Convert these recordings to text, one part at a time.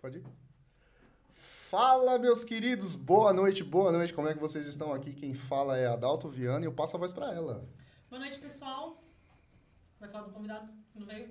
Pode ir? Fala, meus queridos, boa noite, boa noite, como é que vocês estão aqui? Quem fala é a Adalto Viana e eu passo a voz pra ela. Boa noite, pessoal. Vai falar do convidado que não veio?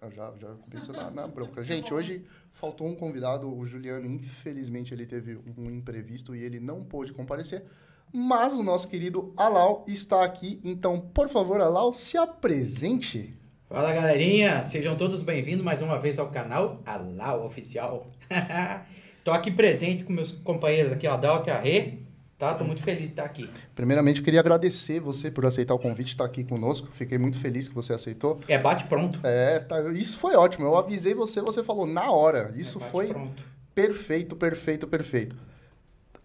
Eu já, já começou na, na bronca. Gente, hoje faltou um convidado, o Juliano, infelizmente ele teve um imprevisto e ele não pôde comparecer, mas o nosso querido Alau está aqui, então, por favor, Alau, se apresente. Fala galerinha, sejam todos bem-vindos mais uma vez ao canal Alau Oficial. Tô aqui presente com meus companheiros aqui, ó, Dalton e a Rê, tá? Tô muito feliz de estar aqui. Primeiramente, eu queria agradecer você por aceitar o convite e estar aqui conosco, fiquei muito feliz que você aceitou. É bate pronto. É, tá, isso foi ótimo, eu avisei você, você falou na hora, isso É bate foi Pronto. perfeito, perfeito, perfeito.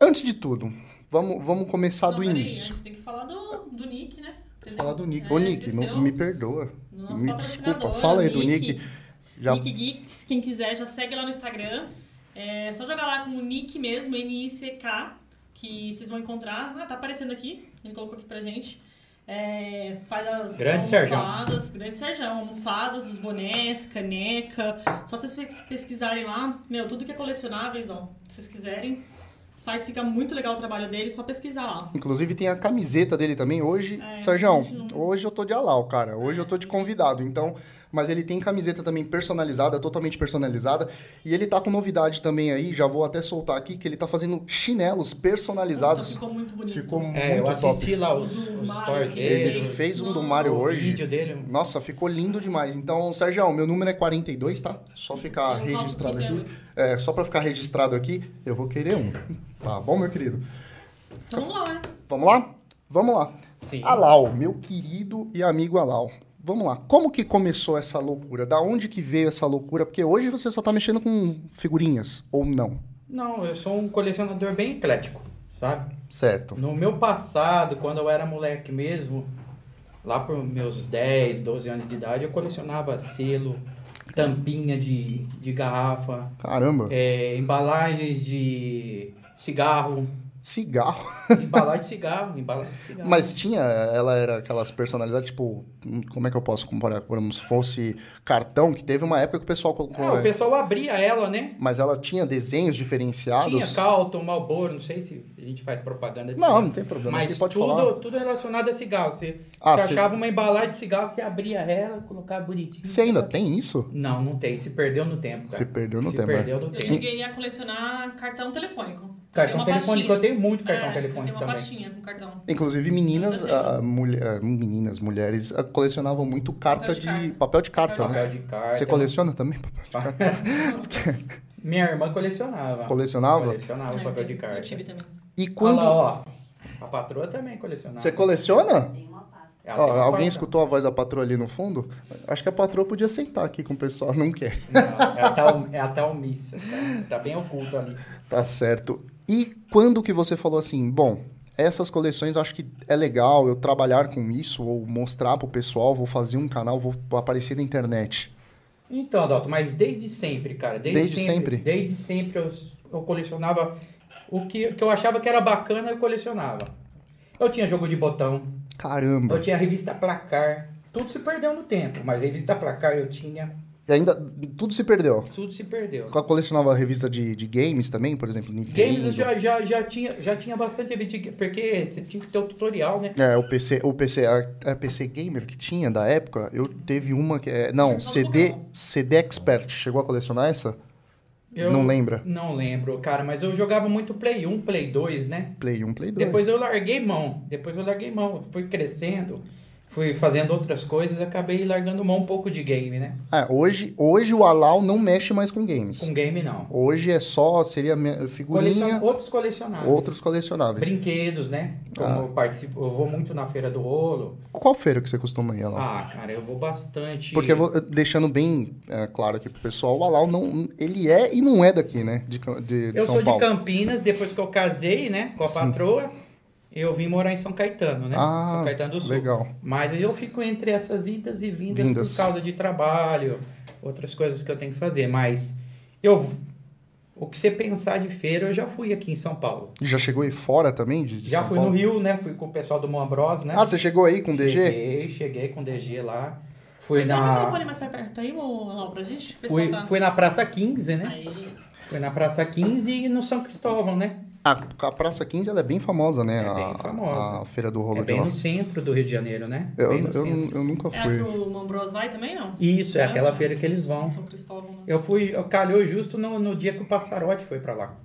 Antes de tudo, vamos, vamos começar Não, do peraí, início. A gente tem que falar do, do Nick, né? É, Entendeu? Falar do Nick. É, Ô, Nick, esqueceu. não- me perdoa. Nosso me patrocinador, desculpa. Fala aí do Nick. Nick. Já Nick Geeks, quem quiser já segue lá no Instagram. É só jogar lá com o Nick mesmo, N-I-C-K, que vocês vão encontrar. Ah, tá aparecendo aqui, ele colocou aqui pra gente. É, faz as Grande Serjão. almofadas, grande Serjão, almofadas, os bonés, caneca. Só vocês pes- pesquisarem lá, meu, tudo que é colecionáveis, ó, se vocês quiserem. Faz, fica muito legal o trabalho dele, só pesquisar lá. Inclusive tem a camiseta dele também. Hoje, É, Sérgio, hoje não- Ah. hoje eu tô de alau, cara. Hoje eu tô de convidado. Então, mas ele tem camiseta também personalizada, totalmente personalizada. E ele tá com novidade também aí, já vou até soltar aqui, que ele tá fazendo chinelos Puta, personalizados. ficou muito bonito. Ficou muito É, eu top. assisti lá os, Do os Mario stories que dele. Ele Deus. os- fez um do Mario Nossa. o hoje. vídeo dele. Nossa, ficou lindo demais. Então, Sérgio, meu número é 42, tá? Só ficar Eu gosto registrado do aqui. pequeno. É, só pra ficar registrado aqui, eu vou querer um. Tá bom, meu querido? Então vamos lá, né? Vamos lá? Vamos Ah lá. Sim. Alau, meu querido e amigo Alau. Vamos lá. Como que começou essa loucura? Da onde que veio essa loucura? Porque hoje você só tá mexendo com figurinhas, ou não. Não, eu sou um colecionador bem eclético, sabe? Certo. No meu passado, quando eu era moleque mesmo, lá por meus 10, 12 anos de idade, eu colecionava selo, tampinha de, de garrafa, Caramba. é, embalagens de cigarro, Cigarro. embalagem de cigarro, embalagem de cigarro. Mas tinha, ela era aquelas personalidades, tipo, hum, como é que eu posso comparar? Como se fosse cartão, que teve uma época que o pessoal colocou... Ah, o pessoal abria ela, né? Mas ela tinha desenhos diferenciados? Tinha Calton, Malboro, não sei se a gente faz propaganda de Não, cigarro. não tem problema. né? Mas aqui pode tudo, falar. tudo relacionado a cigarro. Você, Ah, você você- achava uma embalagem de cigarro, você abria ela, colocava bonitinho. Você ainda tem isso? Não, não tem. Se perdeu no tempo, cara. Se perdeu no Se tempo, é. perdeu no Eu tempo. cheguei a colecionar cartão telefônico. Cartão Eu tenho uma telefônico, pastinha. eu tenho muito cartão É, telefônico Eu tenho uma também. pastinha com cartão. Inclusive, meninas, Eu também. ah, mulher- ah, meninas, mulheres, ah, colecionavam muito carta Papel de de... carta. Papel de carta, Papel né? Papel de carta. então. Você coleciona também? papel de carta? Minha irmã colecionava. Colecionava? Colecionava É, papel Ah, um de eu carta. Eu tive também. E Olha quando. lá, ó. A patroa também colecionava. Você coleciona? Tem uma pasta. Ela Ó, tem uma alguém pasta. escutou a voz da patroa ali no fundo? Acho que a patroa podia sentar aqui com o pessoal, não quer. Não, é a tal, é a tal missa. Tá, tá bem oculto ali. Tá certo. E quando que você falou assim, bom, essas coleções acho que é legal eu trabalhar com isso, ou mostrar pro pessoal, vou fazer um canal, vou aparecer na internet. Então, Adalto, mas desde sempre, cara. Desde, Desde sempre? Desde sempre eu, eu colecionava o que, que eu achava que era bacana, eu colecionava. Eu tinha jogo de botão, eu Caramba. tinha revista placar. Tudo se perdeu no tempo, mas revista placar eu tinha. E ainda tudo se perdeu. Tudo se perdeu. Eu colecionava revista de, de games também, por exemplo, Nintendo. Games eu já, já, já, tinha, já tinha bastante vídeo, porque você tinha que ter o tutorial, né? É, o PC, o PC, a, a PC Gamer que tinha da época, eu teve uma que é, não, Eu só CD, jogava. CD Expert, chegou a colecionar essa? Eu Não lembra? Não lembro, cara, mas eu jogava muito Play 1, Play 2, né? Play 1, Play 2. Depois eu larguei mão, depois eu larguei mão, fui crescendo, fui fazendo outras coisas, acabei largando mão um pouco de game, né? Ah, hoje, hoje o Alau não mexe mais com games. Com game não. Hoje é só seria me- Colecion... figurinha, Outros colecionáveis. outros colecionáveis. Brinquedos, né? Como Ah. eu participo, eu vou muito na feira do rolo. Qual feira que você costuma ir, Alau? Ah, cara, eu vou bastante. Porque eu vou- deixando bem é, claro aqui pro pessoal, o Alau não, ele é e não é daqui, né? De, Cam- de- de Eu São sou de Paulo. Campinas, depois que eu casei, né, com a patroa, eu vim morar em São Caetano, né? Ah, São Caetano do Sul. legal. Mas eu fico entre essas idas e vindas, Vindas. por causa de trabalho, outras coisas que eu tenho que fazer. Mas eu, o que você pensar de feira, eu já fui aqui em São Paulo. E Já chegou aí fora também de, de já São fui Paulo? no Rio, né? Fui com o pessoal do Moambros, né? Ah, você chegou aí com o DG? Cheguei, cheguei com o DG lá. Fui Mas sabe o na, microfone mais pra perto aí, ô, Lau, pra gente? O pessoal fui, tá... fui na Praça 15, né? Aí. Foi na Praça 15 e no São Cristóvão, né? A, Ah, a Praça 15 ela é bem famosa, né? É bem A- famosa. A, feira do rolo É de bem lá. no centro do Rio de Janeiro, né? Eu, Bem no eu, centro. eu nunca É a que fui. o Mambros vai também, não? Isso, é É. aquela feira que eles vão. São Cristóvão, né? Eu fui, eu calhou justo no, no dia que o Passarote foi pra lá.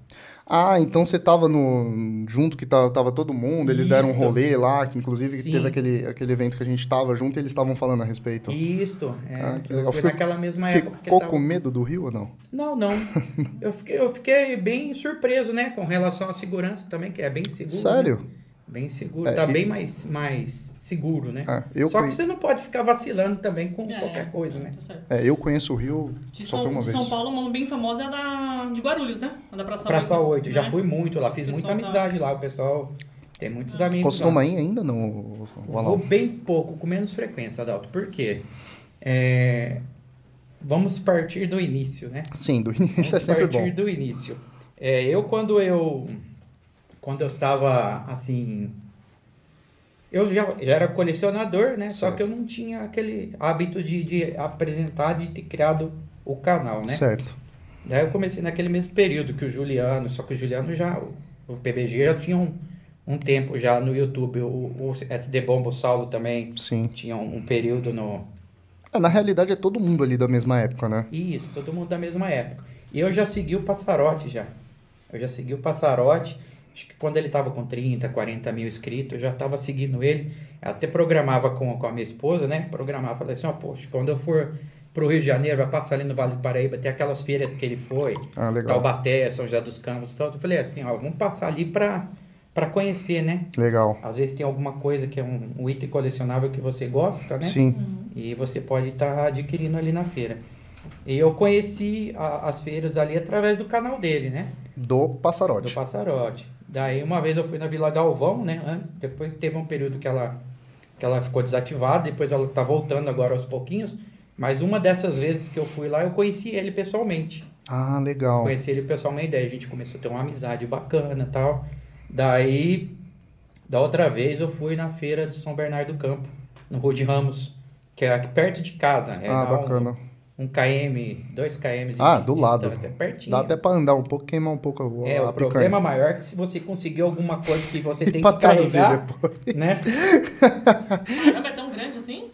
Ah, então você tava no, junto que tá- tava todo mundo, eles deram um Isso. rolê lá, que inclusive Sim. teve aquele, aquele evento que a gente tava junto e eles estavam falando a respeito. Isto, é. Então, Ah, que eu legal. fui Ficou- naquela mesma época que Ficou é tava- com medo do rio ou não? Não, não. eu, fiquei, eu fiquei bem surpreso, né? Com relação à segurança também, que é bem seguro. né? Sério? Bem seguro. É, tá e- bem mais, mais seguro, né? Ah, eu, Só que conhe- você não pode ficar vacilando também com É. qualquer coisa, né? Tá certo. é, eu conheço o rio De só foi São, uma vez. São Paulo, uma bem famosa é a da, de Guarulhos, né? A da Praça Praça 8, já né? fui muito lá, fiz O muita pessoal tá- amizade lá, o pessoal tem muitos amigos. lá. Costuma ir ainda não, o Vou Alau? bem pouco, com menos frequência, Adalto. Por quê? É, Vamos partir do início, né? Sim, do início é Vamos sempre partir bom. do início. É, eu, quando eu... Quando eu estava, assim... Eu já, já era colecionador, né? Só Certo. que eu não tinha aquele hábito de, de apresentar, de ter criado o canal, né? Certo. Daí eu comecei naquele mesmo período que o Juliano, só que o Juliano já, o- o PBG já tinha um, um tempo já no YouTube, o, o SD Bomba, o Saulo também Sim. tinha um, um período no... É, na realidade é todo mundo ali da mesma época, né? Isso, todo mundo da mesma época. E eu já segui o Passarote já. Eu já segui o Passarote, acho que quando ele tava com 30, 40 mil inscritos, eu já tava seguindo ele, até programava com, com a minha esposa, né? Programava, falei assim, ó, poxa, quando eu for pro Rio de Janeiro, vai passar ali no Vale do Paraíba, tem aquelas feiras que ele foi... Ah, Tá legal. Taubaté, São José dos Campos e tal. Eu falei assim, ó, vamos passar ali pra, pra conhecer, né? Legal. Às vezes tem alguma coisa que é um, um item colecionável que você gosta, né? Sim. E você pode estar adquirindo ali na feira. E eu conheci a- as feiras ali através do canal dele, né? Do Do Passarote. Passarote. Daí uma vez eu fui na Vila Galvão, né? An- Depois teve um período que ela, que ela ficou desativada, depois ela tá voltando agora aos pouquinhos. Mas uma dessas vezes que eu fui lá, eu conheci ele pessoalmente Ah, legal. conheci ele pessoalmente, daí a gente começou a ter uma amizade bacana e tal. Daí, da outra vez, eu fui na feira de São Bernardo do Campo, no Rua de Ramos, que é aqui perto de casa. É Ah, lá um- bacana. Um, km, dois km. Ah, do lado. É pertinho. Dá até pra andar um pouco, queimar um pouco a, É, a o picanha. problema maior é que se você conseguir alguma coisa que você tem E pra que trazer carregar, depois. né? Caramba, é tão grande assim?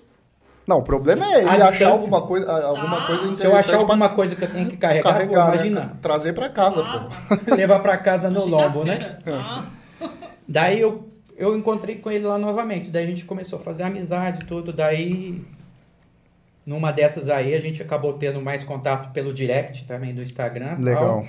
Não, o problema é ele A achar distância. alguma coisa, a- alguma Ah. coisa interessante Se eu achar pra alguma coisa que eu tenho que carregar, carregar, vou né? imaginar. Trazer pra casa, Ah, pô. tá. Levar pra casa no Achei que lombo, era né? feira. Ah, Daí eu, eu encontrei com ele lá novamente. Daí a gente começou a fazer amizade e tudo. Daí, numa dessas aí, a gente acabou tendo mais contato pelo direct também do Instagram. e Legal. Tal.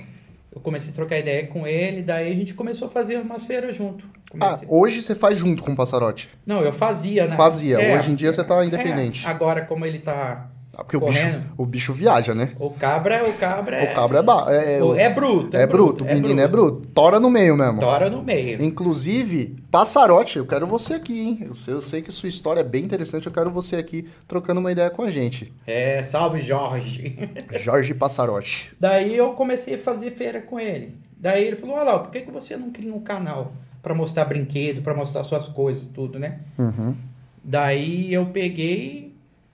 Eu comecei a trocar ideia com ele. Daí a gente começou a fazer umas feiras junto. Ah, Comecei- hoje você faz junto com o Passarote. Não, eu fazia, né? Fazia. É, hoje em dia você tá é, independente. agora, como ele tá. Ah, porque o bicho, correndo. o bicho viaja, né? O cabra, o cabra é. O cabra é, ba... é, é, o- é bruto. é bruto, o menino é bruto. Tora no meio mesmo. Tora no meio. Inclusive, Passarote, eu quero você aqui, hein? Eu sei, eu sei que sua história é bem interessante, eu quero você aqui trocando uma ideia com a gente. É, salve Jorge. Jorge Passarote. Daí eu comecei a fazer feira com ele. Daí ele falou: Olha lá, por que, que você não cria um canal pra mostrar brinquedo, pra mostrar suas coisas, tudo, né? Uhum. Daí eu peguei,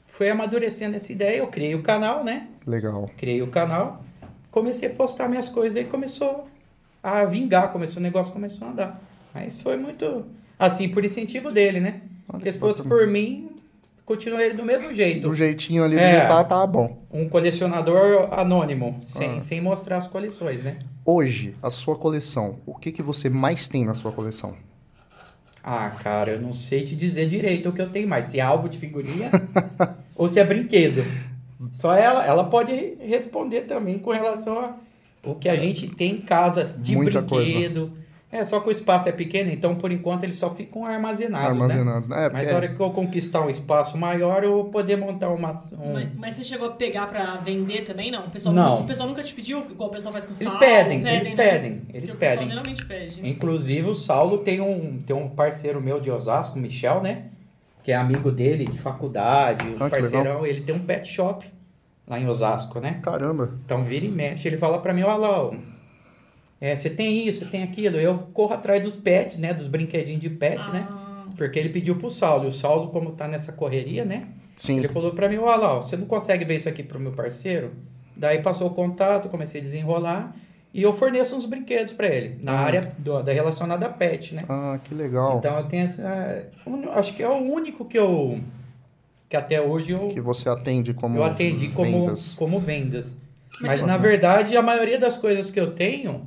fui amadurecendo essa ideia, eu criei o canal, né? Legal. Criei o canal, comecei a postar minhas coisas, daí começou a vingar, começou o negócio, começou a andar. Mas foi muito assim, por incentivo dele, né? Porque se fosse por mim, continuaria do mesmo jeito. Do jeitinho ali do É. jeito tá, tá bom. Um colecionador anônimo, sem, Ah. sem mostrar as coleções, né? Hoje, a sua coleção, o que, que você mais tem na sua coleção? Ah, cara, eu não sei te dizer direito o que eu tenho mais, se é álbum de figurinha ou se é brinquedo. Só ela, ela pode responder também com relação a o que a gente tem em casa de Muita brinquedo. É, só que o espaço é pequeno, então por enquanto eles só ficam armazenados, né? Armazenados. né? É, Mas é, na hora que eu conquistar um espaço maior, eu vou poder montar uma... É. um- Mas, mas você chegou a pegar pra vender também, não? O pessoal, Não. O pessoal nunca te pediu, igual o pessoal faz com Eles sal, pedem, eles né? pedem, Porque eles o pedem. pessoal geralmente pede. né? Inclusive, o Saulo tem um, tem um parceiro meu de Osasco, o Michel, né? Que é amigo dele de faculdade, um Ah, que parceirão. Ele tem um pet shop lá em Osasco, né? Caramba. Então, vira e mexe. Ele fala pra mim, olha lá, ó, é, você tem isso, você tem aquilo. Eu corro atrás dos pets, né? Dos brinquedinhos de pet, né? Ah, Porque ele pediu pro Saulo. E o Saulo, como tá nessa correria, né? Sim. Ele falou pra mim, olha lá, ó, você não consegue ver isso aqui pro meu parceiro? Daí passou o contato, comecei a desenrolar. E eu forneço uns brinquedos para ele, Hum. na área do- da relacionada a pet, né? Ah, que legal. Então eu tenho essa. un- Acho que é o único que eu. Que até hoje eu, que você atende como eu atendi como vendas. como vendas. Mas Mas você- na verdade a maioria das coisas que eu tenho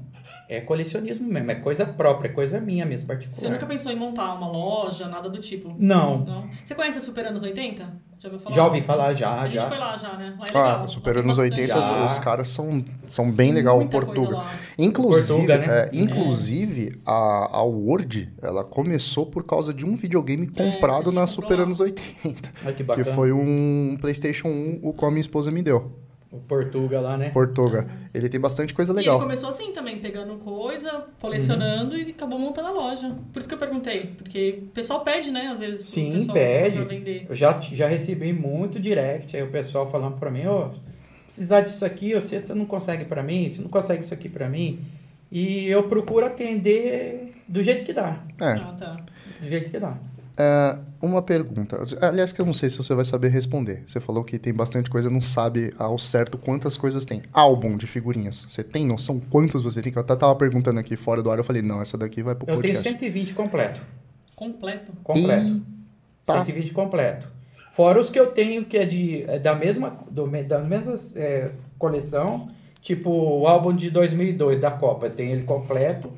é colecionismo mesmo, é coisa própria, é coisa minha mesmo, particular. Você nunca pensou em montar uma loja, nada do tipo? Não. Não? Você conhece a Super Anos 80? Já ouviu falar? Já ouvi falar, já, A gente já. foi lá já, né? Lá é legal. Ah, super Tem anos bastante. 80, Já. os caras são, são bem legal, o Muita coisa Portuga. lá. Inclusive, Portuga, é, né? inclusive a, a Word, ela começou por causa de um videogame comprado É, a gente na comprou Super lá. Anos 80, Olha que que bacana. foi um PlayStation 1, o qual minha esposa me deu, O Portuga lá, né? Portuga. Ele tem bastante coisa E ele legal. começou assim também, pegando coisa, colecionando Uhum. e acabou montando a loja. Por isso que eu perguntei, porque o pessoal pede, né? Às vezes. pro Sim, pessoal pede. Pra vender. Eu já, já recebi muito direct, aí o pessoal falando pra mim, ô, precisar disso aqui, eu sei que você não consegue pra mim, você não consegue isso aqui pra mim. E eu procuro atender do jeito que dá, É, Ah, tá. do jeito que dá. é, uma pergunta. Aliás, que eu não sei se você vai saber responder. Você falou que tem bastante coisa, não sabe ao certo quantas coisas tem. Álbum de figurinhas. Você tem noção quantas você tem? Que eu até tava perguntando aqui fora do ar, eu falei, não, essa daqui vai pro Eu tenho podcast. 120 completo, Completo. completo. Tá. 120 completo. Fora os que eu tenho que é de é da mesma do, me- da mesma é, coleção, tipo o álbum de 2002 da Copa, eu tenho ele completo.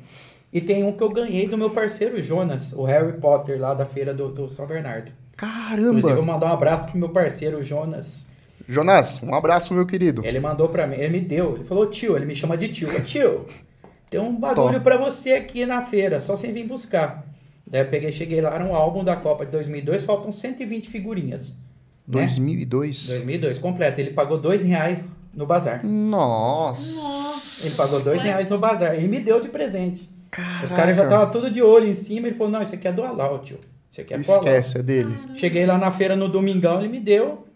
E tem um que eu ganhei do meu parceiro Jonas, o Harry Potter lá da feira do, do São Bernardo. Inclusive, eu Caramba! vou mandar um abraço pro meu parceiro Jonas. Jonas, um abraço, meu querido. Ele mandou pra mim, ele me deu, ele falou tio, ele me chama de tio. Ô, Tio, tem um bagulho pra você aqui na feira, só sem vir buscar. Daí eu peguei, cheguei lá, era um álbum da Copa de 2002, faltam 120 figurinhas. né? 2002? 2002, completo. Ele pagou dois reais no bazar. Nossa! Ele pagou dois Ué. reais no bazar e me deu de presente. Caraca. Os caras já estavam tudo de olho em cima. Ele falou, não, isso aqui é do Alau, tio. Isso aqui é pro Alau." Esquece, é dele. Cheguei lá na feira no domingão, ele me deu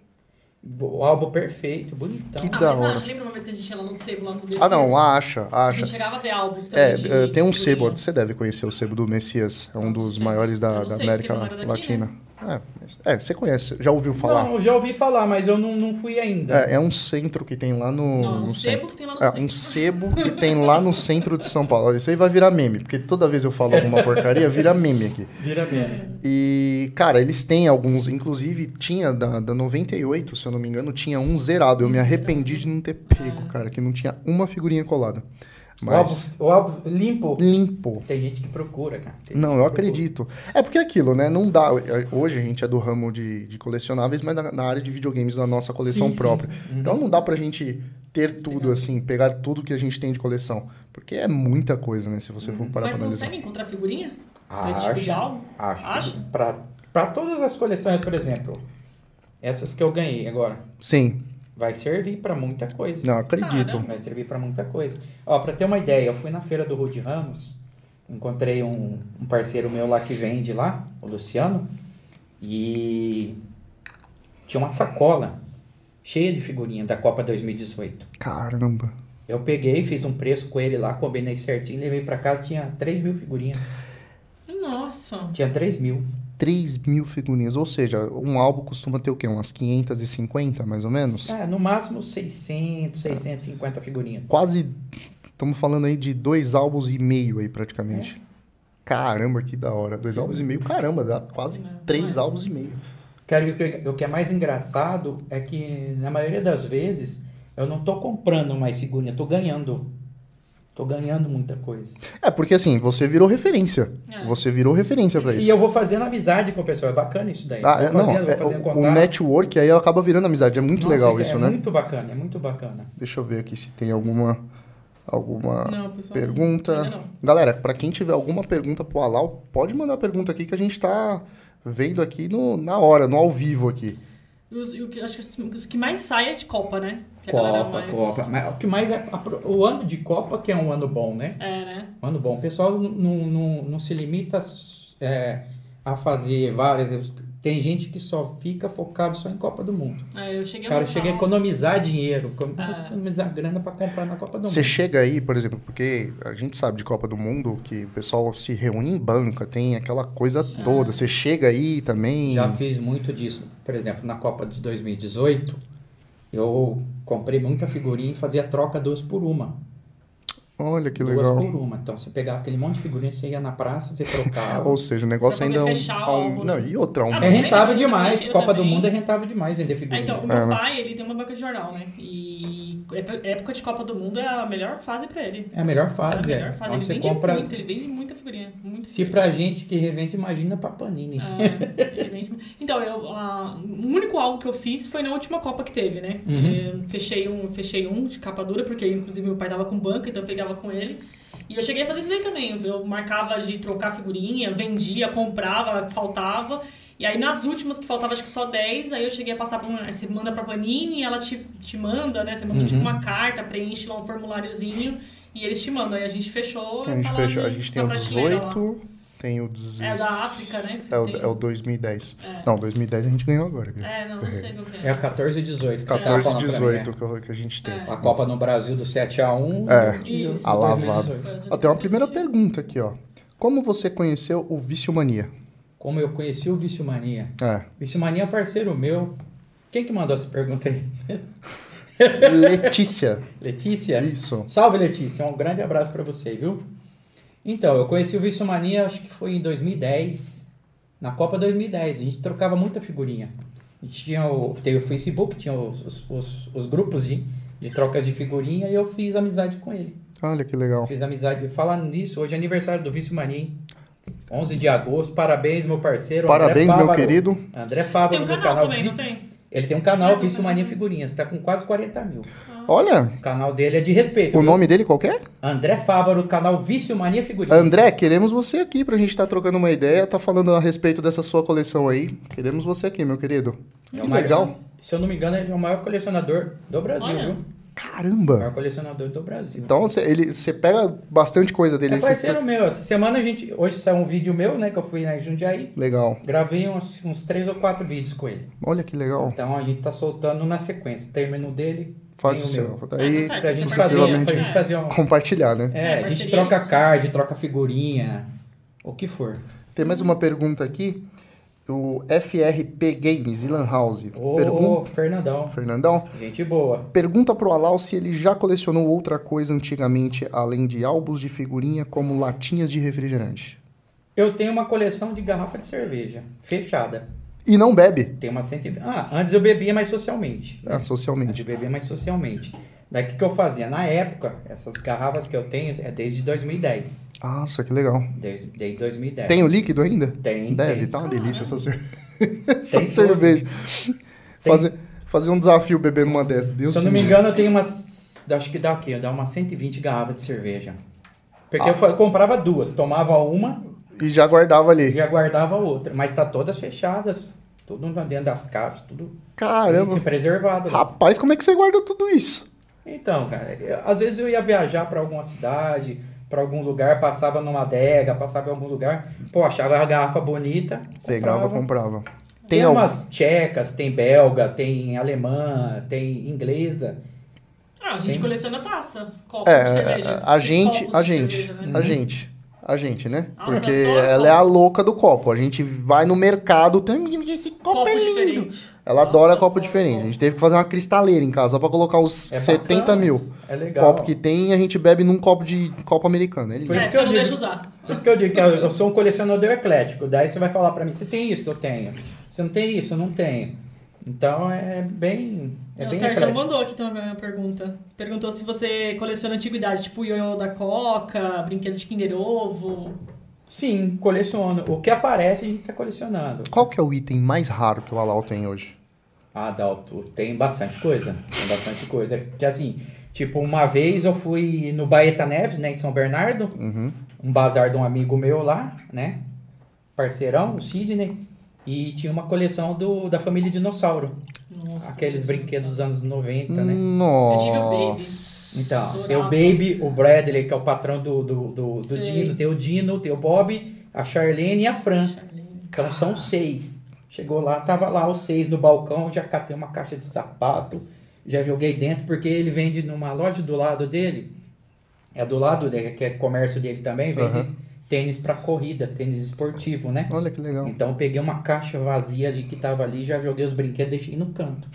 o álbum perfeito, bonitão. Que- Ah, Da mas hora. ah, lembra uma vez que a gente ia lá no sebo lá no Messias? Ah, não, acha, A gente acha. chegava a ver álbuns também. É, de eh, tem um figurinha. sebo, você deve conhecer o sebo do Messias, é um dos Não sei. maiores Eu da, não da sei, América porque não era daqui, né? Latina. É, mas- É, você conhece, já ouviu falar? Não, eu já ouvi falar, mas eu não, não fui ainda. É, é um centro que tem lá no. Não, um no sebo centro. que tem lá no É, sebo. um sebo que tem lá no centro de São Paulo. Olha, Isso aí vai virar meme, porque toda vez eu falo alguma porcaria, vira meme aqui. Vira mesmo. E, cara, eles têm alguns, inclusive tinha da, da 98, se eu não me engano, tinha um zerado. Eu me arrependi de não ter Ah. pego, cara, que não tinha uma figurinha colada. Mas O, álbum, o álbum limpo. limpo. Tem gente que procura, cara. Tem gente Não, que eu procura. acredito. É porque é aquilo, né? Não dá. Hoje a gente é do ramo de, de colecionáveis, mas na, na área de videogames, na nossa coleção Sim, sim. própria. Uhum. Então não dá pra gente ter tudo assim, pegar tudo que a gente tem de coleção. Porque é muita coisa, né? Se você Uhum. for parar Mas pra analisar. consegue encontrar figurinha? Ah, Esse tipo de acho. álbum? Acho. Acha? Pra, pra todas as coleções, por exemplo, essas que eu ganhei agora, Sim, vai servir pra muita coisa. Né? não, acredito. Vai servir pra muita coisa. Ó, pra ter uma ideia, eu fui na feira do Rude Ramos, encontrei um, um parceiro meu lá que vende lá, o Luciano, e tinha uma sacola cheia de figurinha da Copa 2018. Caramba. Eu peguei, fiz um preço com ele lá, combinei certinho, levei pra casa, tinha 3 mil figurinhas. Nossa. Tinha 3 mil. 3 mil figurinhas. Ou seja, um álbum costuma ter o quê? Umas 550, mais ou menos? É, no máximo 600, Tá. 650 figurinhas. Quase. Estamos falando aí de dois álbuns e meio aí, É. praticamente. Caramba, que da hora. Dois álbuns e meio, caramba, dá quase Não, três mas- álbuns e meio. Cara, e o que, o que é mais engraçado é que, na maioria das vezes, eu não tô comprando mais figurinha, eu tô ganhando. Tô ganhando muita coisa. É, porque assim, você virou referência. É. Você virou referência pra isso. E eu vou fazendo amizade com o pessoal, é bacana isso daí. Ah, vou é, não, fazendo, é, vou fazendo o, o um contato. network aí acaba virando amizade. É muito Nossa, legal é- isso, é né? muito bacana, é muito bacana. Deixa eu ver aqui se tem alguma. Alguma Não, pessoal, pergunta. é. ainda não. Galera, pra quem tiver alguma pergunta pro Alau, pode mandar pergunta aqui que a gente tá vendo aqui no, na hora, no ao vivo aqui. E os, e o que- acho que os, os que mais saem é de Copa, né? Que a galera Copa, mais- Copa. Mas o que mais é a pro- o ano de Copa, que é um ano bom, né? É, né? Mano, bom, o pessoal não, não, não se limita é, a fazer várias. Tem gente que só fica focado só em Copa do Mundo. É, eu cheguei Cara, a eu cheguei a montar- economizar dinheiro, econom- Ah. economizar grana pra comprar na Copa do Você Mundo. chega aí, por exemplo, porque a gente sabe de Copa do Mundo que o pessoal se reúne em banca, tem aquela coisa toda. Você chega aí também. Já fiz muito disso. Por exemplo, na Copa de 2018, eu comprei muita figurinha e fazia troca duas por uma. Olha que duas legal. por uma. Então você pegava aquele monte de figurinha, você ia na praça, você Ah, trocava. Ou seja, o negócio Pra poder ainda é um, fechar o a um- álbum, né? Não, e outra, um, Ah, É mas- rentável Eu demais. também, eu Copa do também. Mundo é rentável demais vender Ah, figurinha. então, o É, meu né? pai, ele tem uma banca de jornal, né? E ép- época de Copa do Mundo é a melhor fase pra ele. É a melhor É a fase, é. melhor fase. Ele Onde você vende compra. muito, ele vende muita figurinha. Muita Se figurinha. pra gente que revende, imagina pra Panini. É, ele vende mu- Então, eu, a- o único álbum que eu fiz foi na última Copa que teve, né? Uhum. Eu fechei, um, fechei um de capa dura, porque inclusive meu pai tava com banca, então eu pegava com ele. E eu cheguei a fazer isso aí também. Eu marcava de trocar figurinha, vendia, comprava, faltava. E aí nas últimas que faltava, acho que só 10, aí eu cheguei a passar pra uma. aí Você manda pra Panini, ela te, te manda, né? Você manda Uhum. tipo uma carta, preenche lá um formuláriozinho e eles te mandam. Aí a gente fechou. a gente tá lá fecha, na- a gente tem na o prateleira lá. 18, tem o 16. É da África, né, que É o, tem. é o 2010. É. Não, 2010 a gente ganhou agora. né? cara. É, não, não sei o que É o 14 e 18 que você tá 14 e tava falando pra mim, 18 que, eu- que a é. gente tem. né? A Copa no Brasil do 7x1 É. e o Isso. um A lavada. 2018. Ó, Ah, tem uma primeira pergunta aqui, ó. Como você conheceu o Vício Mania? Como eu conheci o Vício Mania. É. Vício Mania é parceiro meu. Quem que mandou essa pergunta aí? Letícia. Letícia? Isso. Salve, Letícia. Um grande abraço pra você, viu? Então, eu conheci o Vício Mania, acho que foi em 2010. Na Copa 2010. A gente trocava muita figurinha. A gente tinha o, teve o Facebook, tinha os, os, os- os grupos de, de trocas de figurinha e eu fiz amizade com ele. Olha que legal. Fiz amizade. E Falando nisso, hoje é aniversário do Vício Mania, hein? 11 de agosto. Parabéns, meu parceiro. Parabéns, André meu Fávaro. querido. André Fávaro Tem um do canal, também, Vi- não tem? Ele tem um canal, Ah, Vício tem Mania canal. Figurinhas. Tá com quase 40 mil. Olha, O canal dele é de respeito. o viu? nome dele qual que é? André Fávaro, canal Vício Mania Figurinhas. André, queremos você aqui pra gente estar trocando uma ideia, tá falando a respeito dessa sua coleção aí. Queremos você aqui, meu querido. É Que o maior- legal. Se eu não me engano, ele é o maior colecionador do Brasil, Olha. viu? O Caramba. maior colecionador do Brasil. Então, você ele- você pega bastante coisa dele. é aí, você- parceiro meu. Essa semana a gente... Hoje saiu um vídeo meu, né? Que eu fui na Jundiaí. Legal. Gravei uns, uns três ou quatro vídeos com ele. Olha que legal. Então a gente tá soltando na sequência. Termino dele. Faz vem o seu. Daí, meu. Ah, tá certo. Pra gente fazer, Sucessivamente. pra gente fazer um... compartilhar, né? É, É, a gente parceria, troca isso. card, troca figurinha, o que for. Tem mais uma pergunta aqui. O FRP Games, Ilan House. Ô, Pergunta. ô, Fernandão, Fernandão. gente boa. Pergunta pro Alau se ele já colecionou outra coisa antigamente, além de álbuns de figurinha, como latinhas de refrigerante. Eu tenho uma coleção de garrafa de cerveja, fechada. E não bebe, Tem uma 120. Ah, antes eu bebia mais socialmente. né, Antes socialmente. eu bebia mais socialmente. Daí o que, que eu fazia? Na época, essas garrafas que eu tenho é desde 2010. Nossa, que legal. Desde, desde 2010. Tem o líquido ainda? É. Tem, Deve, tem. tá uma delícia essa, cer- Tem essa tudo. cerveja. Fazer, fazer um desafio bebendo uma dessas. Deus Se eu do não me livre. engano, eu tenho umas. Acho que dá o quê? Dá umas 120 garrafas de cerveja. Ah. Porque eu fa- eu comprava duas, tomava uma E já guardava e ali. já guardava outra. Mas tá todas fechadas. Tudo na- dentro das caixas, tudo Caramba. preservado. lá. Rapaz, como é que você guarda tudo isso? Então, cara, eu- às vezes eu ia viajar pra alguma cidade, pra algum lugar, passava numa adega, passava em algum lugar, pô, achava a garrafa bonita. Pegava, comprava. comprava. Tem, Tem algum... umas tchecas, tem belga, tem alemã, tem inglesa. Ah, a gente Tem. coleciona taça, copo de É, cerveja. a os gente, copos a de gente, Hum. cerveja, né? a gente, a gente, né? Nossa, Porque eu adoro ela é a louca do copo. A gente vai no mercado, tem esse copo, Copo é lindo. diferente. Ela adora Nossa, é copo eu diferente. A adoro. gente teve que fazer uma cristaleira em casa só pra colocar os É 70 bacana. mil É legal. copo que tem e a gente bebe num copo de copo americano. É lindo. Por É, isso que eu eu não digo. deixo usar. Por isso que eu digo que eu eu sou um colecionador eclético. Daí você vai falar pra mim, você tem isso? Eu tenho. Você não tem isso? Eu não tenho. Então é bem, é o bem Sérgio um eclético. mandou aqui também uma pergunta. Perguntou se você coleciona antiguidade, tipo ioiô da Coca, brinquedo de Kinder Ovo. Sim, coleciono. O que aparece a gente tá colecionando. Qual que é o item mais raro que o Alau tem hoje? Ah, Dalto, tem bastante coisa. Tem bastante coisa. Que assim, tipo, uma vez eu fui no Baeta Neves, né, em São Bernardo, Uhum. um bazar de um amigo meu lá, né? Parceirão, o Sidney. E tinha uma coleção do, da família Dinossauro. Nossa, Aqueles nossa. brinquedos dos anos 90, Hum. né? Nossa. Eu tive o Baby. Então, Adorava. tem o Baby, o Bradley, que é o patrão do, do, do, do Sei. Dino, tem o Dino, tem o Bob, a Charlene e a Fran. Charlene. Então são seis. Chegou lá, tava lá os seis no balcão, já catei uma caixa de sapato, já joguei dentro, porque ele vende numa loja do lado dele, é do lado dele, que é comércio dele também, vende Aham. tênis pra corrida, tênis esportivo, né? Olha que legal. Então eu peguei uma caixa vazia ali que tava ali, já joguei os brinquedos, deixei no canto.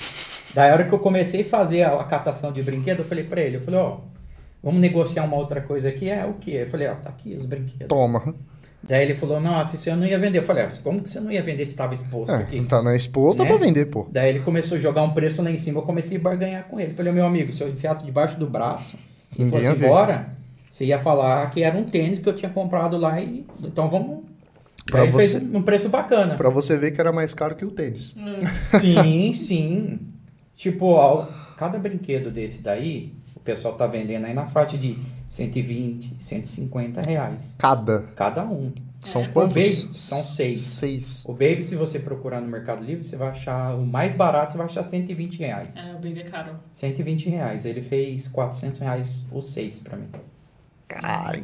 Daí a hora que eu comecei a fazer a, a catação de brinquedo, eu falei pra ele, eu falei, ó, vamos negociar uma outra coisa aqui. É o quê? Eu falei, ó, tá aqui os brinquedos. Toma. Daí ele falou, não, assim, eu não ia vender. Eu falei, ah, como que você não ia vender se estava exposto É, aqui? não tá na exposta Né? pra vender, pô. Daí ele começou a jogar um preço lá em cima, eu comecei a barganhar com ele. Falei, meu amigo, se eu enfiar debaixo do braço e Ninguém fosse ia ver. embora, você ia falar que era um tênis que eu tinha comprado lá e. Então vamos. Pra Daí ele fez você- um preço bacana. Pra você ver que era mais caro que o tênis. Sim, sim. Tipo, ó, cada brinquedo desse daí, o pessoal tá vendendo aí na faixa de 120, 150 reais. Cada. Cada um. São É. quantos? Baby, são seis. Seis. O Baby, se você procurar no Mercado Livre, você vai achar o mais barato, você vai achar 120 reais. É, o baby é caro. 120 reais. Ele fez 400 reais ou 6 pra mim. Caralho.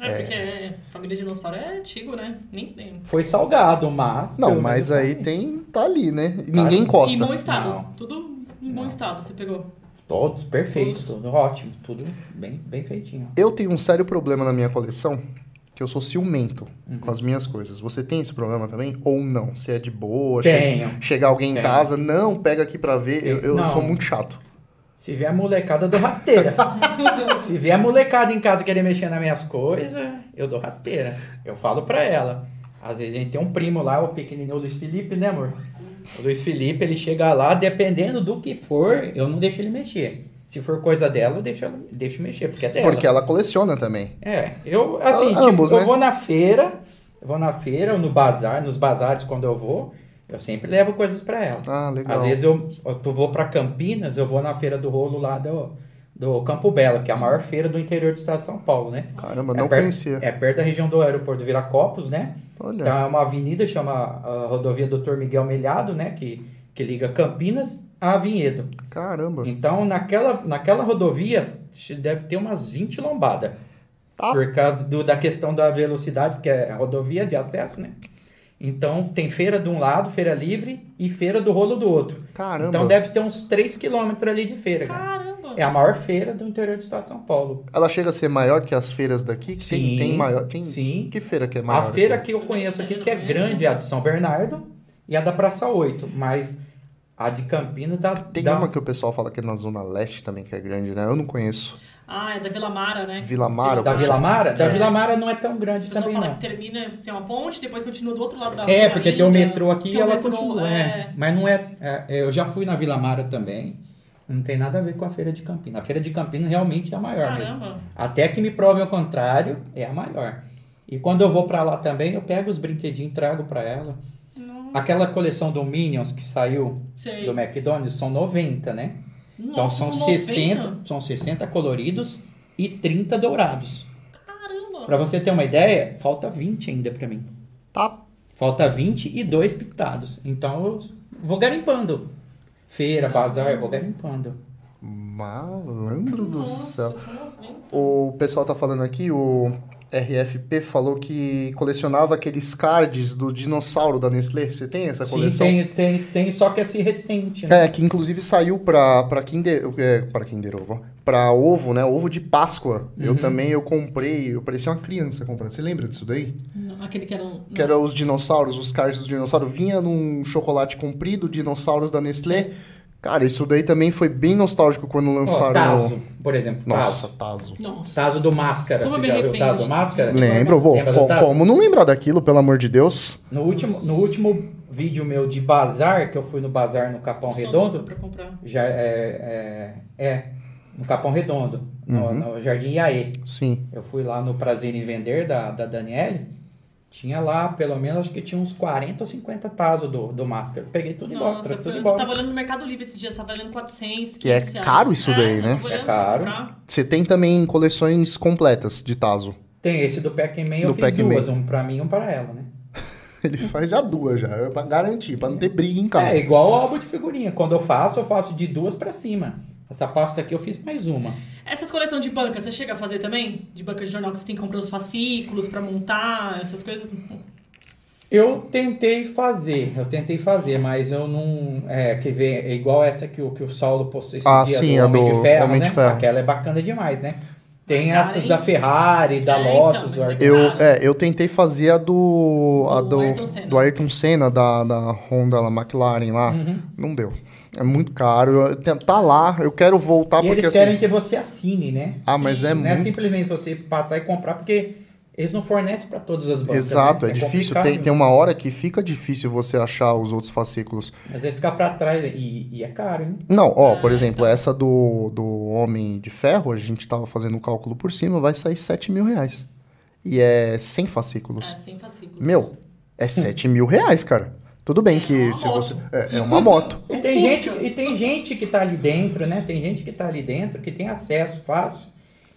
É, porque é, família dinossauro é antigo, né? Nem tem. Foi salgado, mas. Não, pelo mas menos aí tá tem. Tá ali, né? E Ninguém ali. Em encosta. bom estado. Não. Tudo em bom estado você pegou. Todos perfeitos, tudo ótimo, tudo bem, bem feitinho. Eu tenho um sério problema na minha coleção, que eu sou ciumento Uhum. com as minhas coisas. Você tem esse problema também? Ou não? Se é de boa, che- Tenho. chegar alguém em Tenho. casa, não, pega aqui pra ver. Eu, eu Não. sou muito chato. Se vier a molecada, eu dou rasteira. Se vier a molecada em casa querer mexer nas minhas coisas, eu dou rasteira. Eu falo pra ela. Às vezes a gente tem um primo lá, o pequenininho, o Luiz Felipe, né, amor? O Luiz Felipe, ele chega lá, dependendo do que for, eu não deixo ele mexer. Se for coisa dela, eu deixo, ela- deixo mexer, porque é dela. Porque ela coleciona também. É, eu, assim, Ah, tipo, ambos, eu né? vou na feira, eu vou na feira ou no bazar, nos bazares quando eu vou, eu sempre levo coisas pra ela. Ah, legal. Às vezes eu, eu tô- vou pra Campinas, eu vou na feira do rolo lá do, do Campo Belo, que é a maior feira do interior do estado de São Paulo, né? Caramba, É não perto- conhecia. É perto da região do aeroporto do Viracopos, né? Olha. Então é uma avenida, chama a rodovia Doutor Miguel Melhado, né? Que, que liga Campinas a Vinhedo. Caramba. Então naquela, naquela rodovia deve ter umas 20 lombadas. Tá. Por causa do- da questão da velocidade, porque é rodovia de acesso, né? Então tem feira de um lado, feira livre, e feira do rolo do outro. Caramba. Então deve ter uns 3 km ali de feira, cara. Caramba! É a maior feira do interior do estado de São Paulo. Ela chega a ser maior que as feiras daqui? Tem, Sim, tem maior. Tem... sim. Que feira que é A maior? feira que eu conheço aqui, que é grande, é a de São Bernardo e a da Praça 8, mas a de Campinas tá dá. Tem dá- um uma que o pessoal fala que é na Zona Leste também, que é grande, né? Eu não conheço. Ah, é da Vila Mara, né? Vila é Mara, Da o Vila Mara? Da É. Vila Mara não é tão O grande pessoal também, fala não. que termina, tem uma ponte, depois continua do outro lado da É, rua porque tem tá o ainda. metrô aqui e Tem o ela metrô, continua. é. É. Mas não é, é, Eu já fui na Vila Mara também. Não tem nada a ver com a Feira de Campinas. A Feira de Campinas realmente é a maior mesmo. Caramba! Até que me prove ao contrário, é a maior. E quando eu vou pra lá também, eu pego os brinquedinhos e trago pra ela. Não Aquela coleção do Minions que saiu sei. do McDonald's são 90, né? então Nossa, são, são 90? 60, são 60 coloridos e 30 dourados. Caramba! Pra você ter uma ideia, falta 20 ainda pra mim. Tá. Falta 22 pintados. Então eu vou garimpando. Ah. Feira, bazar, eu vou garimpando. Malandro do Nossa, céu. são 90. O pessoal tá falando aqui, o RFP falou que colecionava aqueles cards do dinossauro da Nestlé. Você tem essa Sim, coleção? tem, tem, tem, só que esse recente, né? É, que inclusive saiu pra, pra Kinder... É, pra Kinder Ovo, ó. Pra ovo, né? Ovo de Páscoa. Uhum. Eu também, eu comprei... Eu parecia uma criança comprando. Você lembra disso daí? Não, Aquele que era um... Que era os dinossauros, os cards dos dinossauros. Vinha num chocolate comprido, dinossauros da Nestlé. Cara, isso daí também foi bem nostálgico quando Ó, lançaram... Tazo, por exemplo. Nossa, Tazo. Tazo. Nossa. Tazo do Máscara. Como eu Você me já viu o arrependo Tazo de do ter Máscara? comprado. Lembro, pô, Lembra do co- Tazo? como não lembrar daquilo, pelo amor de Deus? No último, no último vídeo meu de bazar, que eu fui no bazar no Capão Sou Tá Redondo, louca Pra comprar. já é, é, é, no Capão Redondo, no, Uhum. no Jardim Iaê. Sim. Eu fui lá no Prazer em Vender da, da Daniele. Tinha lá, pelo menos, acho que tinha uns 40 ou 50 tazos do, do máscara. Peguei tudo embora, Nossa, trouxe tudo eu embora. Tava olhando no Mercado Livre esses dias, tava olhando 400, Que é 500 reais. caro isso daí, né? eu tava É olhando caro. pra comprar. Você tem também coleções completas de Tazo. Tem esse do Pac-Man, Do eu fiz Pac-Man. duas, um pra mim e um pra ela, né? Ele faz já duas já, é pra garantir, pra não ter briga em É casa. igual o álbum de figurinha. Quando eu faço, eu faço de duas pra cima. Essa pasta aqui eu fiz mais uma. Essas coleções de banca, você chega a fazer também? De banca de jornal que você tem que comprar os fascículos pra montar, essas coisas? Eu tentei fazer, eu tentei fazer, mas eu não. É, que vê, é igual essa que o, que o Saulo postou esse Ah, dia sim, do a Homem, do de, ferro, Homem né? de Ferro. Aquela é bacana demais, né? Tem Cara, essas hein? da Ferrari, da É, então, Lotus, mas do é Arthur. Eu, Claro. é, eu tentei fazer a do. a do, Do Ayrton Senna. Uhum. do Ayrton Senna, da, da Honda, da McLaren lá. Não deu. É muito caro. Eu- tem- Tá lá, eu quero voltar e porque eles assim. querem que você assine, né? Ah, mas é não é muito- simplesmente você passar e comprar, porque eles não fornecem para todas as bancas. Exato, né? é, difícil. complicado, Tem, tem uma hora que fica difícil você achar os outros fascículos. Às vezes ficar para trás e, e é caro, hein? Não, ó, por Ah, exemplo, tá. essa do, do Homem de Ferro, a gente tava fazendo um cálculo por cima, vai sair 7 mil reais. E é 100 fascículos. Ah, sem fascículos. Meu, é 7 mil reais, cara. Tudo bem que É uma se moto. você. É, é uma moto. E Um tem, gente, Fusca. e tem gente que tá ali dentro, né? Tem gente que tá ali dentro, que tem acesso fácil.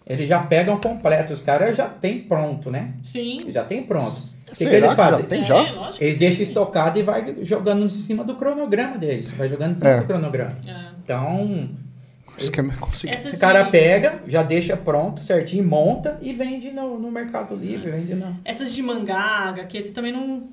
Eles já pegam completo, os caras já tem pronto, né? Sim. Já tem pronto. O que, que Será eles que já fazem? Tem É, já? lógico. Eles deixam estocado e vai jogando em cima do cronograma deles. Vai jogando em cima É. do cronograma. É. Então, Isso que eu não consegui. Essas o cara de- pega, já deixa pronto, certinho, monta e vende no, no Mercado Livre, vende na... Essas de mangá, que esse também não.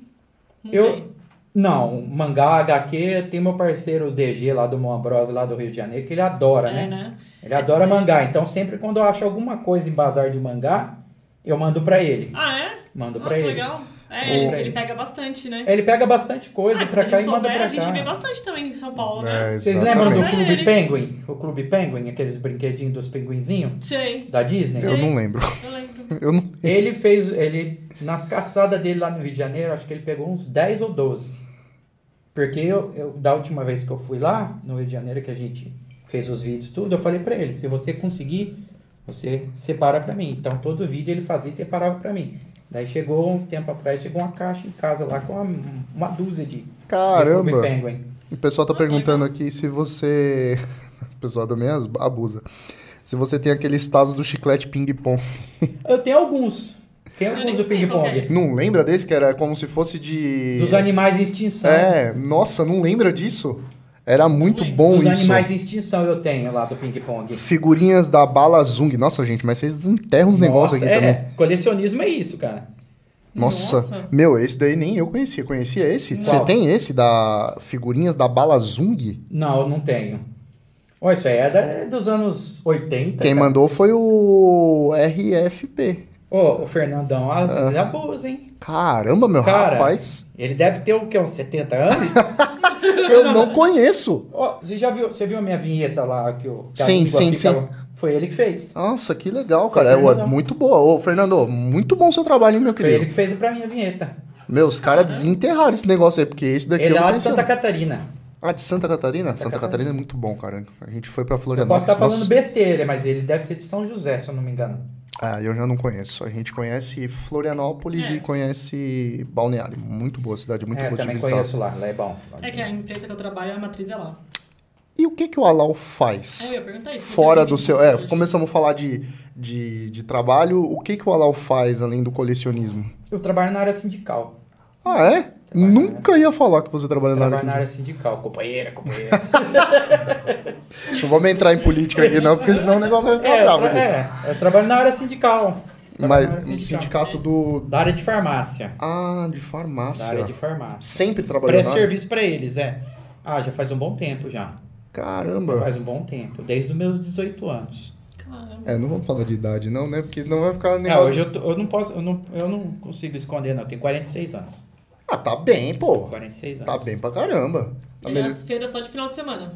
não Eu... tem. Não, mangá, HQ, tem meu parceiro DG lá do Moambrosa, lá do Rio de Janeiro, que ele adora, É, né? né? Ele adora mangá, então sempre quando eu acho alguma coisa em bazar de mangá, eu mando pra ele. Ah, é? Mando Ah, pra que ele. legal. É, Ou- ele, ele pega bastante, né? Ele pega bastante É coisa Ah, pra quando cá a e gente manda souber, pra a gente cá. vê bastante também em São Paulo, É, né? Vocês lembram do exatamente. Exatamente. Clube É, ele- Penguin? O Clube Penguin, aqueles brinquedinhos dos pinguinzinhos Sei, da Disney? Eu não lembro. eu lembro. Eu não... Ele fez, ele, nas caçadas dele lá no Rio de Janeiro, acho que ele pegou uns 10 ou 12. Porque eu, eu- da última vez que eu fui lá, no Rio de Janeiro, que a gente fez os vídeos tudo, eu falei pra ele, se você conseguir, você separa pra mim. Então, todo vídeo ele fazia e separava pra mim. Daí chegou, uns tempo atrás, chegou uma caixa em casa lá com uma, uma dúzia de de Clube Caramba! Penguin. O pessoal tá Ah, perguntando aqui se você. O pessoal também as- abusa. Se você tem aqueles tazos do chiclete ping-pong. Eu tenho alguns. Tem Eu alguns nem do sei qual ping-pong. Não lembra desse que era como se fosse de. Dos animais em extinção. É, nossa, não lembra disso? Era muito Muito. bom dos isso. animais em extinção eu tenho lá do ping-pong. Figurinhas da bala Zung. Nossa, gente, mas vocês enterram os negócios aqui Nossa, é, também. Colecionismo é isso, cara. Nossa. Nossa. meu, esse daí nem eu conhecia. Conhecia esse? Qual? Você tem esse da figurinhas da bala Zung? Não, eu não tenho. Ó, isso aí é da- é dos anos 80. Quem Tá, cara. mandou foi o RFP. Ô, o Fernandão, Ah. às vezes abusa, hein? Caramba, meu Cara. rapaz. Ele deve ter o quê? Uns 70 anos? Eu não conheço. Ó, você já viu? Você viu a minha vinheta lá que o que a Sim, língua sim, Ah, Foi ele que fez. Nossa, que legal, cara. É, Fernandão. muito boa. Ô, Fernando, muito bom seu trabalho, hein, meu Foi ele querido. que fez pra minha vinheta. Meu, os caras desenterraram esse negócio aí, porque esse daqui Ele é eu não lá de conhecia. Santa Catarina. Ah, de Santa Catarina? Santa, Catarina. Catarina. é muito bom, cara. A gente foi pra Eu posso Florianópolis. estar falando nossa. besteira, mas ele deve ser de São José, se eu não me engano. Ah, eu já não conheço. A gente conhece Florianópolis É. e conhece Balneário. Muito boa cidade, muito é, boa de também visitar. conheço lá, lá é bom. É que a empresa que eu trabalho, a matriz é lá. E o que que o Alau É, faz? eu ia perguntar isso. Fora Você do tem seu... isso É, hoje? começamos a falar de, de, de trabalho. O que que o Alau faz, além do colecionismo? Eu trabalho na área sindical. Ah, é? Trabalho, Nunca ia falar que você trabalha na Trabalho área. na área sindical. Companheira, companheira. Não vamos entrar em política aqui, não, porque senão o negócio vai ficar É, eu, bravo. tra- aqui. é, eu trabalho na área sindical. Trabalho na Mas área um sindical. sindicato do... Da área de farmácia. Ah, de Da farmácia. área de farmácia. Sempre trabalhou Presto na área? serviço pra eles, é. Ah, já faz um bom tempo já. Caramba. Já faz um bom tempo. Desde os meus 18 anos. Caramba. É, não vamos falar de idade não, né? Porque não vai ficar Não, negócio... É, hoje eu, tô- eu não posso, eu não, eu não consigo esconder, não. Eu tenho 46 anos. Ah, tá bem, pô. 46 anos. Tá bem pra caramba. Tá E melhor- as é feiras só de final de semana.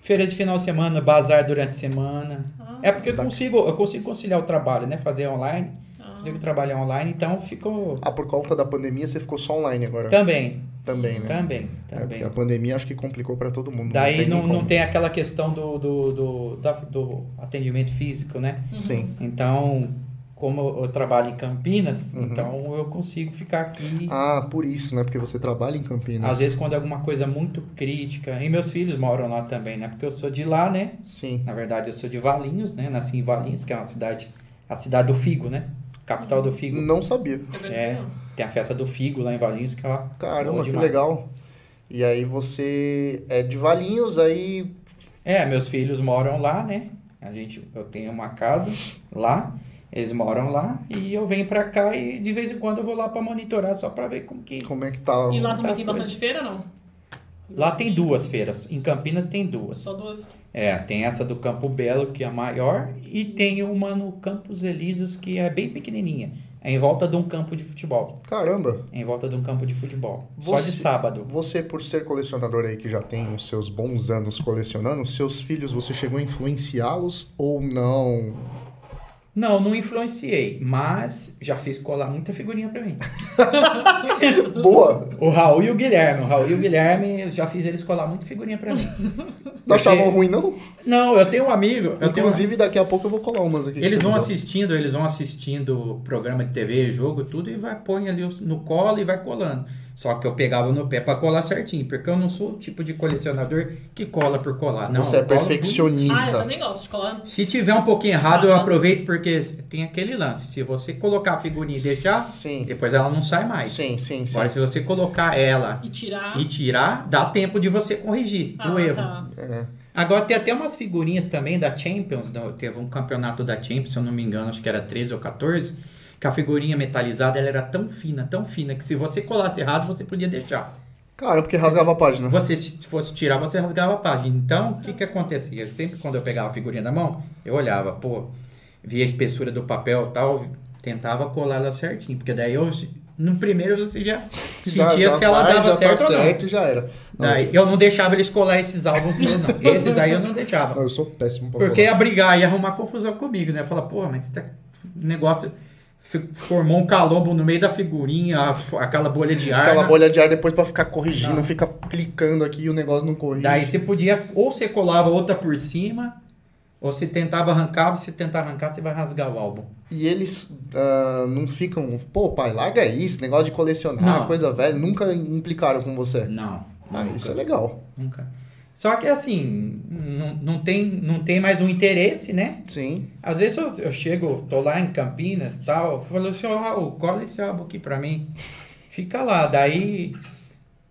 Feira de final de semana, bazar durante a semana. Ah. É porque eu consigo, eu consigo conciliar o trabalho, né? Fazer online. Ah. Consigo trabalhar online, então ficou. Ah, por conta da pandemia você ficou só online agora. Também, Também, né? também, É, porque também. a pandemia acho que complicou pra todo mundo. Tá, Daí tem não, nem não como. tem aquela questão do, do, do, da- do atendimento físico, né? Sim. Então, como eu trabalho em Campinas, Uhum. então eu consigo ficar aqui. Ah, por isso, né? Porque você trabalha em Campinas. Uhum. Às vezes, quando é alguma coisa muito crítica. E meus filhos moram lá também, né? Porque eu sou de lá, né? Sim. Na verdade, eu sou de Valinhos, né? Nasci em Valinhos, que é uma cidade. A cidade do Figo, né? Capital do Figo. Não sabia. É É. verdade. Tem a festa do Figo lá em Valinhos, que é lá. Caramba, boa que demais. legal. E aí você é de Valinhos, aí. É, meus filhos moram lá, né? A gente, eu tenho uma casa lá, eles moram lá e eu venho pra cá e de vez em quando eu vou lá pra monitorar só pra ver como que. Como é que tá? o- E lá também Faz tem coisa. bastante feira, não? Lá tem duas feiras, em Campinas tem duas. Só duas. É, tem essa do Campo Belo que é a maior e tem uma no Campos Elíseos que é bem pequenininha. É em volta de um campo de futebol. Caramba! É em volta de um campo de futebol. Só Você- de sábado. Você, por ser colecionador aí que já tem os seus bons anos colecionando, seus filhos, você chegou a influenciá-los ou não? Não, não influenciei, mas já fiz colar muita figurinha pra mim. Ah, Boa! O Raul e o Guilherme. O Raul e o Guilherme, eu já fiz eles colar muita figurinha pra mim. Não achavam Porque- ruim, não? Não, eu tenho um amigo. Eu tenho um- Inclusive, daqui a pouco eu vou colar umas aqui. que Eles você vão me deu. assistindo, eles vão assistindo programa de TV, jogo, tudo, e vai põe ali os- no colo e vai colando. Só que eu pegava no pé pra colar certinho, porque eu não sou o tipo de colecionador que cola por colar. Não, Você é eu colo Ah, eu perfeccionista. também gosto de colar. bonito. Se tiver um pouquinho errado, eu Aham. aproveito, porque tem aquele lance. Se você colocar a figurinha e deixar, Sim. depois ela não sai mais. Sim, sim, sim. Agora, se você colocar ela E tirar. e tirar, dá tempo de você corrigir Ah, o erro. tá. É. Agora tem até umas figurinhas também da Champions, da- teve um campeonato da Champions, se eu não me engano, acho que era 13 ou 14, que a figurinha metalizada ela era tão fina, tão fina, que se você colasse errado, você podia deixar. Cara, porque rasgava a página. Você, se fosse tirar, você rasgava a página. Então, o que que acontecia? Sempre quando eu pegava a figurinha na mão, eu olhava, pô, via a espessura do papel e tal, tentava colar ela certinho, porque daí eu, no primeiro você já Já- sentia já se ela vai, dava já certo tá ou não. certo e já era. Não, Daí, eu não deixava eles colar esses álbuns meus, não. Esses aí eu não deixava. não, eu sou péssimo pra Porque colar. ia brigar, ia arrumar confusão comigo, né? Falar, pô, mas tá... o negócio fi- formou um calombo no meio da figurinha, a f- aquela bolha de ar. Aquela né? bolha de ar depois pra ficar corrigindo, Não. fica clicando aqui e o negócio não corrige. Daí você podia, ou você colava outra por cima, ou você tentava arrancar, se tentar arrancar, você vai rasgar o álbum. E eles ah, não ficam, pô, pai, larga isso, negócio de colecionar, Não. coisa velha, nunca implicaram com você. Não. Ah, nunca, isso é legal. Nunca. Só que assim, não, não, tem, não tem mais um interesse, né? Sim. Às vezes eu, eu chego, tô lá em Campinas e tal, eu falo assim, ó, Raul, cola esse álbum aqui pra mim. Fica lá, daí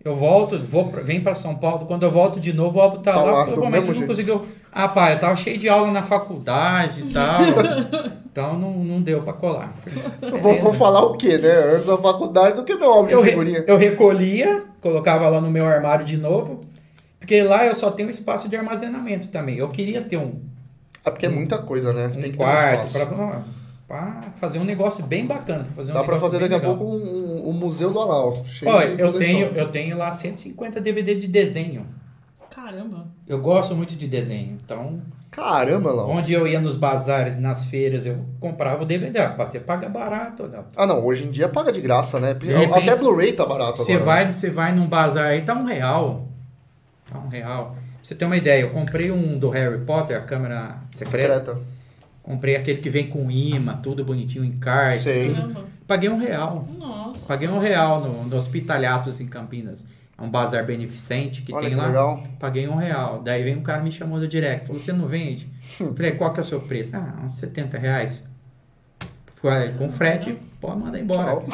eu volto, vou, pra- venho pra São Paulo, quando eu volto de novo, o álbum tá, Tá lá, lá, eu falo, do pô, mas você mesmo não conseguiu. Ah, pai, eu tava cheio de aula na faculdade e tal. então não, não deu pra colar. Eu vou, vou falar o quê, né? Antes a faculdade do que meu álbum É, Eu, de re- figurinha. eu recolhia, colocava lá no meu armário de novo, porque lá eu só tenho espaço de armazenamento também. Eu queria ter um Ah, porque é muita coisa, né? Tem um que quarto ter um espaço. para fazer um negócio bem bacana. pra fazer um Dá pra negócio fazer bem daqui a legal. pouco um, um- um museu do Alau. Cheio Olha, de eu coleção. tenho, eu tenho lá 150 DVD de desenho. Caramba. Eu gosto muito de desenho. Então, Caramba, Alau. onde eu ia nos bazares, nas feiras, eu comprava o DVD. Ah, Você paga barato. né? Ah, não, hoje em dia paga de graça, né? De repente- Até Blu-ray tá barato Você agora. vai, você vai num bazar aí, tá um real. Tá um real. Pra Você tem uma ideia, eu comprei um do Harry Potter, a câmera secreta. Secreta. Comprei aquele que vem com imã, tudo bonitinho, em card. Sei. Caramba. Paguei um real. Nossa. Paguei um real no, no Hospitalhaços em Campinas. É um bazar beneficente que Olha tem que lá. legal. Paguei um real. Daí vem um cara me chamou do direct. Falou, você não vende? Falei, qual que é o seu preço? Ah, uns 70 reais. Falei, "Ah, com frete. Pô, manda embora. Tchau.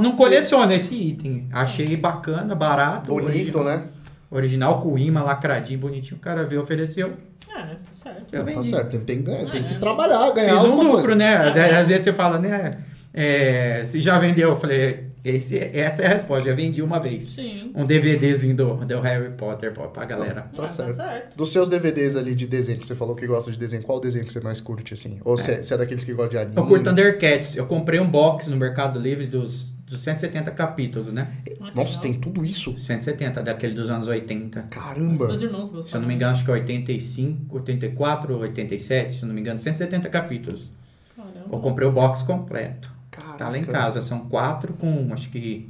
Não coleciona esse item. Achei bacana, barato. Bonito, original, né? Original com imã, lacradinho, bonitinho. O cara veio, ofereceu. É, tá certo. Eu Tá vendi. certo, tem, tem, ganhar, tem Ah, que é. trabalhar, ganhar Fiz um alguma lucro, coisa. né? Daí, Às vezes você fala, né? É, se já vendeu, eu falei, esse, essa é a resposta, já vendi uma vez. Sim. um DVDzinho do, do Harry Potter pra, pra galera. Ah, Tá certo. Tá certo. Dos seus DVDs ali de desenho, que você falou que gosta de desenho, qual desenho que você mais curte, assim? Ou você é. você é daqueles que gosta de anime? Eu curto Thundercats. Eu comprei um box no Mercado Livre dos, dos 170 capítulos, né? Ah, que Nossa, legal. tem tudo isso? 170, daquele dos anos 80. Os Caramba! meus irmãos Se eu gostaram. não me engano, acho que é 85, 84, 87, se eu não me engano, 170 capítulos. Eu Caramba. comprei o box completo. Caraca. Tá lá em casa. São quatro com, acho que,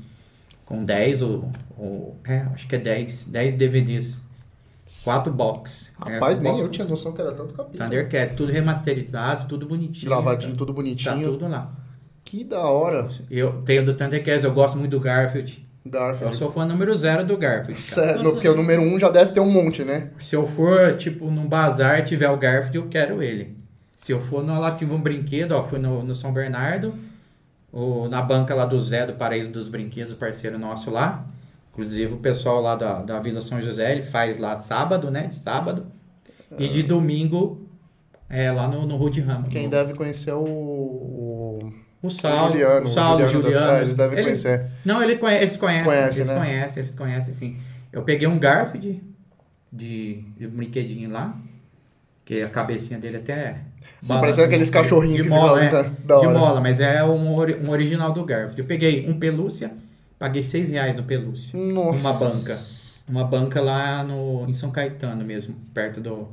com 10 ou... ou- é, acho que é 10, 10 DVDs. Quatro box. É, Rapaz, nem box- eu tinha noção que era tanto capítulo. Thundercat, tudo remasterizado, tudo bonitinho. Gravadinho, tudo Tá bonitinho. tudo lá. Que da hora, Eu tenho do Thundercats, eu gosto muito do Garfield. Eu Garfield. sou fã número zero do Garfield. cara. Sério, Nossa. porque o número um já deve ter um monte, né? Se eu for, tipo, num bazar e tiver o Garfield, eu quero ele. Se eu for, no, lá tive um brinquedo, ó, fui no, no São Bernardo, ou na banca lá do Zé, do Paraíso dos Brinquedos, parceiro nosso lá. Inclusive o pessoal lá da, da Vila São José, ele faz lá sábado, né? De sábado. E de domingo, é lá no, no Rude Ramos. Ah. Quem deve conhecer é o, o, o O Saulo, Juliano. o Saulo, o deve- Juliano. é, eles devem ele- conhecer. Não, ele conhe- eles conhecem. Conhece, eles né? conhecem, eles conhecem, sim. Eu peguei um Garfield de, de, de brinquedinho lá. Que a cabecinha dele até é. Tá parecendo aqueles cachorrinhos de que mola, ficam é, da- da de hora. mola, mas é um, ori- um original do Garfield. Eu peguei um pelúcia, paguei 6 reais no pelúcia. Nossa. Numa banca. Numa banca lá no, em São Caetano mesmo, perto do.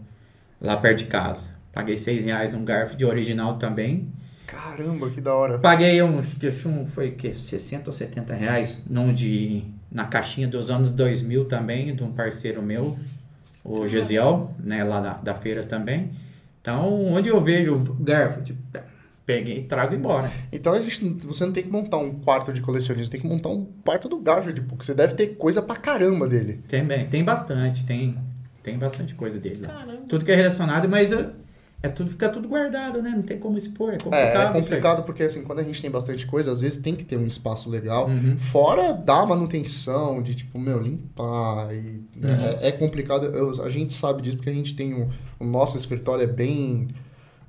Lá perto de casa. Paguei 6 reais num Garfield original também. Caramba, que da hora. Paguei uns, deixa um, foi o quê? 60 ou 70 reais num de, na caixinha dos anos 2000 também, de um parceiro meu, o Gesiel, né, lá da, da feira também. Então, onde eu vejo o Garfield, peguei e trago embora. Então a gente, você não tem que montar um quarto de colecionismo, tem que montar um quarto do Garfield, porque você deve ter coisa pra caramba dele. Tem, bem- tem bastante, tem, tem bastante coisa dele lá. Caramba. Tudo que é relacionado, mas é, é tudo, fica tudo guardado, né? Não tem como expor, é complicado. É, é isso aí. complicado porque assim, quando a gente tem bastante coisa, às vezes tem que ter um espaço legal. Uhum. Fora da manutenção, de tipo, meu, limpar e. Uhum. né, É, é complicado. Eu- a gente sabe disso porque a gente tem o, o nosso escritório é bem.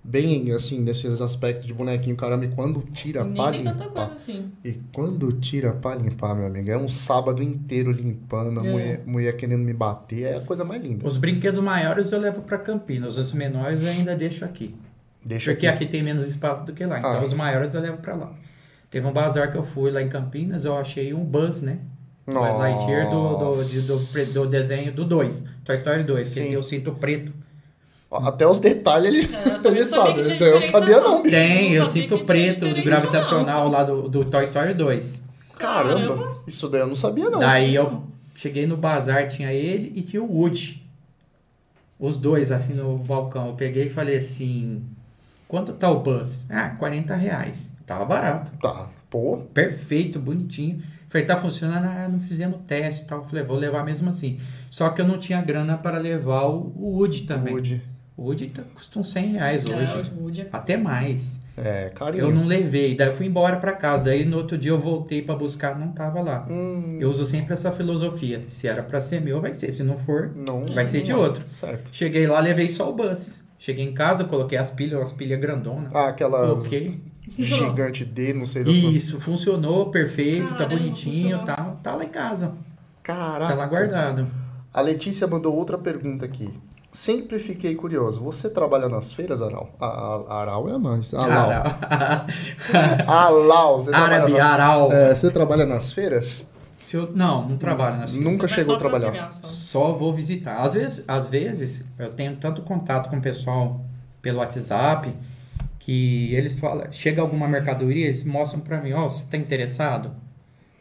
Bem assim, nesses aspectos de bonequinho, caramba, e quando tira pra Nem tem um tanta limpar. coisa assim. E quando tira pra limpar, meu amigo, é um sábado inteiro limpando, a É. mulher, mulher querendo me bater, é a coisa mais linda. Os brinquedos maiores eu levo pra Campinas, os menores eu ainda deixo aqui. Deixa Porque aqui. aqui tem menos espaço do que lá. Então Ah. os maiores eu levo pra lá. Teve um bazar que eu fui lá em Campinas, eu achei um Buzz, né? Um Buzz Nossa. Lightyear do, do, de- do, pre- do desenho do 2, Toy Story 2, que Sim. tem o cinto preto. Ó, Até os detalhes ele, É, eu ele também não sabe. sabia que tinha Eu não diferença, sabia, não. não, bicho. Tem não o sabia que cinto tinha preto diferença, gravitacional lá do, do Toy Story 2. Caramba, Caramba. isso daí eu não sabia, não. Daí eu cheguei no bazar, tinha ele e tinha o Woody. Os dois, assim, no balcão. Eu peguei e falei assim: quanto tá o Buzz? Ah, 40 reais. Tava barato. Tá, pô. perfeito, bonitinho. Falei, tá funcionando, ah, não fizemos teste e tal. Falei, vou levar mesmo assim. Só que eu não tinha grana para levar o, o Woody também. Wood. O Woody tá, custa uns 100 reais É, hoje. Ah, o Woody é- Até mais. É, carinho. Eu não levei, daí eu fui embora para casa. Daí no outro dia eu voltei para buscar, não tava lá. Hum, Eu uso sempre essa filosofia. Se era para ser meu, vai ser. Se não for, não. vai ser de outro. Certo. Cheguei lá, levei só o bus. Cheguei em casa, coloquei as pilhas, umas pilhas grandonas. Ah, aquelas Coloquei. gigante D, não sei das quantas. Isso, funcionou perfeito, tá Caramba, bonitinho, funcionou. tá, tá lá em casa, Caraca. tá lá guardado. A Letícia mandou outra pergunta aqui. Sempre fiquei curioso. Você trabalha nas feiras, Aral? A, a- Aral é a mãe. Aral. Ara- Alau. Você trabalha Árabe, na- Aral. É, você trabalha nas feiras? Se eu- não, não trabalho na Suíça. Nunca Você vai chegou a só pra trabalhar. pegar, só. Só vou visitar. Às vezes, às vezes, eu tenho tanto contato com o pessoal pelo WhatsApp que eles falam, chega alguma mercadoria, eles mostram pra mim, ó, você tá interessado?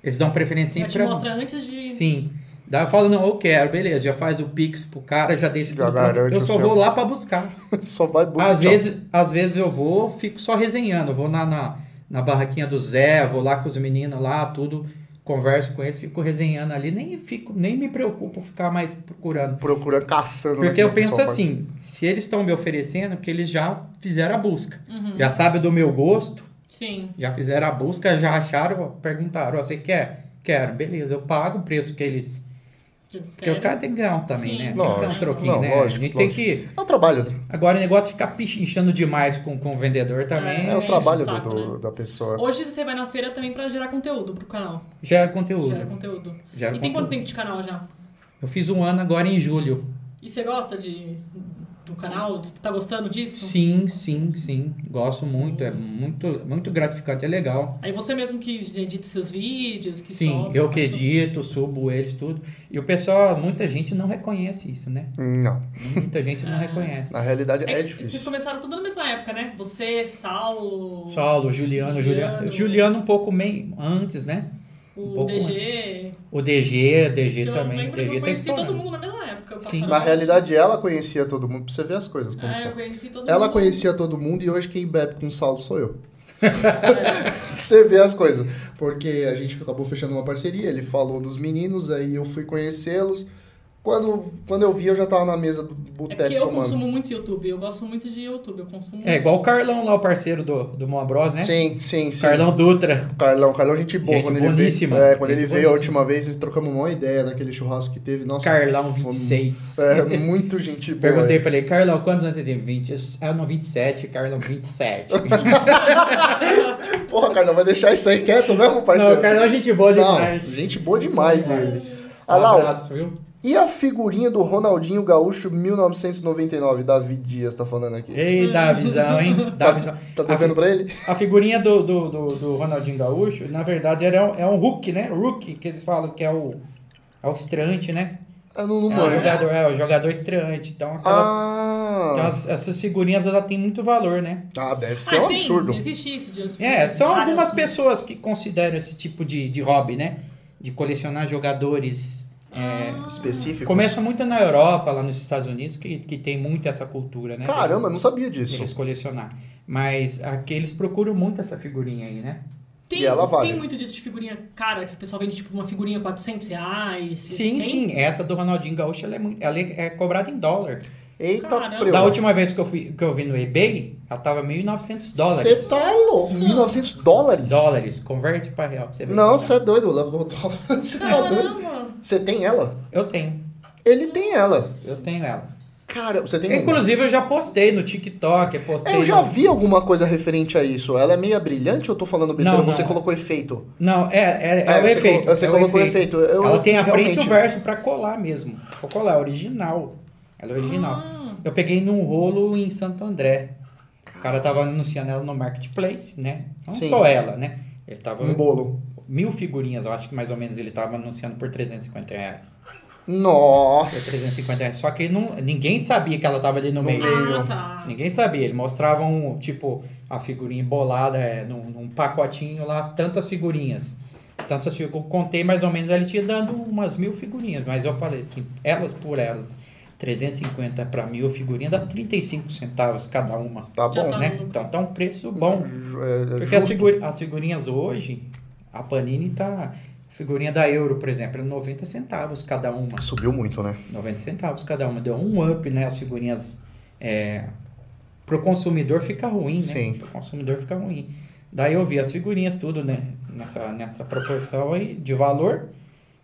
Eles dão preferência Já em te pra mostra antes de. é Sim. Daí eu falo, não, eu quero, beleza, já faz o Pix pro cara, já deixa Já tudo pronto. garante Eu o só seu. vou lá pra buscar. Só vai buscar. Às vezes, às vezes eu vou, fico só resenhando. Vou na, na, na barraquinha do Zé, vou lá com os meninos lá, tudo, converso com eles, fico resenhando ali, nem, fico, nem me preocupo ficar mais procurando. Procurando, caçando. né, Porque que eu o pessoal penso faz. assim, se eles estão me oferecendo, que eles já fizeram a busca. Já sabe do meu gosto, Sim. já fizeram a busca, já acharam, perguntaram, "Ó, você quer? Quero, beleza, eu pago o preço que eles. que eles Porque o querem. cara tem que ganhar um também, É. Sim. né? tem que ganhar um Lógico, troquinho, não, né? lógico, a gente tem lógico. que. É o trabalho. Agora o negócio é ficar pichinchando demais com, com o vendedor também. É, É, o enche trabalho o saco, do- do- da pessoa. Hoje você vai na feira também pra gerar conteúdo pro canal. Gera conteúdo. Gera conteúdo. Gera e tem conteúdo. quanto tempo de canal já? Eu fiz um ano agora em julho. E você gosta de do canal? Você tá gostando disso? Sim, sim, sim. Gosto muito. É muito, muito gratificante, é legal. Aí você mesmo que edita seus vídeos, que sim, sobe, eu faz que tudo. edito, subo eles, tudo. E o pessoal, muita gente não reconhece isso, né? Não. Muita gente Ah. não reconhece. Na realidade É, é, que vocês difícil. começaram tudo na mesma época, né? Você, Saulo, Saulo, Juliano, Juliano. Juliano. Juliano um pouco meio antes, né? um o pouco DG. O DG, que DG eu também. lembro que eu DG tá conheci explorando. todo mundo na mesma época. Sim. passando. Na realidade, é ela conhecia todo mundo, pra você ver as coisas como Ah, são. é eu conheci todo Ela mundo. conhecia todo mundo e hoje quem bebe com sal sou eu. É, Você vê as coisas. Porque a gente acabou fechando uma parceria, ele falou dos meninos, aí eu fui conhecê-los. Quando, quando eu vi, eu já tava na mesa do É boteco porque eu tomando. consumo muito YouTube, eu gosto muito de YouTube, eu consumo É igual o Carlão lá, o parceiro do, do Moa Bros, né? Sim, sim, sim. Carlão Dutra. Carlão, Carlão, gente boa. Gente quando ele boníssima. veio, é, quando Gente ele veio a boníssima. última vez, nós trocamos uma ideia daquele churrasco que teve. Nossa, Carlão foi- 26. É, muito gente boa. Perguntei pra ele, Carlão, quantos anos você tem? 20, ah, não, 27, Carlão, 27. Porra, Carlão, vai deixar isso aí quieto mesmo, não, parceiro? o Carlão é gente boa Não, demais. gente boa demais Demais. ele. Um Ah, lá, ó. abraço, viu? E a figurinha do Ronaldinho Gaúcho 1999, David Dias tá falando aqui. Ei, dá a visão, hein? Dá a visão. Tá devendo pra ele? É. A figurinha do, do, do, do Ronaldinho Gaúcho, na verdade, era, um- é um Hulk, né? Hulk, que eles falam que é o, é o estreante, né? Eu Ah, não, não É o manjo. jogador, é o jogador estreante. Então, aquela, então, Ah, as- essas figurinhas elas têm muito valor, né? ah, deve Ah, ser um tem, absurdo. Existe isso, Deus. É, são Várias, algumas né? pessoas que consideram esse tipo de, de hobby, né? De colecionar jogadores. é, Ah. Específicos. começa muito na Europa, lá nos Estados Unidos, que, que tem muito essa cultura, né? Caramba, não sabia de disso. eles colecionar. Mas aqui eles procuram muito essa figurinha aí, né? Tem, E ela vale. tem muito disso de figurinha cara, que o pessoal vende tipo uma figurinha 400 reais. Sim, tem? sim. Essa do Ronaldinho Gaúcho, ela é, muito- ela é é cobrada em dólar. Eita, Caramba. preu. Da última vez que eu, fui, que eu vi no eBay, ela tava 1.900 Você dólares. tá louco? 1900 dólares? Dólares. Converte pra real pra você ver. Não, você é doido. Você tá doido. Caramba! Você tem ela? Eu tenho. Ele tem ela. Eu tenho ela. Cara, você tem ela? É É, Inclusive, eu já postei no TikTok. Eu, postei Eu já no- vi alguma coisa referente a isso. Ela é meia brilhante ou eu tô falando besteira? Não, você não. colocou efeito. Não, é, é, é É, o você efeito. colo- você é colocou o efeito. Eu- ela eu- tem a frente realmente- né? e o verso pra colar mesmo. Vou colar, é original. Ela é original. Ah. Eu peguei num rolo em Santo André. O cara tava anunciando ela no marketplace, né? Não Sim. só ela, né? Ele tava. Um bolo. Mil figurinhas, eu acho que mais ou menos ele tava anunciando por 350 reais. Por Nossa. 350 reais. Só que ele não, ninguém sabia que ela tava ali no, No meio. meio. Ah, tá. Ninguém sabia. Ele mostrava um, tipo, a figurinha embolada é, num, num pacotinho lá, tantas figurinhas. Tantas figurinhas. Eu contei mais ou menos, ele tinha dando umas mil figurinhas. Mas eu falei assim, elas por elas, 350 para mil figurinha dá 35 centavos cada uma. Tá Já bom, tá. né? Né? Então tá um preço bom. Ju- é, Porque justo. as, figu- as figurinhas hoje, a Panini tá. Figurinha da Euro, por exemplo, é 90 centavos cada uma. Subiu muito, né? 90 centavos cada uma. Deu um up, né? As figurinhas. É, pro consumidor fica ruim, né? Sim. Pro consumidor fica ruim. Daí eu vi as figurinhas, tudo, né? Nessa, nessa proporção aí de valor.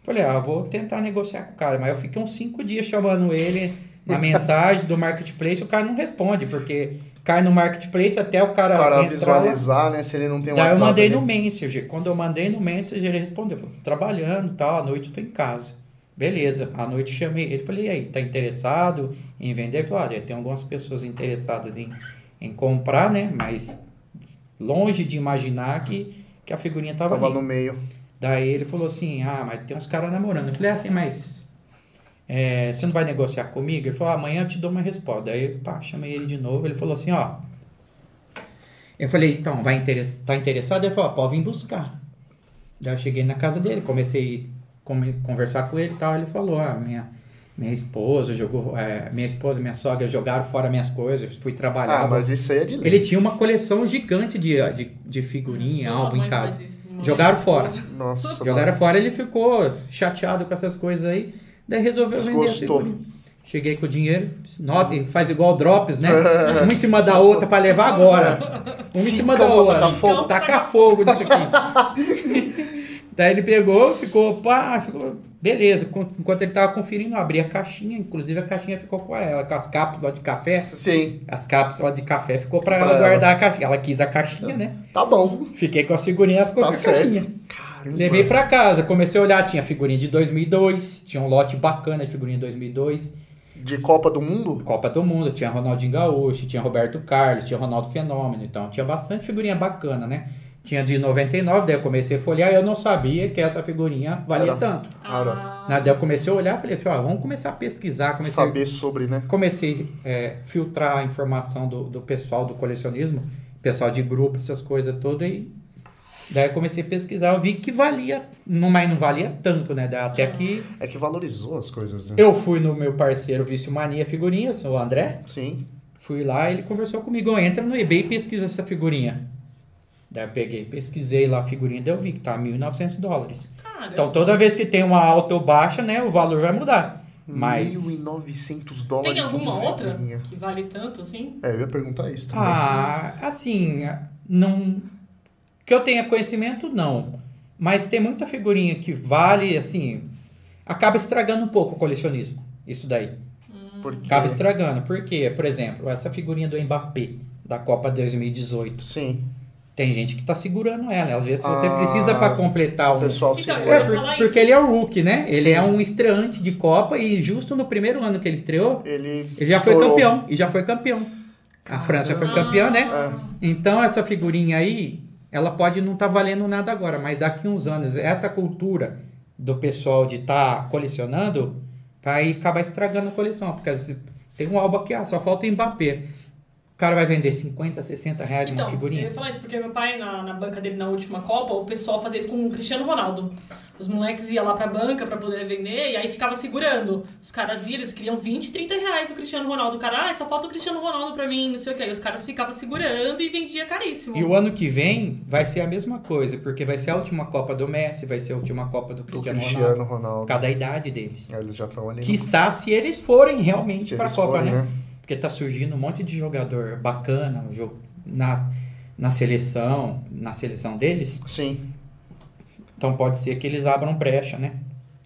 Falei, ah, vou tentar negociar com o cara. Mas eu fiquei uns cinco dias chamando ele na mensagem do marketplace. O cara não responde, porque cai no marketplace até o cara. Para entrar lá. visualizar, né? Se ele não tem um Daí eu WhatsApp mandei no ali. Messenger. Quando eu mandei no Messenger, ele respondeu: falou, "Tô trabalhando e tal, à noite eu tô em casa. Beleza, à noite chamei ele. Falei, e aí, tá interessado em vender? Ele falou, olha, tem algumas pessoas interessadas em, em comprar, né? Mas longe de imaginar que, que a figurinha tava, Tava ali. no meio. Daí ele falou assim, ah, mas tem uns caras namorando. Eu falei assim, mas é, você não vai negociar comigo? Ele falou, "Ah, amanhã eu te dou uma resposta. Daí, pá, chamei ele de novo. Ele falou assim, ó. Eu falei, então, vai interess tá interessado? Ele falou, ó, pode vir buscar. Daí eu cheguei na casa dele, comecei a come- conversar com ele e tal. Ele falou, ah, minha, minha esposa jogou, é, minha esposa e minha sogra jogaram fora minhas coisas, fui trabalhar. Ah, mas isso aí é de lei. Ele tinha uma coleção gigante de, de, de figurinha, Minha álbum mãe em casa. faz isso. Minha Jogaram mãe- fora. Nossa. Jogaram fora, ele ficou chateado com essas coisas aí. Daí resolveu Desgostou. vender a figurinha. Cheguei com o dinheiro, nota, e faz igual drops, né? Uma em cima da outra pra levar agora. Uma em Cincão cima da pra outra. tacar tá fogo. Taca fogo nisso aqui. Daí ele pegou, ficou, pá, ficou. Beleza. Enqu- Enquanto ele tava conferindo, eu abri a caixinha. Inclusive a caixinha ficou com ela, com as cápsulas de café. Sim, As cápsulas de café ficou pra Pra ela ela. guardar a caixinha. Ela quis a caixinha, né? tá bom. Fiquei com a figurinha, ela ficou Tá com a certo. caixinha. Caramba. Levei pra casa, comecei a olhar, tinha figurinha de 2002, tinha um lote bacana de figurinha de 2002, De Copa do Mundo? Copa do Mundo, tinha Ronaldinho Gaúcho, tinha Roberto Carlos, tinha Ronaldo Fenômeno, então tinha bastante figurinha bacana, né? Tinha de 99, daí eu comecei a folhear, eu não sabia que essa figurinha valia Era. tanto. Cara. Ah, Na- Daí eu comecei a olhar, falei, ó, vamos começar a pesquisar, comecei a Saber sobre, né? comecei é, filtrar a informação do, do pessoal do colecionismo, pessoal de grupo, essas coisas todas, e daí eu comecei a pesquisar, eu vi que valia, não, mas não valia tanto, né? Daí Até que É que valorizou as coisas, né? eu fui no meu parceiro Vício Mania Figurinhas, o André, Sim. fui lá ele conversou comigo, "Ó, entra no eBay e pesquisa essa figurinha. Daí eu peguei, pesquisei lá a figurinha, daí eu vi que tá 1.900 dólares. cara. Então toda vez que tem uma alta ou baixa, né, o valor vai mudar. Mas... 1.900 dólares. tem alguma numa outra figurinha. que vale tanto assim? É, eu ia perguntar isso também. Ah, assim, não. Que eu tenha conhecimento, não. Mas tem muita figurinha que vale, assim. Acaba estragando um pouco o colecionismo. Isso daí. porque... Acaba estragando. Por quê? Por exemplo, essa figurinha do Mbappé, da Copa 2018. Sim. Tem gente que tá segurando ela. Às vezes você Ah, precisa pra completar um. O pessoal Então, segura. É, Eu ia por- falar isso. porque ele é o Hulk, né? Ele Sim. é um estreante de Copa e justo no primeiro ano que ele estreou, Ele, ele já foi estourou. É. campeão. E já foi campeão. A França foi campeã, né? Ah, Então essa figurinha aí, ela pode não estar valendo nada agora, mas daqui uns anos, essa cultura do pessoal de estar colecionando vai acabar estragando a coleção, porque às vezes tem um álbum aqui, ah, só falta o Mbappé. O cara vai vender 50, 60 reais de uma Então, eu ia figurinha. falar isso porque meu pai, na, na banca dele na última Copa, o pessoal fazia isso com o Cristiano Ronaldo. Os moleques iam lá pra banca pra poder vender e aí ficava segurando. Os caras iam, eles queriam 20, 30 reais do Cristiano Ronaldo. O cara, ah, só falta o Cristiano Ronaldo pra mim, não sei o que. E os caras ficavam segurando e vendia caríssimo. E o ano que vem vai ser a mesma coisa, porque vai ser a última Copa do Messi, vai ser a última Copa Do do Cristiano, Ronaldo, Cristiano por Ronaldo. É, causa da idade deles. Eles já estão ali. no- Quiçá se eles forem se realmente para a eles Copa, forem, né? Porque tá surgindo um monte de jogador bacana jo- na, na seleção, na seleção deles. Sim. Então pode ser que eles abram brecha, né?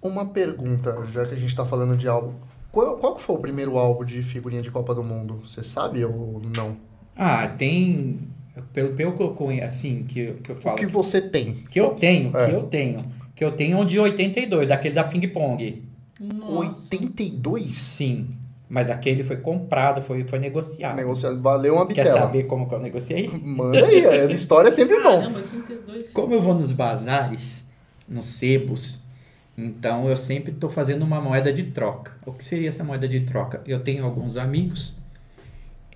Uma pergunta, já que a gente tá falando de álbum. Qual, qual que foi o primeiro álbum de figurinha de Copa do Mundo? Você sabe ou não? Ah, tem. Pelo, pelo que eu conheço, assim, que, eu- que eu O falo. que Que, você tem? eu tenho, É. que eu tenho. Que eu tenho é um de 82, daquele da Ping Pong. Nossa. 82? Sim. Mas aquele foi comprado, foi, foi negociado. Negociado. Valeu uma Quer bitela. saber como que eu negociei? Manda aí, a história é sempre bom. Caramba, 32. Como eu vou nos bazares, nos sebos, então eu sempre estou fazendo uma moeda de troca. O que seria essa moeda de troca? Eu tenho alguns amigos,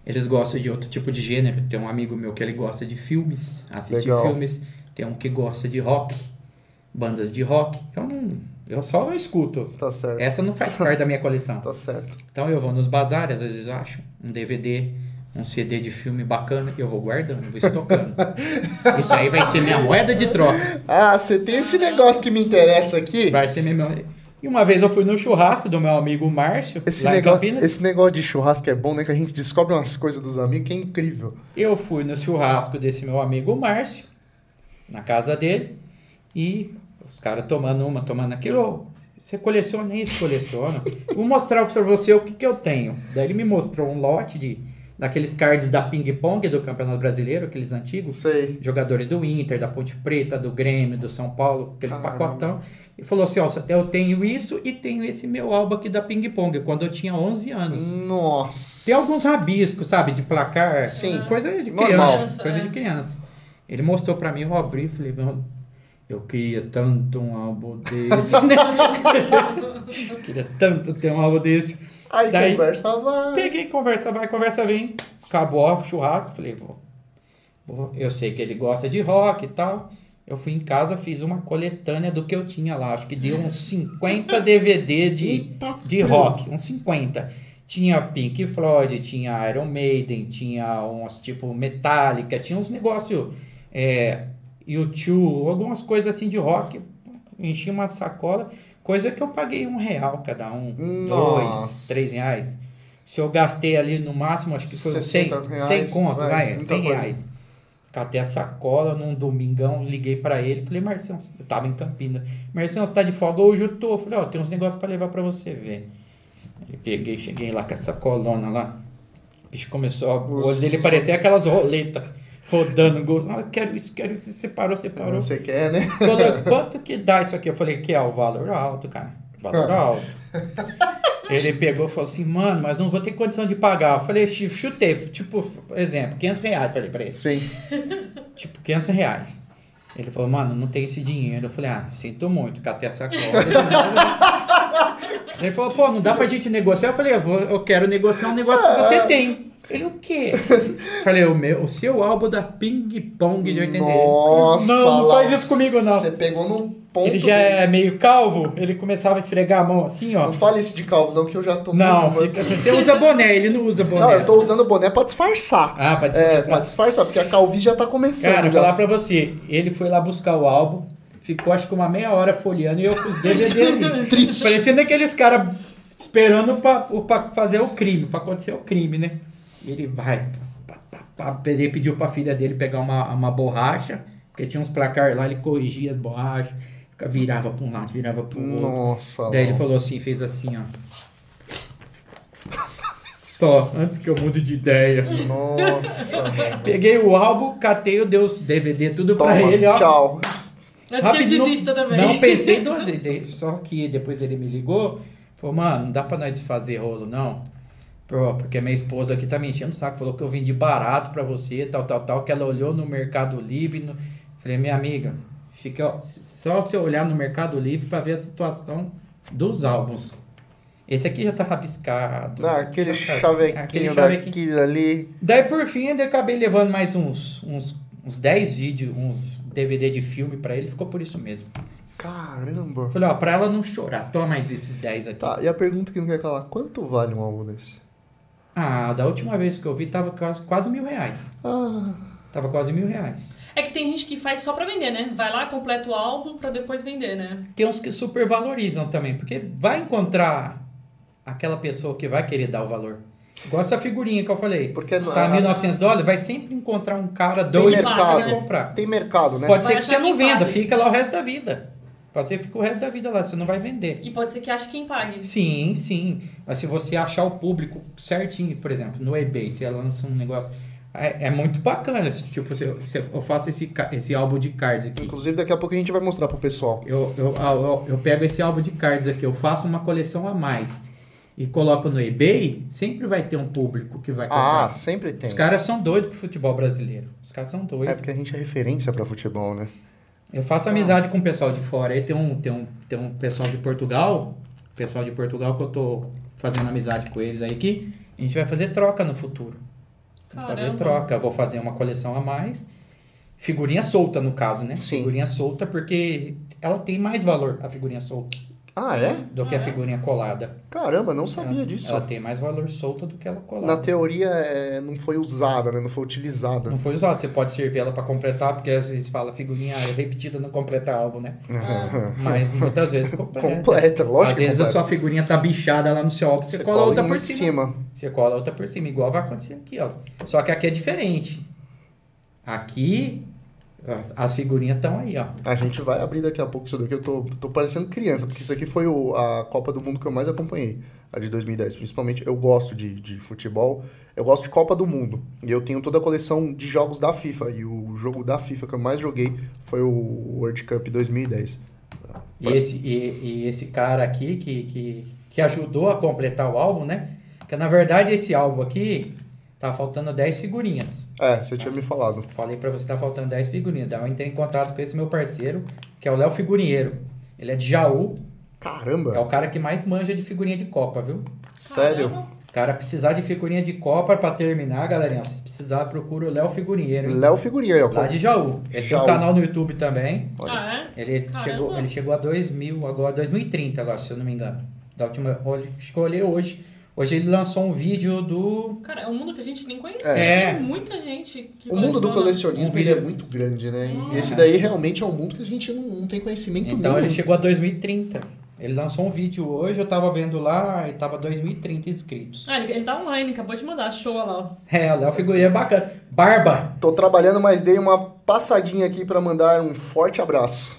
eles gostam de outro tipo de gênero. Tem um amigo meu que ele gosta de filmes, assiste Legal. filmes. Tem um que gosta de rock, bandas de rock. Eu, não, eu só escuto. Tá certo, Essa não faz parte da minha coleção. tá certo. Então eu vou nos bazares, às vezes eu acho um DVD, um CD de filme bacana, eu vou guardando, vou estocando. Isso aí vai ser minha moeda de troca. Ah, você tem esse negócio que me interessa aqui? Vai ser mesmo. E uma vez eu fui no churrasco do meu amigo Márcio, Esse lá em negócio, Campinas. esse negócio de churrasco é bom, né? Que a gente descobre umas coisas dos amigos que é incrível. Eu fui no churrasco desse meu amigo Márcio, na casa dele, e os caras tomando uma, tomando aquilo. "Ô, Você coleciona isso, coleciona. Vou mostrar pra você o que, que eu tenho. Daí ele me mostrou um lote de daqueles cards da Ping Pong do Campeonato Brasileiro, aqueles Não antigos. sei. jogadores do Inter, da Ponte Preta, do Grêmio, do São Paulo, aquele Caramba. pacotão. E falou assim: ó, eu tenho isso e tenho esse meu álbum aqui da Ping Pong, quando eu tinha 11 anos. Nossa. Tem alguns rabiscos, sabe, de placar. Hum. é Sim. Coisa de Normal. criança. Coisa de criança. Ele mostrou pra mim, eu abri e falei: meu, eu queria tanto um álbum desse. eu queria tanto ter um álbum desse. Aí Daí- conversa vai. Peguei, conversa vai, conversa vem. Acabou o churrasco. Falei, vou. vou- Eu sei que ele gosta de rock e tal. Eu fui em casa, fiz uma coletânea do que eu tinha lá. Acho que deu uns 50 DVD de, Eita de rock. Uns 50. Tinha Pink Floyd, tinha Iron Maiden, tinha uns tipo Metallica, tinha uns negócios. É, YouTube, algumas coisas assim de rock. Enchi uma sacola, coisa que eu paguei um real cada um, dois, Nossa. três reais. Se eu gastei ali no máximo, acho que foi uns 100, 60 reais, 100 conto, vai, vai, muita 100 coisa. reais. Catei a sacola num domingão, liguei pra ele, falei, Marcião, eu tava em Campinas. Marcião, você tá de folga hoje? Eu tô. Eu Falei, ó, tem uns negócios pra levar pra você ver. Aí peguei, cheguei lá com a sacolona lá. O bicho começou, a- o olho dele Nossa. parecia aquelas roletas rodando. go- Ah, quero isso, quero isso. Separou, Ah, separou. Você quer, né? Falou, quanto que dá isso aqui? Eu falei, que é o valor alto, cara. Valor alto. Ele pegou e falou assim, mano, mas não vou ter condição de pagar. Eu falei, "Chi- chutei, tipo, exemplo, 500 reais. Falei pra ele, Sim. tipo, 500 reais. Ele falou, mano, não tem esse dinheiro. Eu falei, ah, sinto muito, catei a sacola. Ele falou, pô, não dá pra gente negociar. Eu falei, eu, vou- eu quero negociar um negócio que você tem. Ele, o quê? Eu falei, o, meu, o seu álbum da Ping Pong de 80. Nossa. não, não faz lá, isso comigo, não. Você pegou no ponto. Ele já é meio calvo, ele começava a esfregar a mão assim, ó. Não fale isso de calvo, não, que eu já tô. Não, eu- fica- você usa boné, ele não usa boné. Não, eu tô usando o boné pra disfarçar. Ah, pra É, pra disfarçar. disfarçar, porque a calvície já tá começando. Cara, já. falar pra você, ele foi lá buscar o álbum, ficou acho que uma meia hora folheando e eu com os DVD ali. Triste. Parecendo aqueles caras esperando pra, o- pra fazer o crime, pra acontecer o crime, né? E ele vai, pá, pá, pá, pá, ele pediu pra filha dele pegar uma, uma borracha, porque tinha uns placar lá, ele corrigia as borrachas, fica- virava pra um lado, virava pro outro. Nossa. assim, Daí ele Lau. falou assim, fez assim, ó. Tó, antes que eu mude de ideia. Nossa, mano. Peguei o álbum, catei, eu dei os DVD tudo pra Toma, ele, ó. tchau. Antes que Rápido, ele não- desista também. Não pensei duas vezes. Só que depois ele me ligou. Falou, mano, não dá pra nós fazer rolo, não. Pô, porque minha esposa aqui tá me enchendo o saco. Falou que eu vendi barato pra você, tal, tal, tal. Que ela olhou no Mercado Livre. no- Falei, minha amiga, fica ó, só você olhar no Mercado Livre pra ver a situação dos álbuns. Esse aqui já tá rabiscado. Ah, esse aqui aquele já tá- chavequinho daquilo ali. Daí por fim ainda acabei levando mais uns, uns, uns 10 vídeos, uns DVD de filme pra ele, ficou por isso mesmo. Caramba. Falei, ó, pra ela não chorar, toma mais esses 10 aqui. Tá, e a pergunta que não quer calar, quanto vale um álbum desse? Ah, da última vez que eu vi tava quase, quase mil reais. Ah, Tava quase mil reais. É que tem gente que faz só pra vender, né? Vai lá, completa o álbum pra depois vender, né? Tem uns que supervalorizam também, porque vai encontrar aquela pessoa que vai querer dar o valor. Igual essa figurinha que eu falei. porque não- Tá ah, 1.900 dólares, vai sempre encontrar um cara tem doido mercado. pra comprar. Tem mercado, né? Pode Vai ser que achar você não quem venda, vale. fica lá o resto da vida. Pode ser que fica o resto da vida lá, você não vai vender. E pode ser que ache quem pague. Sim, sim. Mas se você achar o público certinho, por exemplo, no eBay, você lança um negócio. É, é muito bacana. esse Tipo, se eu, se eu faço esse, ca- esse álbum de cards aqui. Inclusive, daqui a pouco a gente vai mostrar pro pessoal. Eu, eu, ah, eu, eu pego esse álbum de cards aqui, eu faço uma coleção a mais e coloco no eBay, sempre vai ter um público que vai comprar. Ah, sempre tem. Os caras são doidos pro futebol brasileiro. Os caras são doidos. É porque a gente é referência pra futebol, né? Eu faço Tá. amizade com o pessoal de fora. Aí tem um, tem um, tem um pessoal de Portugal, pessoal de Portugal que eu tô fazendo amizade com eles aí que a gente vai fazer troca no futuro. Vai fazer Caramba. troca, Eu vou fazer uma coleção a mais. Figurinha solta no caso, né? Sim. Figurinha solta porque ela tem mais valor a figurinha solta Ah, é? do que Ah, a é? figurinha colada. Caramba, não sabia ela, disso. É, Ela tá tem mais valor solta do que ela colada. Na teoria, é, não foi usada, né? Não foi utilizada. Não foi usado, você pode servir ela pra completar, porque às vezes fala figurinha repetida não completa álbum, né? Mas muitas vezes né? completa. completa, lógico Às vezes que a sua completa. figurinha tá bichada lá no seu álbum, você, cola outra em por muito cima. cima. Você cola outra por cima, igual vai acontecer aqui, ó. Só que aqui é diferente. Aqui, ó, as figurinhas estão aí, ó. A gente vai abrir daqui a pouco isso daqui. Eu tô, tô parecendo criança, porque isso aqui foi o- a Copa do Mundo que eu mais acompanhei, a de 2010. Principalmente, eu gosto de, de futebol, eu gosto de Copa do Mundo. E eu tenho toda a coleção de jogos da FIFA. E o jogo da FIFA que eu mais joguei foi o World Cup 2010. E esse, e, e esse cara aqui que, que, que ajudou a completar o álbum, né? Porque na verdade esse álbum aqui tá faltando 10 figurinhas. É, você tinha me falado. Falei pra você, tá faltando 10 figurinhas. Daí eu entrei em contato com esse meu parceiro, que é o Léo Figurinheiro. Ele é de Jaú, é Caramba, o cara que mais manja de figurinha de Copa, viu? sério? Caramba. Cara, precisar de figurinha de Copa pra terminar, galerinha. Se precisar, procura o Léo Figurinheiro. hein? Léo Figurinha aí, ó. Lá de Jaú. Ele Jaú. tem um canal no YouTube também. Olha. Ah, é? Ele Caramba. chegou, ele chegou a 2000, agora 2030 agora, se eu não me engano. Da última, hoje, escolhi hoje. Hoje ele lançou um vídeo do Cara, é um mundo que a gente nem conhece. É. Tem muita gente que O mundo do coleciona. um colecionismo ele é muito grande, né? E esse daí realmente é um mundo que a gente não, não tem conhecimento Então ele nenhum. chegou a 2030. Ele lançou um vídeo hoje, eu tava vendo lá e tava 2030 inscritos. Ah, ele, ele tá online, acabou de mandar. Show, olha lá. ó. É, o Léo Figurinha é bacana. Barba! Tô trabalhando, mas dei uma passadinha aqui pra mandar um forte abraço.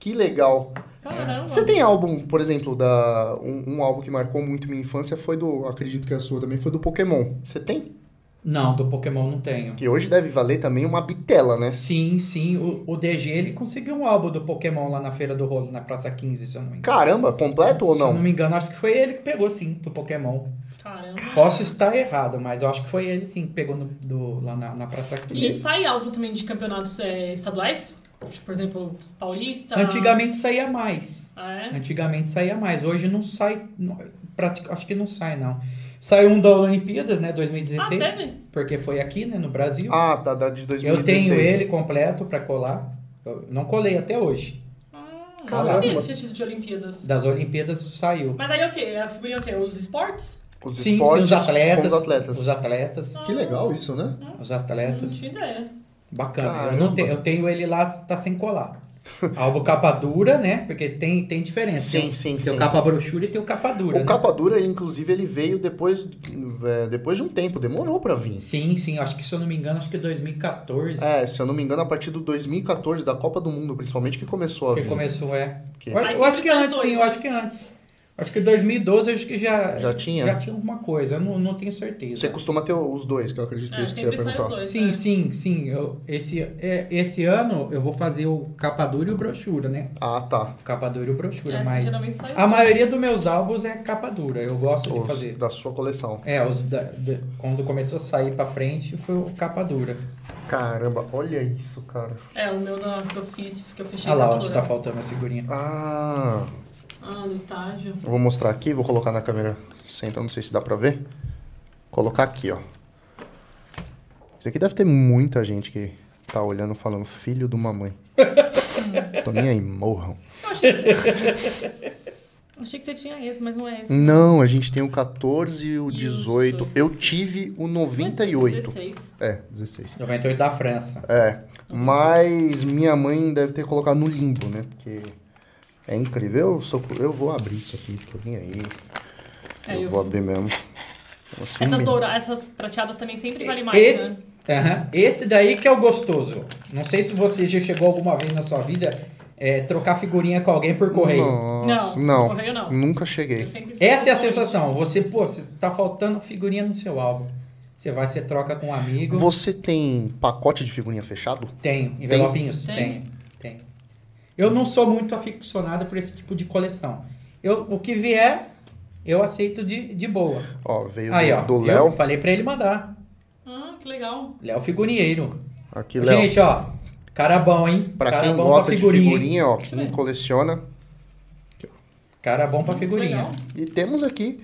Que legal. Caramba. Você tem álbum, por exemplo, da um, um álbum que marcou muito minha infância foi do, acredito que é a sua também foi do Pokémon. Você tem? Não, do Pokémon não tenho. Que hoje deve valer também uma bitela, né? Sim, sim. O, o DG ele conseguiu um álbum do Pokémon lá na Feira do Rolo, na Praça 15, se eu não me engano. Caramba, completo ou Se eu não não? me engano, acho que foi ele que pegou sim, do Pokémon. Caramba. Posso estar errado, mas eu acho que foi ele sim que pegou no- do- lá na, na Praça E 15. sai álbum também de campeonatos é, estaduais? Tipo, Por exemplo, Paulista? Antigamente saía mais. Ah, é? Antigamente saía mais. Hoje não sai. não- pratica- acho que não sai, não. Saiu um da Olimpíadas, né? Ah, 2016. teve? porque foi aqui, né? No Brasil. Ah, tá, da de eu tenho 2016. ele completo pra colar. Eu não colei até hoje. Ah, não Caramba. sabia que tinha tido de Olimpíadas. Das Olimpíadas saiu. Mas aí é o quê? A figurinha é o quê? Os esportes? Os Sim, sim, esportes os atletas. com os atletas. Os atletas. Que legal isso, né? Os Não atletas. tinha ideia. Tipo Bacana. Caramba. Eu, não te- eu tenho ele lá, tá sem colar. Álbum capa dura, né? Porque tem, tem diferença. Sim, Tem- sim, tem sim. É, o capa brochura e tem o capa dura. O né? capa dura, ele, inclusive, ele veio depois, é, depois de um tempo, demorou pra vir. Sim, sim. Acho que, se eu não me engano, acho que é 2014 É, se eu não me engano, a partir do 2014, da Copa do Mundo, principalmente, que começou a que vir. começou, é. Que- Eu, eu Mas sempre acho que são antes, dois, sim. Eu né? acho que antes. Eu Acho que 2012 acho que já, Já tinha? já tinha né? alguma coisa, eu não, não tenho certeza. Você costuma ter os dois, que eu acredito É, isso que você ia sempre sai os perguntar. dois. Sim, né? sim, sim. Eu- esse, é, esse ano eu vou fazer o capa dura e o brochura, né? Ah, tá. O capa dura e o brochura, É, mas geralmente sai os a dois. maioria dos meus álbuns é capa dura. Eu gosto de Os fazer. da sua coleção. É, os da- da- quando começou a sair pra frente foi o capa dura. Caramba, olha isso, cara. É, o meu da, que eu fiz, que eu fechei Olha lá com a onde tá dor. faltando a figurinha. Ah, Ah, no estágio. eu vou mostrar aqui, vou colocar na câmera central, não sei se dá pra ver. Colocar aqui, ó. Isso aqui deve ter muita gente que tá olhando e falando, filho de uma mãe. Tô nem aí, morram. Eu Achei que você tinha esse, mas não é esse. Não, a gente tem o 14 e o Isso. 18. Eu tive o Mas 98. 16. É, 16. 98 da França. É, mas minha mãe deve ter colocado no limbo, né? Porque é incrível. Eu, sou- eu vou abrir isso aqui, tô nem aí. É, eu, eu- vou abrir mesmo. Assim, Essas, me- doura, essas prateadas também sempre vale mais, Esse, né? Aham. esse daí que é o gostoso. Não sei se você já chegou alguma vez na sua vida é, trocar figurinha com alguém por correio. Nossa, Não, não, correio não. Nunca Eu cheguei. sempre Essa é a fiz. sensação. Você, pô, você tá faltando figurinha no seu álbum. Você vai, você troca com um amigo. Você tem pacote de figurinha fechado? Tem. Envelopinhos? Tem? Tem. Tem. Eu não sou muito aficionado por esse tipo de coleção. Eu, o que vier, eu aceito de, de boa. Ó, veio Aí, do- ó. do eu Léo. Falei pra ele mandar. Ah, que legal. Léo Figurinheiro. Aqui, Léo. Gente, ó. Cara bom, hein? Pra cara quem bom gosta pra de figurinha. hein? figurinha, ó, eu quem ver. coleciona. Cara bom pra figurinha. Legal. E temos aqui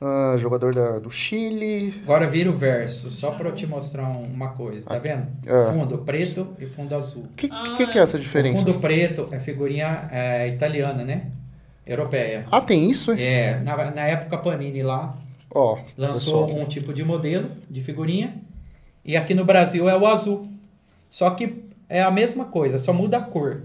ah, jogador da- do Chile. Agora vira o verso, só pra eu te mostrar um- uma coisa, tá vendo? Ah. Fundo preto e fundo azul. O que, Ah, que, que é essa diferença? O fundo preto é figurinha é, italiana, né? Europeia. Ah, tem isso? hein? É, na, na época Panini lá Ó, lançou pessoal, um tipo de modelo de figurinha e aqui no Brasil é o azul. Só que é a mesma coisa, só muda a cor.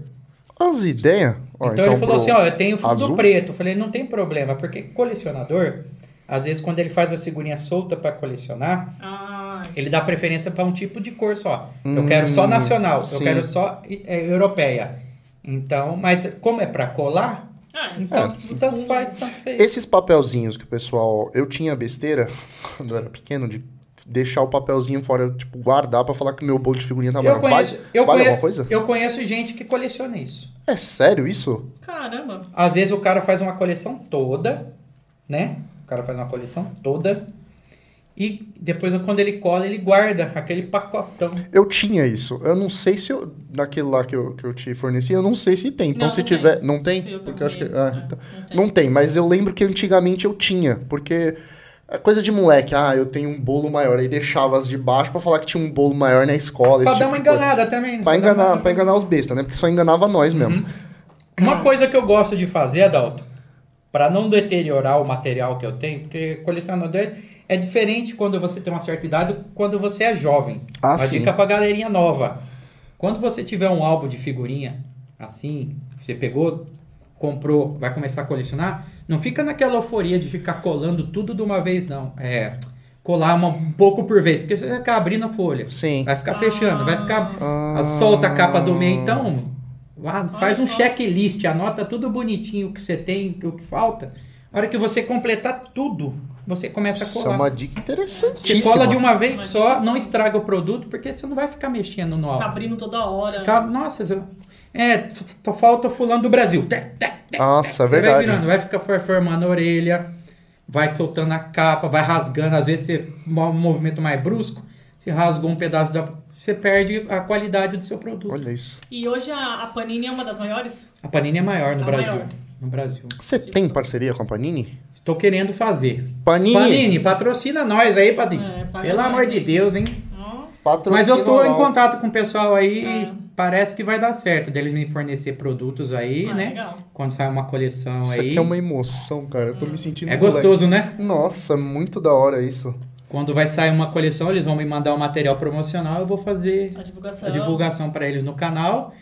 as ideias. Ó, então, ele Ah, pro- falou assim, ó, eu tenho fundo azul? preto. Eu falei, não tem problema, porque colecionador, às vezes quando ele faz a figurinha solta pra colecionar, Ah, Ele dá preferência para um tipo de cor só. Hum, eu quero só nacional, sim. eu quero só é, europeia. Então, mas como é para colar, ah, então É. no tanto fundo. faz, tanto fez. Esses papelzinhos que o pessoal. Eu tinha besteira quando eu era pequeno de deixar o papelzinho fora, tipo, guardar pra falar que meu bolo de figurinha tá eu branco. conheço, Vale, eu, vale alguma conheço, coisa? eu conheço gente que coleciona isso. É sério isso? Caramba. Às vezes o cara faz uma coleção toda, né? O cara faz uma coleção toda e depois quando ele cola, ele guarda aquele pacotão. Eu tinha isso. Eu não sei se eu. Naquele lá que eu, que eu te forneci, eu não sei se tem. Então, Não, se não tem. tiver. Não tem? Fui eu que Porque eu acho que. arrumei. ah, É, então- não tem. Não tem, mas eu lembro que antigamente eu tinha, porque é coisa de moleque, ah, eu tenho um bolo maior, aí deixava as de baixo pra falar que tinha um bolo maior na escola, Pra esse dar tipo uma de coisa. enganada Uhum. também. né? Pra dar enganar, uma- pra enganar os bestas, né? Porque só enganava nós mesmo. Uma coisa que eu gosto de fazer, Adalto, para não deteriorar o material que eu tenho, porque colecionador é- é diferente quando você tem uma certa idade do quando você é jovem. Ah, uma sim. dica pra galerinha nova. Quando você tiver um álbum de figurinha assim, você pegou, comprou, vai começar a colecionar, não fica naquela euforia de ficar colando tudo de uma vez, não. É, colar uma- um pouco por vez, porque você vai ficar abrindo a folha. Sim. Vai ficar fechando, vai ficar. Ah. É. Solta a capa do meio, então. vá- faz um só. checklist, anota tudo bonitinho o que você tem, o que falta. A hora que você completar tudo, você começa a Isso é colar. uma dica Você interessantíssima. cola de um uma vez só, não estraga o produto, porque você não vai ficar mexendo no Tá álbum. abrindo toda hora. Ca- Nossa, você- é, f- f- falta fulano do Brasil. Té, té, té. Nossa, é Você vai verdade. virando, vai ficar for- formando a orelha, vai soltando a capa, vai rasgando. Às vezes você mo- um movimento mais brusco, você rasgou um pedaço da. Você perde a qualidade do seu produto. Olha isso. E hoje a, a Panini é uma das maiores? A Panini é maior no A Brasil. Tá maior. No Brasil. Você tem parceria com a Panini? Estou querendo fazer. Panini, Panini, patrocina nós aí, Padinho. É, paga Pelo nós amor aí. de Deus, hein? Ó, patrocina Mas eu tô lá. em contato com o pessoal aí É. e parece que vai dar certo deles me fornecer produtos aí, Ah, né? legal. Quando sai uma coleção Isso aí. aqui é uma emoção, cara. Eu tô me sentindo É moleque. gostoso, né? Nossa, muito da hora isso. Quando vai sair uma coleção, eles vão me mandar o material promocional, eu vou fazer a divulgação. a divulgação pra eles no canal.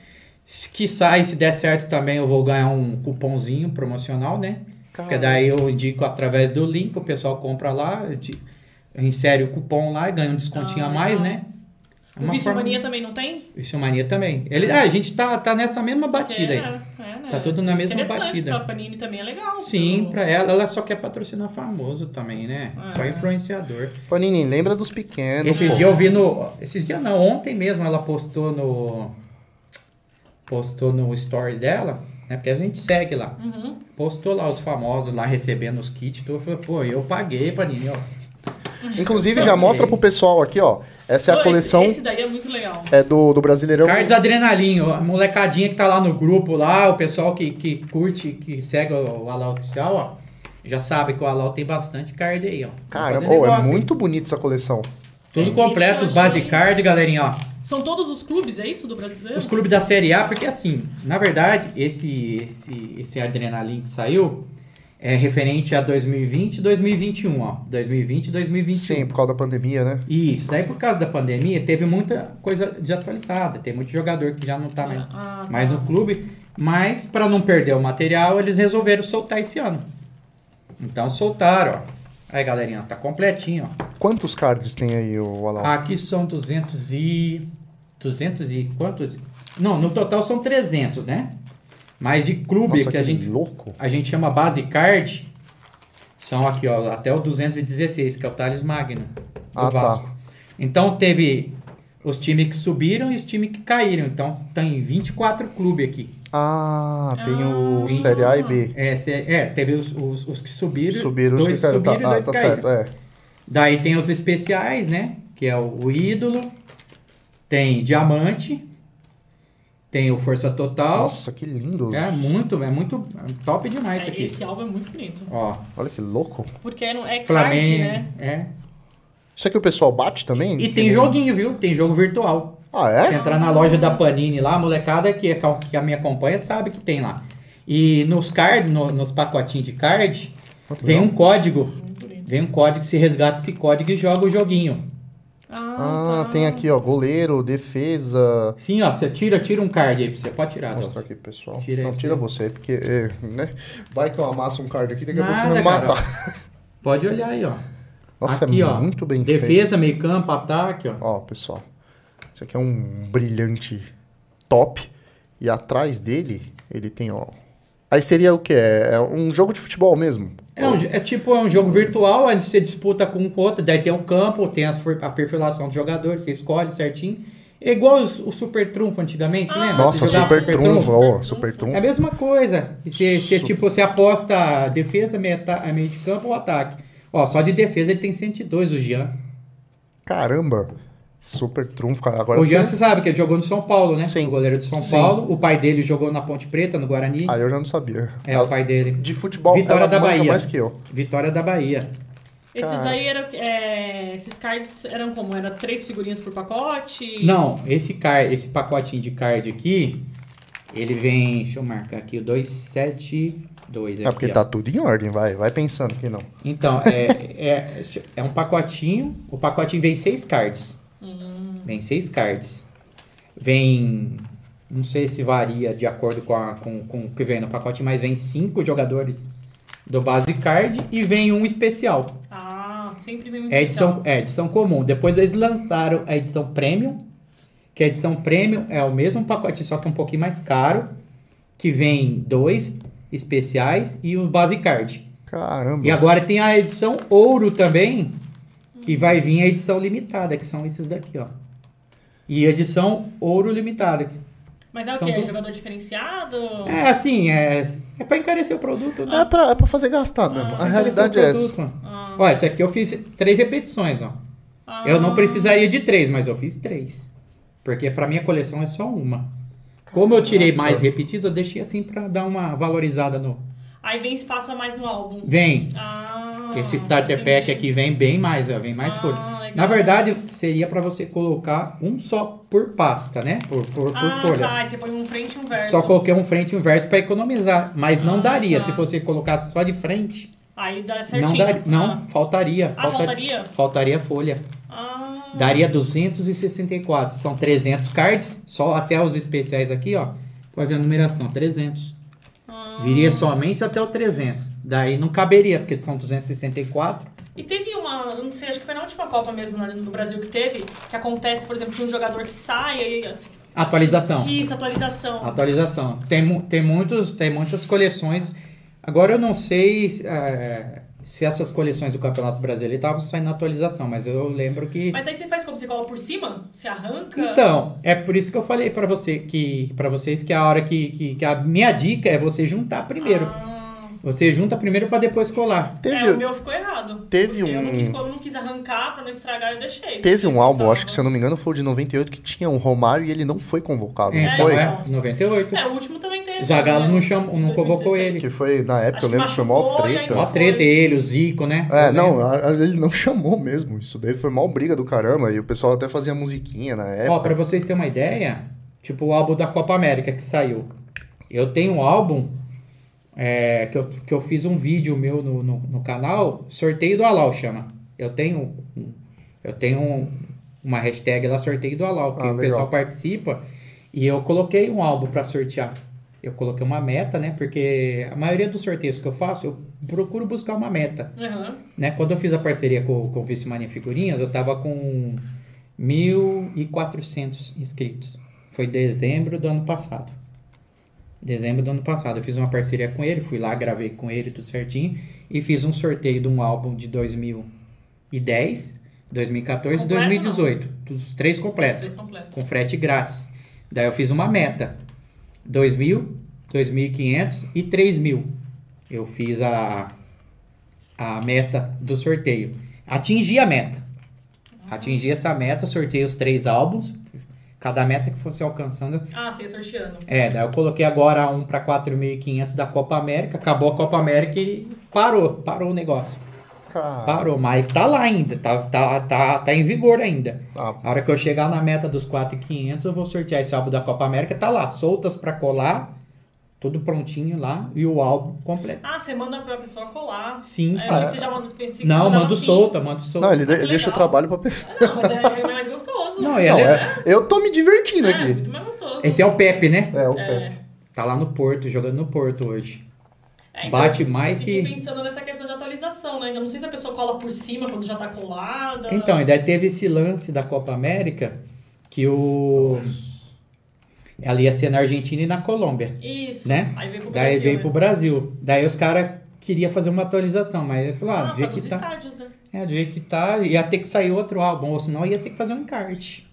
Se que sai, se der certo também, eu vou ganhar um cupomzinho promocional, né? Cara. Porque daí eu indico através do link, o pessoal compra lá, eu di- eu insere o cupom lá e ganha um descontinho Ah, a mais, legal. né? O Vício Mania também não tem? Isso Mania também. Ele, ah, a gente tá, tá nessa mesma Porque batida aí. É, é, né? Tá tudo na mesma Interessante, batida. pra Panini também é legal. Sim, Eu- pra ela, ela só quer patrocinar famoso também, né? É. Só influenciador. Panini, lembra dos pequenos. Esses pô. dias eu vi no. Esses dias não, ontem mesmo ela postou no. Postou no story dela, né? Porque a gente segue lá. Uhum. Postou lá os famosos lá recebendo os kits. tudo. Eu falei, pô, eu paguei, Panini, ó. Inclusive, já mostra pro pessoal aqui, ó. Essa é Pô, a esse- coleção Esse, daí é muito legal. é do, do Brasileirão. Cards Adrenalinho, ó, a molecadinha que tá lá no grupo lá, o pessoal que, que curte, que segue o, o Alau Oficial, ó. Já sabe que o Alau tem bastante card aí, ó. Tá Cara, fazendo ô, é negócio, hein? muito bonita essa coleção. Tudo Isso completo, eu os base achei. card, galerinha, ó. São todos os clubes, é isso, do brasileiro? Os clubes da Série A, porque assim, na verdade, esse, esse, esse adrenalin que saiu é referente a 2020 e 2021, ó. 2020 e 2021. Sim, por causa da pandemia, né? Isso. Daí, por causa da pandemia, teve muita coisa desatualizada. Tem muito jogador que já não tá mais, Ah, tá. mais no clube. Mas, para não perder o material, eles resolveram soltar esse ano. Então, soltaram, ó. Aí, galerinha, ó, tá completinho, ó. Quantos cards tem aí, o Alau? Aqui são 200 e... 200 e quantos? Não, no total são 300, né? Mas de clube, Nossa, que a gente, louco. a gente chama base card, são aqui, ó, até o 216, que é o Thales Magno, do Ah, tá. Vasco. Então teve os times que subiram e os times que caíram. Então tem 24 clubes aqui. Ah, tem o Ah. Série A e B. É, cê- é, teve os, os, os que subiram, Subiram os dois que caíram. Tá, subiram e ah, dois tá caíram. certo, é. Daí tem os especiais, né? Que é o, o ídolo, tem diamante, tem o força total. Nossa, que lindo. É muito, é muito é top demais É, isso aqui. esse álbum é muito bonito. Ó, Olha que louco. Porque não é Flamengo, card, né? é. Isso aqui o pessoal bate também? E tem joguinho, viu? Tem jogo virtual. Ah, Se é? entrar na loja da Panini lá, a molecada que, que a minha acompanha sabe que tem lá. E nos cards, no- nos pacotinhos de card, vem um código. Muito bonito. Vem um código, se resgata esse código e joga o joguinho. Ah, Ah, tá. tem aqui, ó, goleiro, defesa. Sim, ó, você tira, tira um card aí pra você. Pode tirar, Vou Adalto. mostrar aqui, pro pessoal. Tira aí Não, pra tira você. você, porque, é, né? Vai que eu amasso um card aqui, daqui a pouco você vai Nada, matar. Pode olhar aí, ó. Nossa, Aqui, é ó, muito bem feito. Defesa, meio campo, ataque, ó. Ó, pessoal. Isso aqui é um brilhante top. E atrás dele, ele tem, ó. Aí seria o quê? É um jogo de futebol mesmo. É, um, é tipo é um jogo virtual, onde você disputa com um com outro, daí tem o campo, tem as for- a perfilação dos jogadores, você escolhe certinho. É igual os- o Super Trunfo antigamente, lembra? Nossa, Você jogava super trunfo, ó. Super Super É a trunfo. mesma coisa. E Você, você, Su- tipo, você aposta defesa, meio, ata- meio de campo ou ataque. Ó, só de defesa ele tem 102, o Jean. Caramba. Super trunfo, cara. Agora o Jean, você... você sabe que ele jogou no São Paulo, né? Sim. O goleiro do São Sim. Paulo. O pai dele jogou na Ponte Preta, no Guarani. Aí eu já não sabia. É, o pai dele. De futebol, Vitória ela da manja Bahia. mais que eu. Vitória da Bahia. Esses Cara. aí eram. é, esses cards eram como? Era três figurinhas por pacote? Não, esse card, esse pacotinho de card aqui, ele vem, deixa eu marcar aqui, o 272 É aqui. porque ó. tá tudo em ordem, vai. Vai pensando que não. Então, é, é, é um pacotinho, o pacotinho vem seis cards. Vem seis cards. Vem, não sei se varia de acordo com, a- com, com o que vem no pacote, mas vem cinco jogadores do base card e vem um especial. Ah, sempre vem muito É especial. edição, é edição comum. Depois eles lançaram a edição premium, que a edição premium é o mesmo pacote, só que um pouquinho mais caro, que vem dois especiais e o base card. Caramba. E agora tem a edição ouro também, que vai vir a edição limitada, que são esses daqui, ó. E edição ouro limitada. Mas é o São quê? É todos- Jogador diferenciado? É assim, é, é para encarecer o produto, né? É pra, é pra fazer gastar, né? Pra A encarecer o realidade é essa. produto, mano. Ó, esse aqui eu fiz três repetições, ó. Ah, Eu não precisaria de três, mas eu fiz três. Porque pra minha coleção é só uma. Como eu tirei mais repetido, eu deixei assim pra dar uma valorizada no. Aí vem espaço a mais no álbum. Vem! Ah, Esse starter pack entendi. aqui vem bem mais, ó, vem mais Ah, folha. legal. Na verdade, seria pra você colocar um só por pasta, né? Por, por, por Ah, folha. tá. Aí você põe um frente e um verso. Só coloquei um frente e um verso pra economizar. Mas não Ah, daria. tá. Se você colocasse só de frente, Aí dá certinho. não daria. Não, Ah. faltaria. Ah, faltaria? Faltaria folha. Ah, Daria 264. São 300 cards. Só até os especiais aqui, ó. Pode ver a numeração, 300. ah. Viria somente até o 300. Daí não caberia, porque são 264. E teve uma, eu não sei, acho que foi na última Copa mesmo né, no Brasil que teve, que acontece, por exemplo, que um jogador que sai, aí assim, Atualização. Isso, atualização. Ah. Atualização. Tem, mu- tem, muitos, tem muitas coleções. Agora eu não sei eh, se essas coleções do Campeonato Brasileiro estavam saindo na atualização, mas eu lembro que. Mas aí você faz como? Você cola por cima? Você arranca? Então, é por isso que eu falei pra você que para vocês que a hora que, que, que a minha dica é você juntar primeiro. Ah, Você junta primeiro pra depois colar. é, o Teve, meu ficou errado. teve Eu não quis, um. colo- não quis arrancar pra não estragar, eu deixei. Teve um álbum, acho que se você eu não me engano, foi o de 98, que tinha o Romário e ele não foi convocado, Ah, não É, foi? não é 98. É, o último também teve. O Zagallo né? não chamou- De não convocou 2016. ele. Que foi, na época, Acho eu lembro que que foi mó machucou, né? e aí treta. Mó foi. treta ele, o Zico, né? É, Eu não, lembro. a- a- ele não chamou mesmo. Isso daí foi mal briga do caramba. E o pessoal até fazia musiquinha na Ó, época. pra vocês terem uma ideia, tipo o álbum da Copa América que saiu. Eu tenho um álbum é, que, eu, que eu fiz um vídeo meu no, no, no canal, sorteio do Alau chama. Eu tenho, um- eu tenho um- uma hashtag lá, sorteio do Alau, que Ah, legal. o pessoal participa. E eu coloquei um álbum pra sortear. Eu coloquei uma meta, né? Porque a maioria dos sorteios que eu faço, eu procuro buscar uma meta Aham. né? Quando eu fiz a parceria com, com o Vício Mania Figurinhas, eu tava com 1.400 inscritos. Foi dezembro do ano passado. Dezembro do ano passado. Eu fiz uma parceria com ele, fui lá, gravei com ele, tudo certinho. E fiz um sorteio de um álbum de 2010, 2014 e Completo, 2018. Dos três Os completos três completos. com frete grátis. Daí eu fiz uma meta: 2.000, 2.500 e 3.000. Eu fiz a, a meta do sorteio. Atingi a meta. Atingi essa meta, sorteei os três álbuns. Cada meta que fosse alcançando. Ah, sim, sorteando. É, daí eu coloquei agora um para 4.500 da Copa América. Acabou a Copa América e parou, parou o negócio. Cara, Parou, mas tá lá ainda, tá, tá, tá, tá em vigor ainda. ah, A hora que eu chegar na meta dos 4,500, eu vou sortear esse álbum da Copa América. Tá lá, soltas pra colar, tudo prontinho lá e o álbum completo. Ah, você manda pra pessoa colar. Sim, Aí sim. eu É, achei que você já manda pensei que você Não, mandava mando assim. solta, mando solta. não, ele de- legal. deixa o trabalho pra pessoa. Ah, Não, mas é, é mais gostoso. Não, é Não, legal. é, eu tô me divertindo É, aqui. muito mais gostoso. Esse é o Pepe, né? É, o É. pé. Tá lá no Porto, jogando no Porto hoje. É, Bate eu mais fiquei que- pensando nessa questão de atualização, né? Eu não sei se a pessoa cola por cima quando já tá colada. Então, e daí teve esse lance da Copa América que o. Ela ia ser na Argentina e na Colômbia. Isso. Né? Aí veio pro Daí Brasil, veio né? pro Brasil. Daí os caras queriam fazer uma atualização, mas eu falei, ah, Ah, do pra jeito dos que tá. estádios, né? É, do jeito que tá, ia ter que sair outro álbum, ou senão ia ter que fazer um encarte.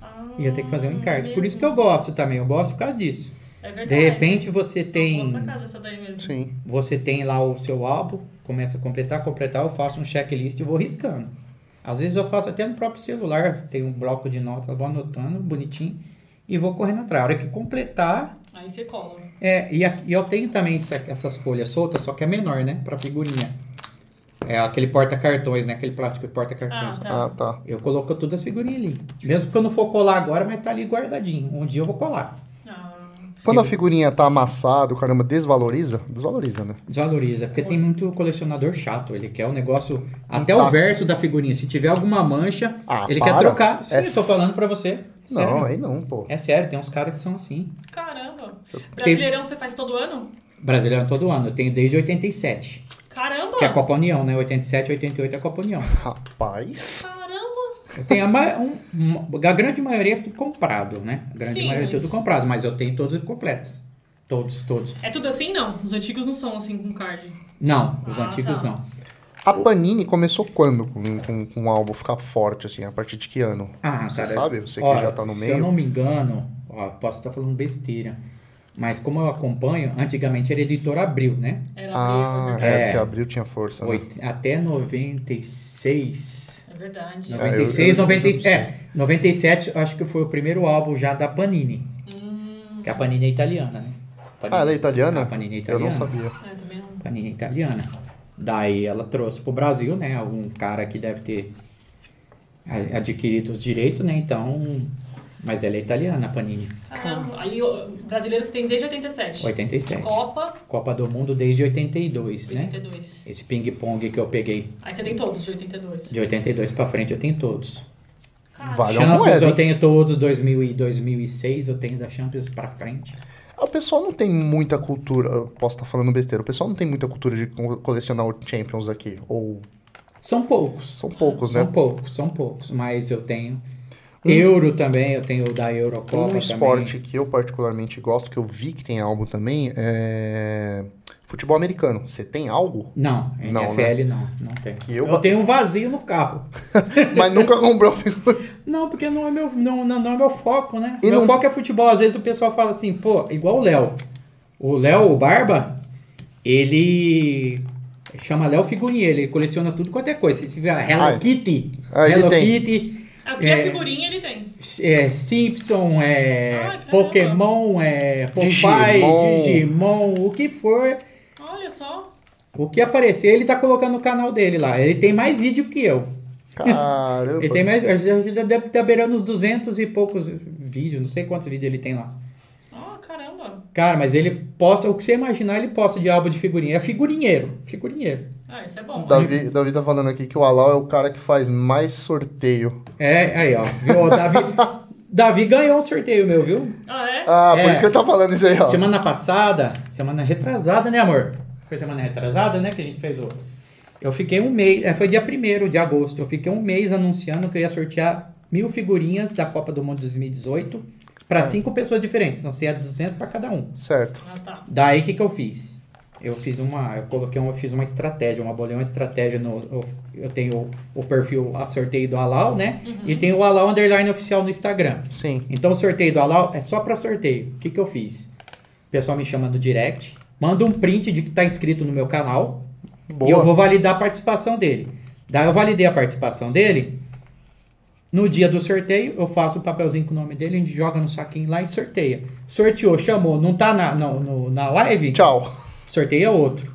Ah, Ia ter que fazer um encarte. Por isso mesmo. que eu gosto também, eu gosto por causa disso. Ah, É verdade. Então, De repente você tem. Nossa, sacada essa daí mesmo. Sim. Você tem lá o seu álbum, começa a completar, completar, eu faço um checklist e vou riscando. Às vezes eu faço até no próprio celular, tem um bloco de notas, vou anotando bonitinho e vou correndo atrás. A hora que completar. Aí você cola. né? É, e, aqui- e eu tenho também essa- essas folhas soltas, só que é menor, né? Pra figurinha. É aquele porta-cartões, né? Aquele plástico de porta-cartões. Ah, tá. Ah, tá. Eu coloco todas as figurinhas ali. Mesmo que eu não for colar agora, mas tá ali guardadinho. Um dia eu vou colar. Ah, Quando a figurinha tá amassada, o caramba desvaloriza? Desvaloriza, né? Desvaloriza, porque tem muito colecionador chato. Ele quer o negócio. Até o Intacto. verso da figurinha. Se tiver alguma mancha, Ah, ele para. quer trocar. Sim, É eu tô falando pra você. É Não, sério. aí não, pô. É sério, tem uns caras que são assim. caramba. Brasileirão você faz todo ano? Brasileiro todo ano. Eu tenho desde 87. Caramba! Que é a Copa União, né? 87, 88 é a Copa União. Rapaz. Caramba! Eu tenho a, ma- um- uma- a grande maioria é tudo comprado, né? A grande Sim, maioria é mas- tudo comprado, mas eu tenho todos completos. Todos, todos. É tudo assim? Não. Os antigos não são assim com card. Não, os Ah, antigos tá. não. A Panini começou quando com, com, com o álbum ficar forte, assim? A partir de que ano? Ah, Você cara, sabe? Você que olha, já tá no Se eu meio. não me engano, ó, posso estar falando besteira, mas como eu acompanho, antigamente era editora Abril, né? Era Ah, meio- é, É. que abriu tinha força, né? Oit- até 96. É verdade. 96, Ah, eu- eu- 96 eu- é, 97 acho que foi o primeiro álbum já da Panini. Hum, Que a Panini é italiana, né? Ah, ela é italiana? A Panini é Eu italiana. não sabia. É, também não. Panini italiana. Daí ela trouxe pro Brasil, né? Algum cara que deve ter a- adquirido os direitos, né? Então. Mas ela é italiana, a Panini. Caramba. Aí, ó, brasileiros tem desde 87. 87. Copa, Copa do Mundo desde 82, né? 82. Esse ping-pong que eu peguei Aí você tem todos de 82. de 82 pra frente eu tenho todos. Cara, Vale. Olha, não é, Champions hein? eu tenho todos, 2000 e 2006 eu tenho da Champions pra frente. Ah, O pessoal não tem muita cultura. Eu posso estar falando besteira. O pessoal não tem muita cultura de co- colecionar o Champions aqui. Ou São poucos. são poucos, São né? Hum. poucos, são poucos, mas eu tenho. Euro também, eu tenho o da Eurocopa Um também. esporte que eu particularmente gosto, que eu vi que tem algo também, é futebol americano. Você tem algo? Não, Não, né? NFL não, não, tem. Que eu eu ba- tenho um vazio no carro. Mas nunca comprou. Não, porque não é meu, não, não, não é meu foco, né? E meu não- foco é futebol. Às vezes o pessoal fala assim, pô, igual o Léo. O Léo, o Barba, ele chama Léo Figurinha, ele coleciona tudo quanto é coisa. Se tiver Hello Ah, Kitty, ah, ele Hello tem. Kitty, Aqui a É. figurinha ele tem. é, Simpson, é, Ah, caramba. Pokémon, é, Popeye, Digimon. Digimon, o que for. Olha só. O que aparecer, ele tá colocando no canal dele lá. Ele tem mais vídeo que eu. Caramba. Ele tem mais. acho que ele Deve estar beirando os 200 e poucos vídeos, não sei quantos vídeos ele tem lá. Ó, caramba. Cara, mas ele posta, o que você imaginar, ele posta de álbum de figurinha. É figurinheiro, figurinheiro. Ah, isso é bom. Então- Davi, Davi tá falando aqui que o Alau é o cara que faz mais sorteio. É, aí, ó. Viu? Ó, Davi, Davi ganhou um sorteio meu, viu? Ah, é? Ah, por É. isso que ele tá falando isso aí, ó. Semana passada, semana retrasada, né, amor? Foi semana retrasada, né, que a gente fez o. Eu fiquei um mês, é, foi dia 1 de agosto, eu fiquei um mês anunciando que eu ia sortear mil figurinhas da Copa do Mundo 2018 para cinco pessoas diferentes, não sei, é 200 para cada um. Certo. Ah, tá. Daí o que, que eu fiz? Eu fiz uma, eu coloquei uma, eu fiz uma estratégia, uma bolei uma estratégia no, eu, eu tenho o, o perfil a sorteio do Alau, né? E tem o Alau underline oficial no Instagram. Sim. Então o sorteio do Alau é só pra sorteio. O que, que eu fiz? O pessoal me chama no direct, manda um print de que tá inscrito no meu canal Boa. e eu vou validar a participação dele. Daí eu validei a participação dele. No dia do sorteio, eu faço o papelzinho com o nome dele, a gente joga no saquinho lá e sorteia. Sorteou, chamou, não tá na, não, no- na live? Tchau. sorteia outro.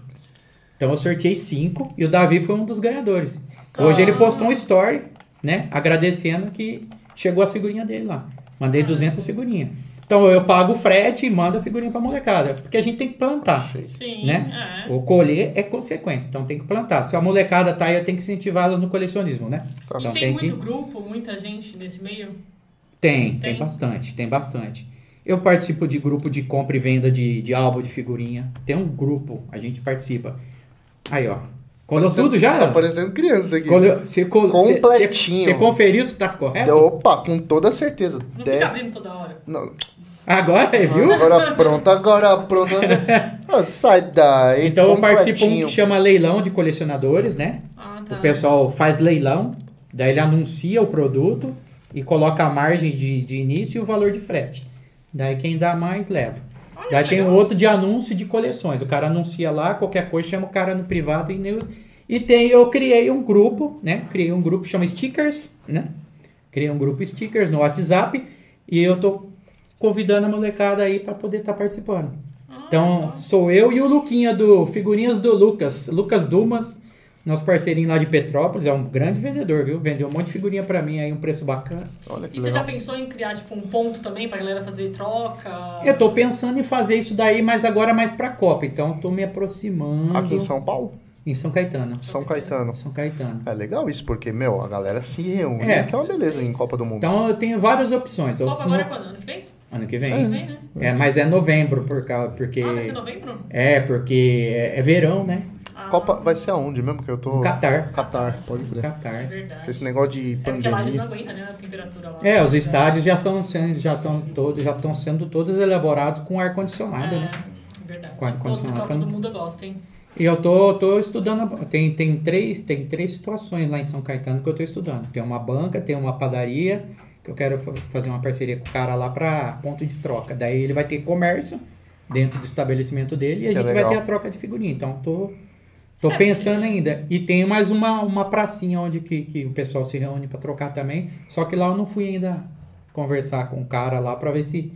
Então eu sorteei cinco e o Davi foi um dos ganhadores. Hoje ele postou um story, né? Agradecendo que chegou as figurinhas dele lá. Mandei 200 figurinhas. Então eu pago o frete e mando a figurinha pra molecada. Porque a gente tem que plantar. Sim, Né? é. O colher é consequência, então tem que plantar. Se a molecada tá aí, eu tenho que incentivá-las no colecionismo, né? Tá E Então tem, tem que- muito grupo, muita gente nesse meio? Tem, tem, Tem? bastante, tem bastante. Eu participo de grupo de compra e venda de, de álbum de figurinha. Tem um grupo, a gente participa. Aí, ó. Colou Parecendo- tudo já? Tá parecendo criança aqui. Colou, você colo- você- Completinho. Você, você conferiu se tá correto? Opa, com toda certeza. Não Deve- fica abrindo toda hora. Não, Agora, viu? Agora pronto, agora pronto. Ah, sai daí. Então eu participo um completinho. que chama leilão de colecionadores, né? Ah, tá. O pessoal faz leilão, daí ele anuncia o produto e coloca a margem de, de início e o valor de frete. Daí quem dá mais leva. Olha daí Ah, que tem legal. outro de anúncio de coleções. O cara anuncia lá, qualquer coisa, chama o cara no privado e nem- E tem, eu criei um grupo, né? Criei um grupo, chama Stickers, né? Criei um grupo Stickers no WhatsApp e eu tô convidando a molecada aí para poder estar participando. Ah, Então, só. sou eu e o Luquinha do Figurinhas do Lucas, Lucas Dumas, nosso parceirinho lá de Petrópolis, é um grande vendedor, viu? Vendeu um monte de figurinha pra mim aí, um preço bacana. Olha que E você já legal. pensou em criar, tipo, um ponto também pra galera fazer troca? Eu tô pensando em fazer isso daí, mas agora mais pra Copa, então eu tô me aproximando Aqui em um- São Paulo? em São Caetano. São Caetano. São Caetano. É legal isso, porque, meu, a galera se reúne. É. que é uma beleza em Copa do Mundo. Então eu tenho várias opções. Ou Copa se não- agora é quando? Ano que vem? Ano que Ano que vem. vem, né? É, mas é novembro por causa porque Ah, vai ser novembro? é porque é, é verão, né? Ah, Copa vai ser aonde mesmo que eu tô? Catar, Catar, pode crer. É Catar. Porque verdade. Esse negócio de É porque lá eles pandemia. não aguentam, né? A temperatura lá. É, os estádios já são sendo, já são todos, já estão sendo todos elaborados com ar condicionado, né? É, verdade. Quando- quando Poxa, você não Copa tá- do Mundo eu gosto, hein? E eu tô, tô estudando, a- tem, tem três, tem três situações lá em São Caetano que eu tô estudando. Tem uma banca, tem uma padaria, que eu quero fa- fazer uma parceria com o cara lá para ponto de troca. Daí ele vai ter comércio dentro do estabelecimento dele e a Que é gente legal. vai ter a troca de figurinha. Então tô tô pensando ainda. E tem mais uma uma pracinha onde que, que o pessoal se reúne para trocar também, só que lá eu não fui ainda conversar com o cara lá para ver se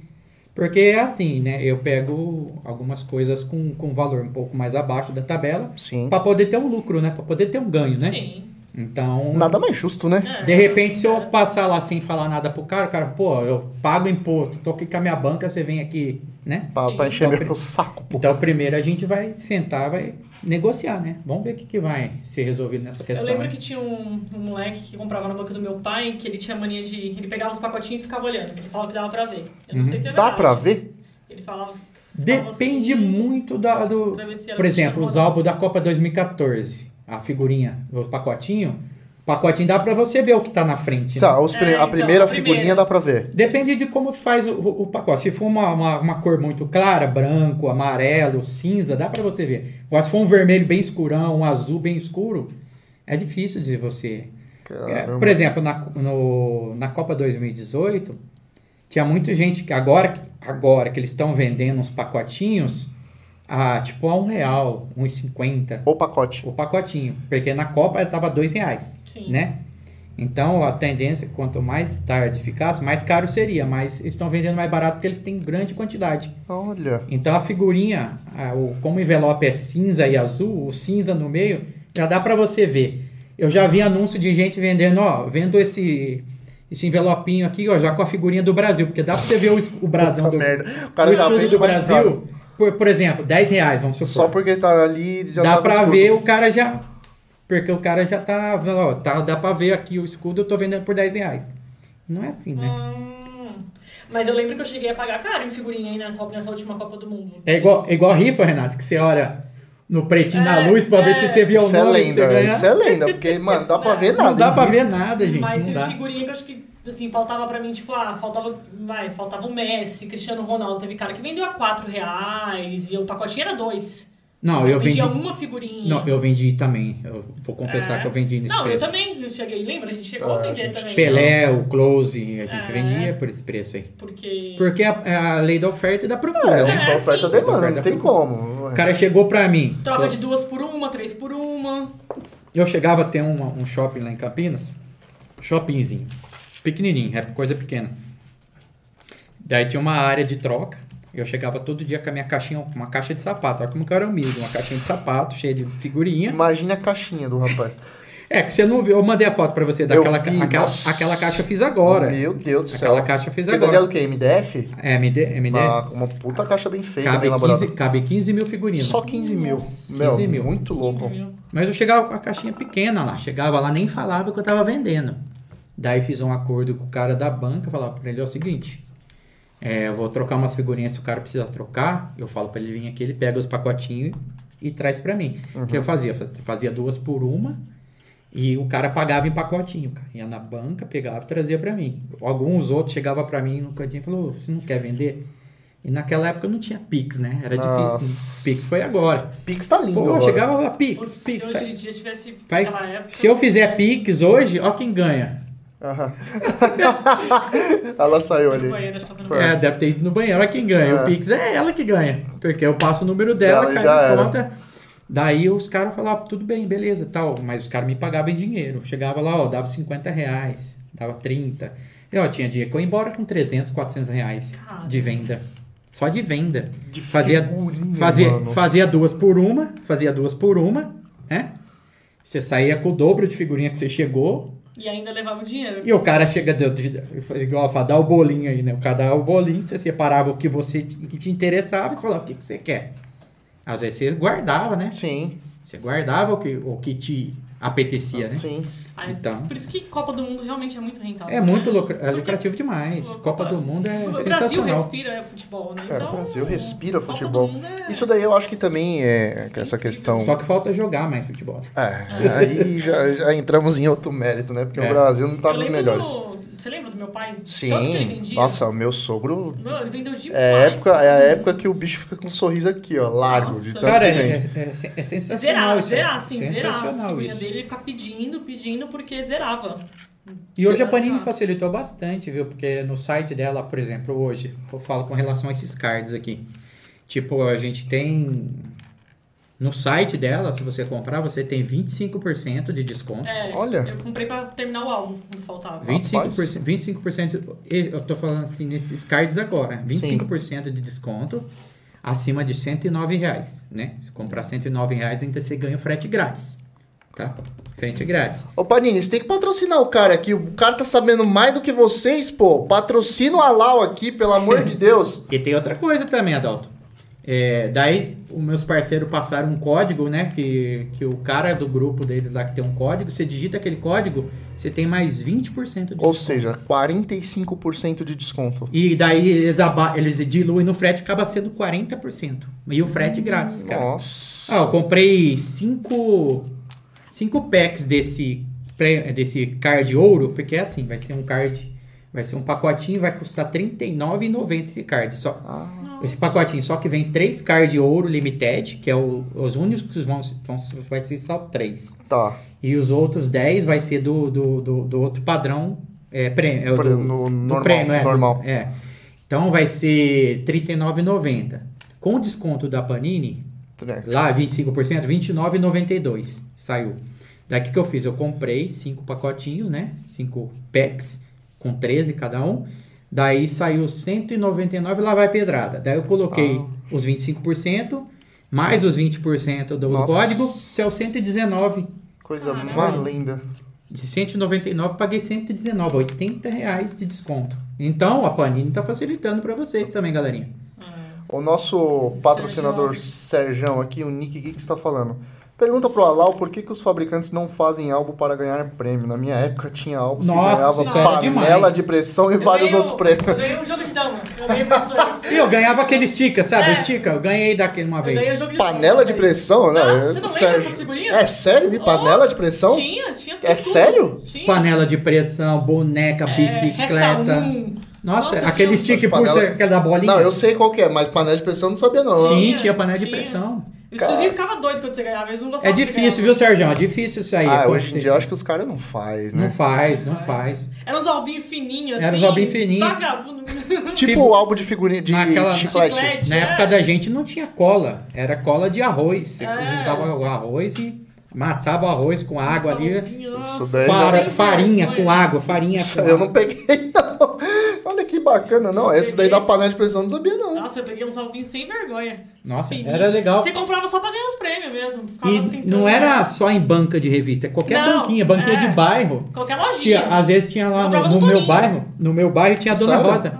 porque é assim, né? Eu pego algumas coisas com, com valor um pouco mais abaixo da tabela Sim. para poder ter um lucro, né? Para poder ter um ganho, né? Sim. Então, Nada mais justo, né? É. de repente, se eu passar lá sem falar nada pro cara, o cara, pô, eu pago imposto, tô aqui com a minha banca, você vem aqui, né? Pra, Sim. pra encher Então, meu saco, pô. Então, primeiro a gente vai sentar, vai negociar, né? Vamos ver o que, que vai ser resolvido nessa Eu questão. lembro né? que tinha um, um moleque que comprava na banca do meu pai, que ele tinha mania de. Ele pegava os pacotinhos e ficava olhando. Ele falava que dava pra ver. Eu não Uhum. sei se é Dá verdade. pra ver? Ele falava. ficava Depende assim, muito da, do, pra ver se era Por exemplo, bicho os álbuns da Copa 2014, a figurinha, o pacotinho, pacotinho dá pra você ver o que tá na frente. né? Sabe, os pri- É, a então, primeira a primeira. figurinha dá pra ver. Depende de como faz o, o- o pacote. Se for uma, uma, uma cor muito clara, branco, amarelo, cinza, dá pra você ver. Agora, se for um vermelho bem escurão, um azul bem escuro, é difícil de você. É, Caramba. por exemplo, na, co- no- na Copa 2018, tinha muita gente que agora, que- agora que eles estão vendendo uns pacotinhos, a, tipo a um real, 1,50 O pacote. o pacotinho. Porque na Copa estava dois reais Sim. né? Então a tendência, é que quanto mais tarde ficasse, mais caro seria, mas eles estão vendendo mais barato porque eles têm grande quantidade. Olha. Então a figurinha, a- o, como o envelope é cinza e azul, o cinza no meio, já dá para você ver. Eu já vi anúncio de gente vendendo, ó, vendo esse esse envelopinho aqui, ó, já com a figurinha do Brasil, porque dá para você ver o, es- o brasão Puta do, merda. O o cara já escudo vende do mais Brasil. Por, por exemplo, 10 reais, vamos caro. supor Só porque tá ali já dá tá pra escuro. ver o cara já. Porque o cara já tá, ó, tá. Dá pra ver aqui o escudo, eu tô vendendo por 10 reais. Não é assim, né? Hum. Mas eu lembro que eu cheguei a pagar caro em figurinha aí na Copa, nessa última Copa do Mundo. É igual, é igual rifa, Renato, que você olha no pretinho na É, luz pra ver é. se você viu o Isso é nome. que você lenda, ganha. isso é lenda, porque, mano, dá pra ver nada. não dá hein? pra ver nada, gente. Mas não teve dá. figurinha que eu acho que, assim, faltava pra mim, tipo, ah, faltava, vai, faltava o Messi, Cristiano Ronaldo. Teve cara que vendeu a 4 reais e o pacotinho era dois. Não, eu vendi. vendia uma figurinha. Não, eu vendi também. Eu vou confessar É. que eu vendi nesse Não, eu preço. também eu cheguei, lembra? A gente chegou Ah, a a vender gente também. né? Pelé, o Close, a gente É. vendia por esse preço aí. Porque. Porque a, a lei da oferta e da É, procura. né? só É, oferta e sim. demanda, Oferta não tem por- como. O cara chegou pra mim. Troca de duas por uma, três por uma. Eu chegava a ter um, um shopping lá em Campinas, shoppingzinho, pequenininho, é coisa pequena. Daí tinha uma área de troca, eu chegava todo dia com a minha caixinha, uma caixa de sapato, olha como que eu era humilde, uma caixinha de sapato cheia de figurinha. Imagina a caixinha do rapaz. É, que você não viu, eu mandei a foto pra você daquela Eu ca- vi, aquela, nossa. aquela caixa eu fiz agora. Meu Deus do céu. Aquela caixa eu fiz Porque dali é agora. o quê? MDF? É, me dê, é, me dê. Uma, Ah, uma puta caixa bem feita, Cabe bem elaborada. 15, cabe 15 mil figurinhas. Só 15 mil. Meu, 15 mil. muito louco. Mas eu chegava com a caixinha pequena lá, chegava lá, nem falava que eu tava vendendo. Daí fiz um acordo com o cara da banca, falava pra ele, ó, é o seguinte, é, eu vou trocar umas figurinhas, se o cara precisa trocar, eu falo pra ele vir aqui, ele pega os pacotinhos e traz pra mim. O Uhum. que eu fazia? Eu Fazia duas por uma e o cara pagava em pacotinho. cara. Ia na banca, pegava e trazia pra mim. Alguns outros chegavam pra mim no cantinho e falavam, você não quer vender? E naquela época não tinha Pix, né? Era Nossa. difícil. Pix foi agora. Pix tá lindo Pô, agora. chegava lá, Pix, Putz, se Pix. hoje aí- em dia tivesse Vai- naquela época. se eu fizer Pix hoje, ó quem ganha. Aham. Ela saiu no ali. banheiro, acho que eu tô no Foi. banheiro. É, deve ter ido no banheiro, ó quem ganha. É. O Pix é ela que ganha. Porque eu passo o número dela, Ela cai já na era. conta. Daí os caras falavam, "Ah, tudo bem, beleza, tal. Mas os caras me pagavam em dinheiro. Chegava lá, ó, dava 50 reais, dava 30. E ó, tinha dia que eu ia embora com 300, 400 reais Cara. de venda. Só de venda. De Fazia- figurinha, Fazia, mano. fazia duas por uma, fazia duas por uma, né? Você saía com o dobro de figurinha que você chegou, E ainda levava o dinheiro. E o cara chega, de, de- igual a falar, dá o bolinho aí, né? O cara dá o bolinho, você separava o que você que te interessava e falava o que, que você quer. Às vezes você guardava, né? Sim, Você guardava o que, o que te apetecia, né? sim. Ai, Então. Por isso que Copa do Mundo realmente é muito rentável. É muito né? lucra- é Porque lucrativo demais. Copa- Copa do Mundo é O Brasil sensacional. respira é, futebol, né? Cara, então, o Brasil respira Copa do futebol. Mundo é- Isso daí eu acho que também é que essa questão. Só que falta jogar mais futebol. É, aí já, já entramos em outro mérito, né? Porque o É. Brasil não tá Eu dos lembro melhores. do- Você lembra do meu pai? Tanto que ele Sim. vendia. Nossa, o meu sogro. Meu, ele vendeu demais. É a, época, é a época que o bicho fica com um sorriso aqui, ó, largo. Nossa. de tanto Cara, que é, vende. é- é sen- é sensacional Zerar, isso. zerar, sim, zerar. As sensacional figurinhas isso. dele, ele ficar pedindo, pedindo, porque zerava. E hoje a Será? Panini facilitou bastante, viu? Porque no site dela, por exemplo, hoje, eu falo com relação a esses cards aqui. Tipo, a gente tem. No site dela, se você comprar, você tem 25% de desconto. É, Olha. Eu comprei pra terminar o álbum quando faltava. 25%, 25%, e- eu tô falando assim nesses cards agora, 25% de desconto acima de 109 reais, né? Se comprar 109 reais, ainda você ganha o frete grátis, tá? Frete grátis. Ô Panini, você tem que patrocinar o cara aqui. O cara tá sabendo mais do que vocês, pô. Patrocina o Alau aqui, pelo amor de Deus. E tem outra coisa também, Adalto. É, daí, os meus parceiros passaram um código, né? Que, que o cara do grupo deles lá que tem um código, você digita aquele código, você tem mais 20% de Ou seja, 45% de desconto. E daí eles, aba- eles diluem no frete, acaba sendo 40%. E o frete grátis, cara. Nossa. Ah, eu comprei cinco, cinco packs desse prêmio, desse card ouro, porque é assim, vai ser um card, vai ser um pacotinho, vai custar R$ 39,90 esse card. Só, Ah, esse pacotinho, só que vem três cards de ouro limited, que é o- os únicos que vão, vão vai ser só três. tá. E os outros 10 vai ser do, do, do, do outro padrão é, prêmio. É, o Pre- do, no do normal, prêmio, é, do- normal. é. Então vai ser R$ 39,90. Com o desconto da Panini, É. lá 25%, R$ 29,92 saiu. Daqui que eu fiz, eu comprei cinco pacotinhos, né? Cinco packs com 13 cada um. Daí saiu 199 lá vai pedrada. Daí eu coloquei os 25% mais os 20% do Nossa. código, isso é o 119. Coisa Caramba. mais linda. De 199 paguei 119, 80 reais de desconto. Então a Panini tá facilitando para vocês também, galerinha. É. O nosso patrocinador Serjão aqui, o Nick Geek, está tá falando. Pergunta pro Alau por que, que os fabricantes não fazem álbum para ganhar prêmio. Na minha época tinha álbuns Nossa, que isso era ganhava panela demais. de pressão e Eu vários ganhei o- outros prêmios. Eu ganhei um jogo de dama. Eu ganhei pressão. E eu ganhava aquele sticker, sabe? É. O sticker, eu ganhei daquele uma Eu ganhei um vez. jogo de dama. Panela de pressão? Não, Ah, é você não lembra sério. dessas figurinhas? É sério? Me panela de pressão? Tinha, tinha tudo. É sério? Tinha. Panela de pressão, boneca, É, bicicleta. Resta um. Nossa, Nossa, aquele tinha- stick Panela- por ser aquela da bolinha. Não, eu sei qual que é, mas panela de pressão eu não sabia não. Sim, Tinha, tinha panela de tinha. pressão. Os Cara. tiozinhos ficavam doidos quando você ganhava. Eles não É gostavam que você difícil, viu, ganhava. Sérgio? É difícil isso aí. Ah, Quando hoje em você- dia eu acho que os caras não faz, Não né? faz, É. não faz. Era uns albinhos fininhos, assim. Era uns albinhos fininhos. Vagabundo. Tipo Figu- o álbum de figurinha de Naquela- chiclete. Chiclete. Na É. época da gente não tinha cola, era cola de arroz. Você É. juntava o arroz e amassava o arroz com água ali. né? Isso daí Fara- Sem farinha com água, farinha Isso com eu água. não peguei, não. Olha que bacana, não. Esse daí da panela de pressão eu não sabia, não. Nossa, eu peguei uns albinhos sem vergonha. Nossa, Fininho. era legal. Você comprava só pra ganhar os prêmios mesmo. Ficava E tentando. não era só em banca de revista, é qualquer Não, banquinha, banquinha é. de bairro. Qualquer lojinha. Tinha, às vezes tinha lá Comprava no, no no meu Toninho. bairro, no meu bairro tinha a Dona Sério? Rosa.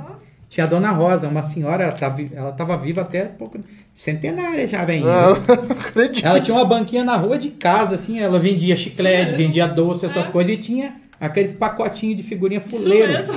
Tinha a Dona Rosa, uma senhora, ela tava, ela tava viva até pouco, centenária já, velho. Não, Ah, não acredito. Ela tinha uma banquinha na rua de casa, assim, ela vendia chiclete, Sério? vendia doce, essas É. coisas, e tinha aqueles pacotinhos de figurinha Isso fuleiro. mesmo.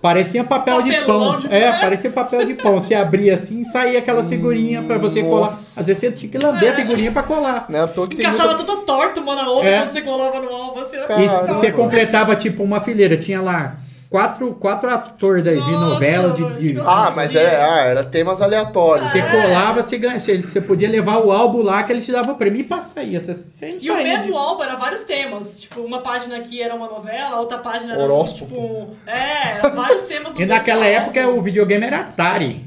Parecia papel de Papelão né? pão. de é, pão. parecia papel de pão. Você abria assim e saía aquelas figurinhas pra você colar. Nossa. Às vezes você tinha que lamber a figurinha pra colar. Não é à toa que tem Encaixava muita... tudo toda torta uma na outra É. quando você colava no álbum. Assim, Cara, E Caramba. você completava tipo uma fileira. Tinha lá quatro, quatro atores daí de Nossa, novela, de. mano, de- que gostoso. Ah, mas é, ah, era temas aleatórios. Você colava, você ganha. Você, você podia levar o álbum lá que ele te dava prêmio. E passa aí. Você, você E o saía mesmo de- álbum era vários temas. Tipo, uma página aqui era uma novela, outra página era Horóscopo. tipo. um- É, era vários temas do E mesmo naquela álbum. época é o videogame era Atari.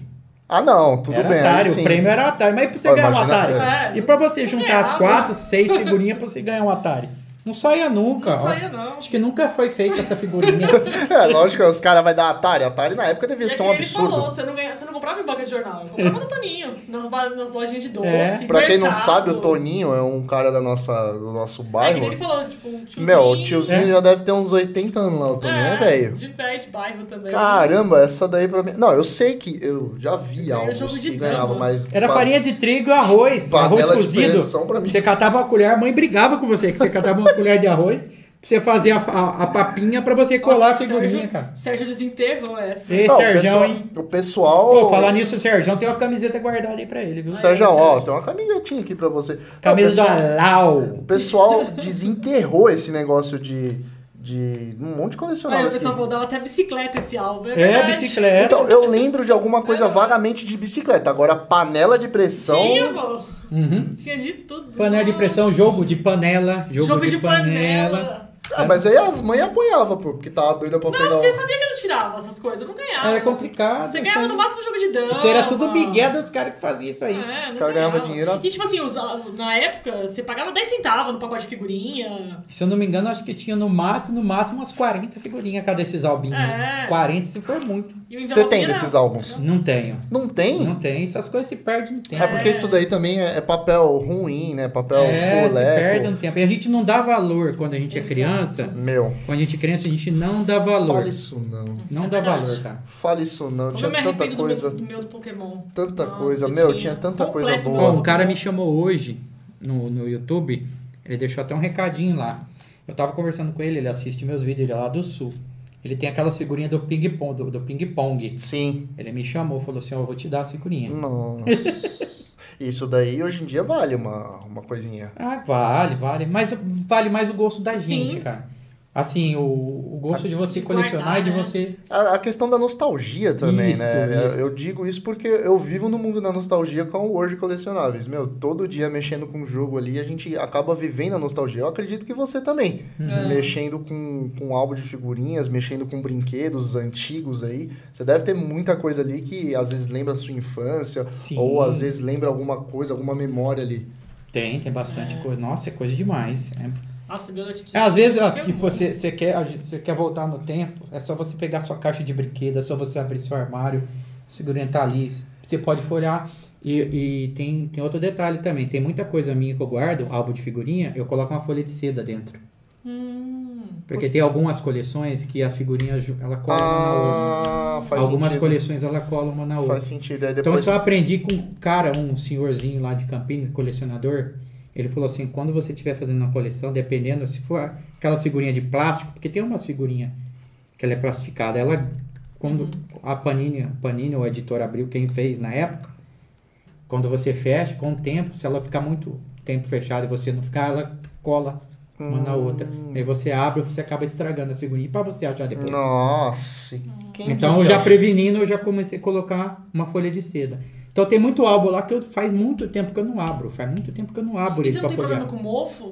Ah, não, tudo era bem. aí Atari, sim. o prêmio era Atari. Mas pra você Ó, ganhar um imagina- Atari. É. E pra você juntar as ganhava. quatro, seis figurinhas pra você ganhar um Atari. Não saia nunca. Não ó. saía, não. Acho que nunca foi feita essa figurinha. É, lógico que os caras vão dar Atari. Atari na época devia E é ser que um nem Ele absurdo. falou, você não, ganha, você não comprava em banca de jornal, eu comprava no Toninho, nas, ba- nas lojinhas de doce. É. Pra quem não mercado. sabe, o Toninho é um cara da nossa, do nosso É que nem bairro. ele falou, tipo, um tiozinho. Meu, o tiozinho É. já deve ter uns 80 anos lá, o Toninho, né, é, velho? De pé, de bairro também. Caramba, essa daí pra mim. Não, eu sei que eu já vi Era álbuns jogo de que ganhava, dama. mas. Era farinha de trigo e arroz. Panela de arroz cozido. pressão pra mim. Você catava a colher, a mãe brigava com você, que você catava uma colher de arroz pra você fazer a, a- a papinha pra você Nossa, colar a figurinha, Sérgio, cara. Sérgio desenterrou essa. Ei, Não, o Sérgio, pessoal- hein? O pessoal. Pô, falar nisso, Sérgio, tem uma camiseta guardada aí pra ele, viu? Sérgio, É, ó, Sérgio. tem uma camisetinha aqui pra você. Não, Camisa o, do pessoal, Alau. o pessoal desenterrou esse negócio de, de um monte de Olha, o colecionáveis. pessoal que- falou, dava até bicicleta esse álbum. É, É, verdade. bicicleta. Então, eu lembro de alguma coisa vagamente de bicicleta. Agora, panela de pressão. Tinha, pô. Então- Uhum. Tinha de tudo. Panela de pressão, Nossa. jogo de panela. Jogo, Jogo de, panela. Ah, mas aí as mães apanhavam, pô, porque tava doida pra pegar. Não, porque o- sabia que eu não tirava essas coisas, eu não ganhava. Era É complicado. Você ganhava no máximo jogo de dama. Isso era tudo migué dos caras que faziam isso aí. É, Os não caras ganhavam ganhava. dinheiro. E tipo assim, os- na época, você pagava 10 centavos no pacote de figurinha. Se eu não me engano, acho que tinha no mato, no máximo, umas 40 figurinhas cada desses albinhos. É. 40 se for muito. E o Você envelope tem era- desses álbuns? Não tenho. Não tem? Não tenho. Essas coisas se perdem no tempo. É porque isso daí também é é papel ruim, né? Papel É, se perde fuleco. no tempo. E a gente não dá valor quando a gente Exato. é criança. Meu, Quando a gente é criança, a gente não dá valor. fala isso não. Não Isso é dá verdade. valor, cara. Fala isso não. Como tinha eu me tanta arrependo coisa. do, meu, do meu do Pokémon. Tanta Nossa, coisa. eu Meu, tinha. tinha tanta Completo coisa do boa. Ó, álbum. um cara me chamou hoje no, no YouTube, ele deixou até um recadinho lá. Eu tava conversando com ele, ele assiste meus vídeos, ele é lá do sul. Ele tem aquela figurinha do ping-pong. Do, do ping pong. Sim. Ele me chamou, falou assim, ó, eu vou te dar a figurinha. Nossa. Isso daí hoje em dia vale uma, uma coisinha. Ah, vale, vale. Mas vale mais o gosto da Sim. gente, cara. Assim, o, o gosto de você De colecionar guardar, e de né? você. A, a questão da nostalgia também, Isto, né? isto. Eu digo isso porque eu vivo no mundo da nostalgia com o World Colecionáveis. Meu, todo dia mexendo com o jogo ali, a gente acaba vivendo a nostalgia. Eu acredito que você também. É. Mexendo com, com álbum de figurinhas, mexendo com brinquedos antigos aí. Você deve ter muita coisa ali que às vezes lembra a sua infância, Sim. ou às vezes lembra alguma coisa, alguma memória ali. Tem, tem bastante coisa. Nossa, é coisa demais. É. Nossa, Bullet É, Às vezes, ó, Tem um tipo, monte. você, você, quer, você quer voltar no tempo, é só você pegar sua caixa de brinquedo, é só você abrir seu armário, segurinha tá ali. Você pode folhar. E, e tem, tem outro detalhe também. Tem muita coisa minha que eu guardo, álbum de figurinha, eu coloco uma folha de seda dentro. Hum. Porque tem algumas coleções que a figurinha ju- ela cola uma na outra. Ah, faz Algumas sentido. coleções ela cola uma na outra. Faz sentido. Aí Então depois. isso eu aprendi com um cara, um senhorzinho lá de Campinas, colecionador. Ele falou assim, quando você estiver fazendo uma coleção, dependendo se for aquela figurinha de plástico, porque tem umas figurinhas que ela é plastificada, ela quando a Panini, a Panini ou a editora abriu quem fez na época, quando você fecha com o tempo, se ela ficar muito tempo fechada e você não ficar, ela cola uma na outra. Aí você abre, você acaba estragando é a figurinha para você achar depois. Nossa, e quem Então, diz eu que é já acha? prevenindo, eu já comecei a colocar uma folha de seda. Então, tem muito álbum lá que eu, faz muito tempo que eu não abro. Faz muito tempo que eu não abro E ele você não pra tem folhear. problema com mofo?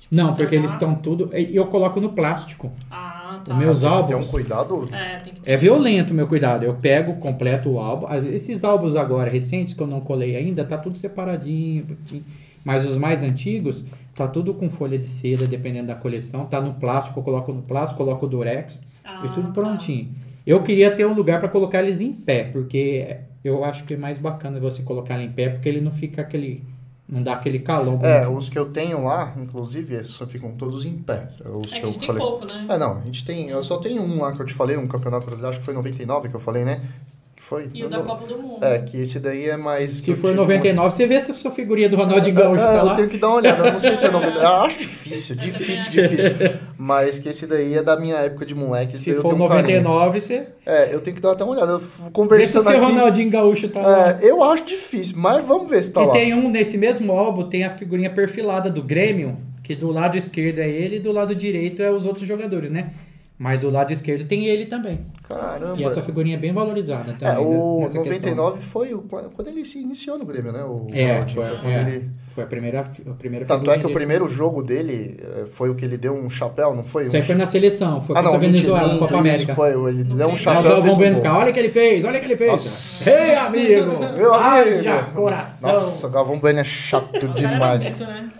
Tipo, Não, porque eles estragar? estão tudo... E eu coloco no plástico. Ah, tá. Os meus Tem álbuns... um cuidado É, tem que ter. É violento o meu cuidado. Eu pego, completo o álbum. Ah, Esses álbuns agora, recentes, que eu não colei ainda, tá tudo separadinho. bonitinho. Mas os mais antigos, tá tudo com folha de seda, dependendo da coleção. Tá no plástico, eu coloco no plástico, coloco o durex. Ah, E É tudo tá. prontinho. Eu queria ter um lugar pra colocar eles em pé, porque eu acho que é mais bacana você colocar ele em pé, porque ele não fica aquele. Não dá aquele calor. É, os que eu tenho lá, inclusive, esses só ficam todos em pé. Os que É que a eu gente tem falei. pouco, né? É, não, a gente tem. Eu só tenho um lá que eu te falei, um campeonato brasileiro, acho que foi 99 que eu falei, né? Que foi? E o da Não- Copa do Mundo. É, que esse daí é mais. que Se eu for tive 99, você vê essa sua figurinha do Ronaldinho muito- Gaúcho É, tá eu lá. tenho que dar uma olhada. eu Não sei se é 99. Eu acho difícil, também difícil, acho. difícil. Mas que esse daí é da minha época de moleque. Esse Se daí eu for tenho um carinho. 99, você. É, eu tenho que dar até uma olhada. Eu f- Vê se o Conversando seu aqui. Ronaldinho Gaúcho tá lá. É, eu acho difícil, mas vamos ver se tá e lá. tem um, nesse mesmo álbum, tem a figurinha perfilada do Grêmio, que do lado esquerdo é ele e do lado direito é os outros jogadores, né? Mas do lado esquerdo tem ele também. Caramba. E essa figurinha é bem valorizada também. É, o né, nessa questão. 99 foi o, quando ele se iniciou no Grêmio, né? O É, Ronaldinho, foi, foi quando é, ele... foi a primeira, a primeira Tanto é que o figurinha dele. primeiro jogo dele eh, foi o que ele deu um chapéu, não foi? Isso um... Ah, aí foi na seleção, foi contra a minto, Venezuela, minto, Copa isso, América. um Foi, ele deu um Aí o chapéu e fez Galvão Bueno um fica, gol. olha o que ele fez, olha o que ele fez. Nossa. Ei, amigo! Meu amigo! Haja coração! Nossa, o Galvão Bueno é chato O cara era demais. muito, né?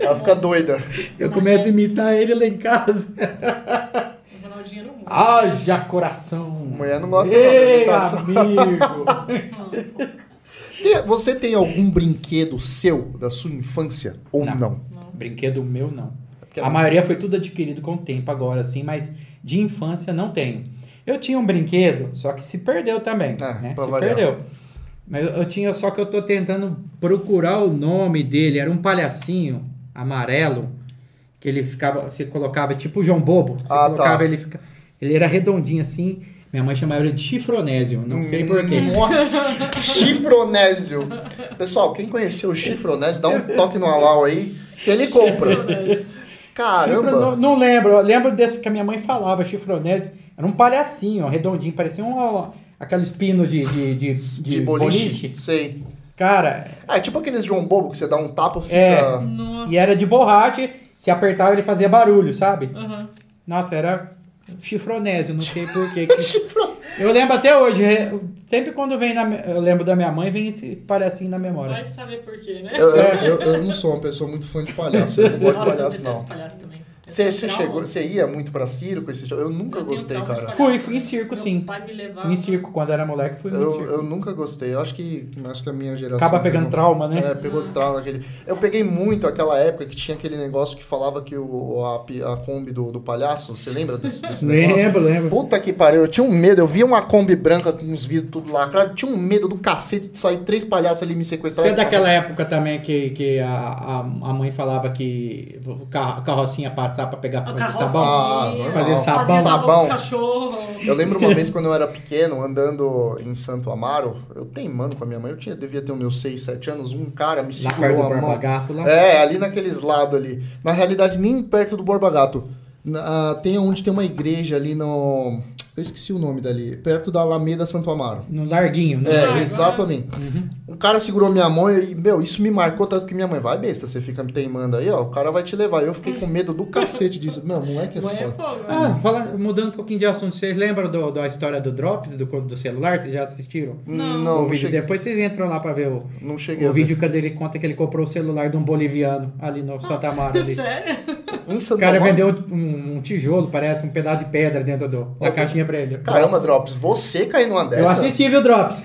É Ela fica doida. Eu começo a imitar ele lá em casa. O Ronaldinho era um Ah, monstro. Haja coração! Mulher não gosta não da Ei, imitação. amigo! Tem- Você tem algum brinquedo seu da sua infância ou não? Não. Brinquedo meu, não. Porque- A maioria foi tudo adquirido com o tempo agora, assim, mas de infância não tenho. Eu tinha um brinquedo, só que se perdeu também, É, né? pra Se variar. perdeu. Mas eu- eu tinha, só que eu tô tentando procurar o nome dele. Era um palhacinho amarelo que ele ficava, você colocava tipo o João Bobo, você Ah, tá. colocava ele fica, ele era redondinho assim. Minha mãe chamava ele de chifronésio, não Hum. sei porquê. Nossa, chifronésio. Pessoal, quem conheceu o chifronésio, dá um toque no Alau aí, que ele compra. é Chifro- Caramba. não, não lembro, eu lembro desse que a minha mãe falava, chifronésio. Era um palhacinho, ó, redondinho, parecia um, ó, aquele espino de, de, de, de de boliche. Sei. Cara, Ah, é tipo aqueles João Bobo que você dá um tapa fica. É. Nossa. e era de borracha, se apertava ele fazia barulho, sabe? Aham. Nossa, era chifronésio, não sei porquê. eu lembro até hoje, é, sempre quando vem na, me- eu lembro da minha mãe, vem esse palhacinho na memória. Vai saber por quê, né? Eu, eu- eu- eu não sou uma pessoa muito fã de palhaço. Eu não gosto de Nossa, palhaço, detesto não. palhaço também. Você, Eu você tenho chegou, trauma. você ia muito pra circo, esse tipo- Eu nunca Eu tenho gostei, trauma de cara. palhaço. Fui, fui em circo, Meu sim. pai me levava. Fui em circo, quando era moleque, fui em Eu, circo. eu nunca gostei. Eu acho que, acho que a minha geração. Acaba pegou- pegando trauma, né? É, pegou trauma naquele. Eu peguei muito aquela época que tinha aquele negócio que falava que o, a, pi- a Kombi do, do palhaço. Você lembra desse, desse negócio? Lembro, lembro. Puta que pariu, eu tinha um medo. Eu via uma Kombi branca com uns vidros tudo lá. Cara, eu tinha um medo do cacete de sair três palhaços ali e me sequestrar. Você é daquela época também que, que a, a, a mãe falava que o carro- a carrocinha passar pra pegar A fazer carrocinha. sabão? Ah, normal. Fazer sabão. Fazia sabão Sabão. pros cachorros. Eu lembro uma vez quando eu era pequeno, andando em Santo Amaro, eu teimando com a minha mãe, eu tinha, devia ter os meus 6, 7 anos, um cara me Lá perto segurou do a Borba mão. Gato, lá. É, ali naqueles lados ali. Na realidade, nem perto do Borba Gato. Na- ah, tem onde tem uma igreja ali no. Eu esqueci o nome dali. Perto da Alameda Santo Amaro. No Larguinho, né? É, agora- exatamente. O cara segurou minha mão e, meu, isso me marcou tanto que minha mãe, vai besta, você fica me teimando aí, ó, o cara vai te levar. Eu fiquei com medo do cacete disso. Meu, moleque é Não é foda. fogo. né? Ah, fala, mudando um pouquinho de assunto, vocês lembram do- da história do Drops, do, do celular? Vocês já assistiram? Não, o não vídeo. cheguei, Depois vocês entram lá pra ver o, não cheguei o a ver. vídeo quando ele conta que ele comprou o celular de um boliviano ali no Santa Amaro. ali. Sério? Em O Santo cara Amaro- vendeu um, um tijolo, parece, um pedaço de pedra dentro do, da Olha. caixinha pra ele. É Caramba, Drops, você cair numa Eu dessa. assisti, viu, Drops?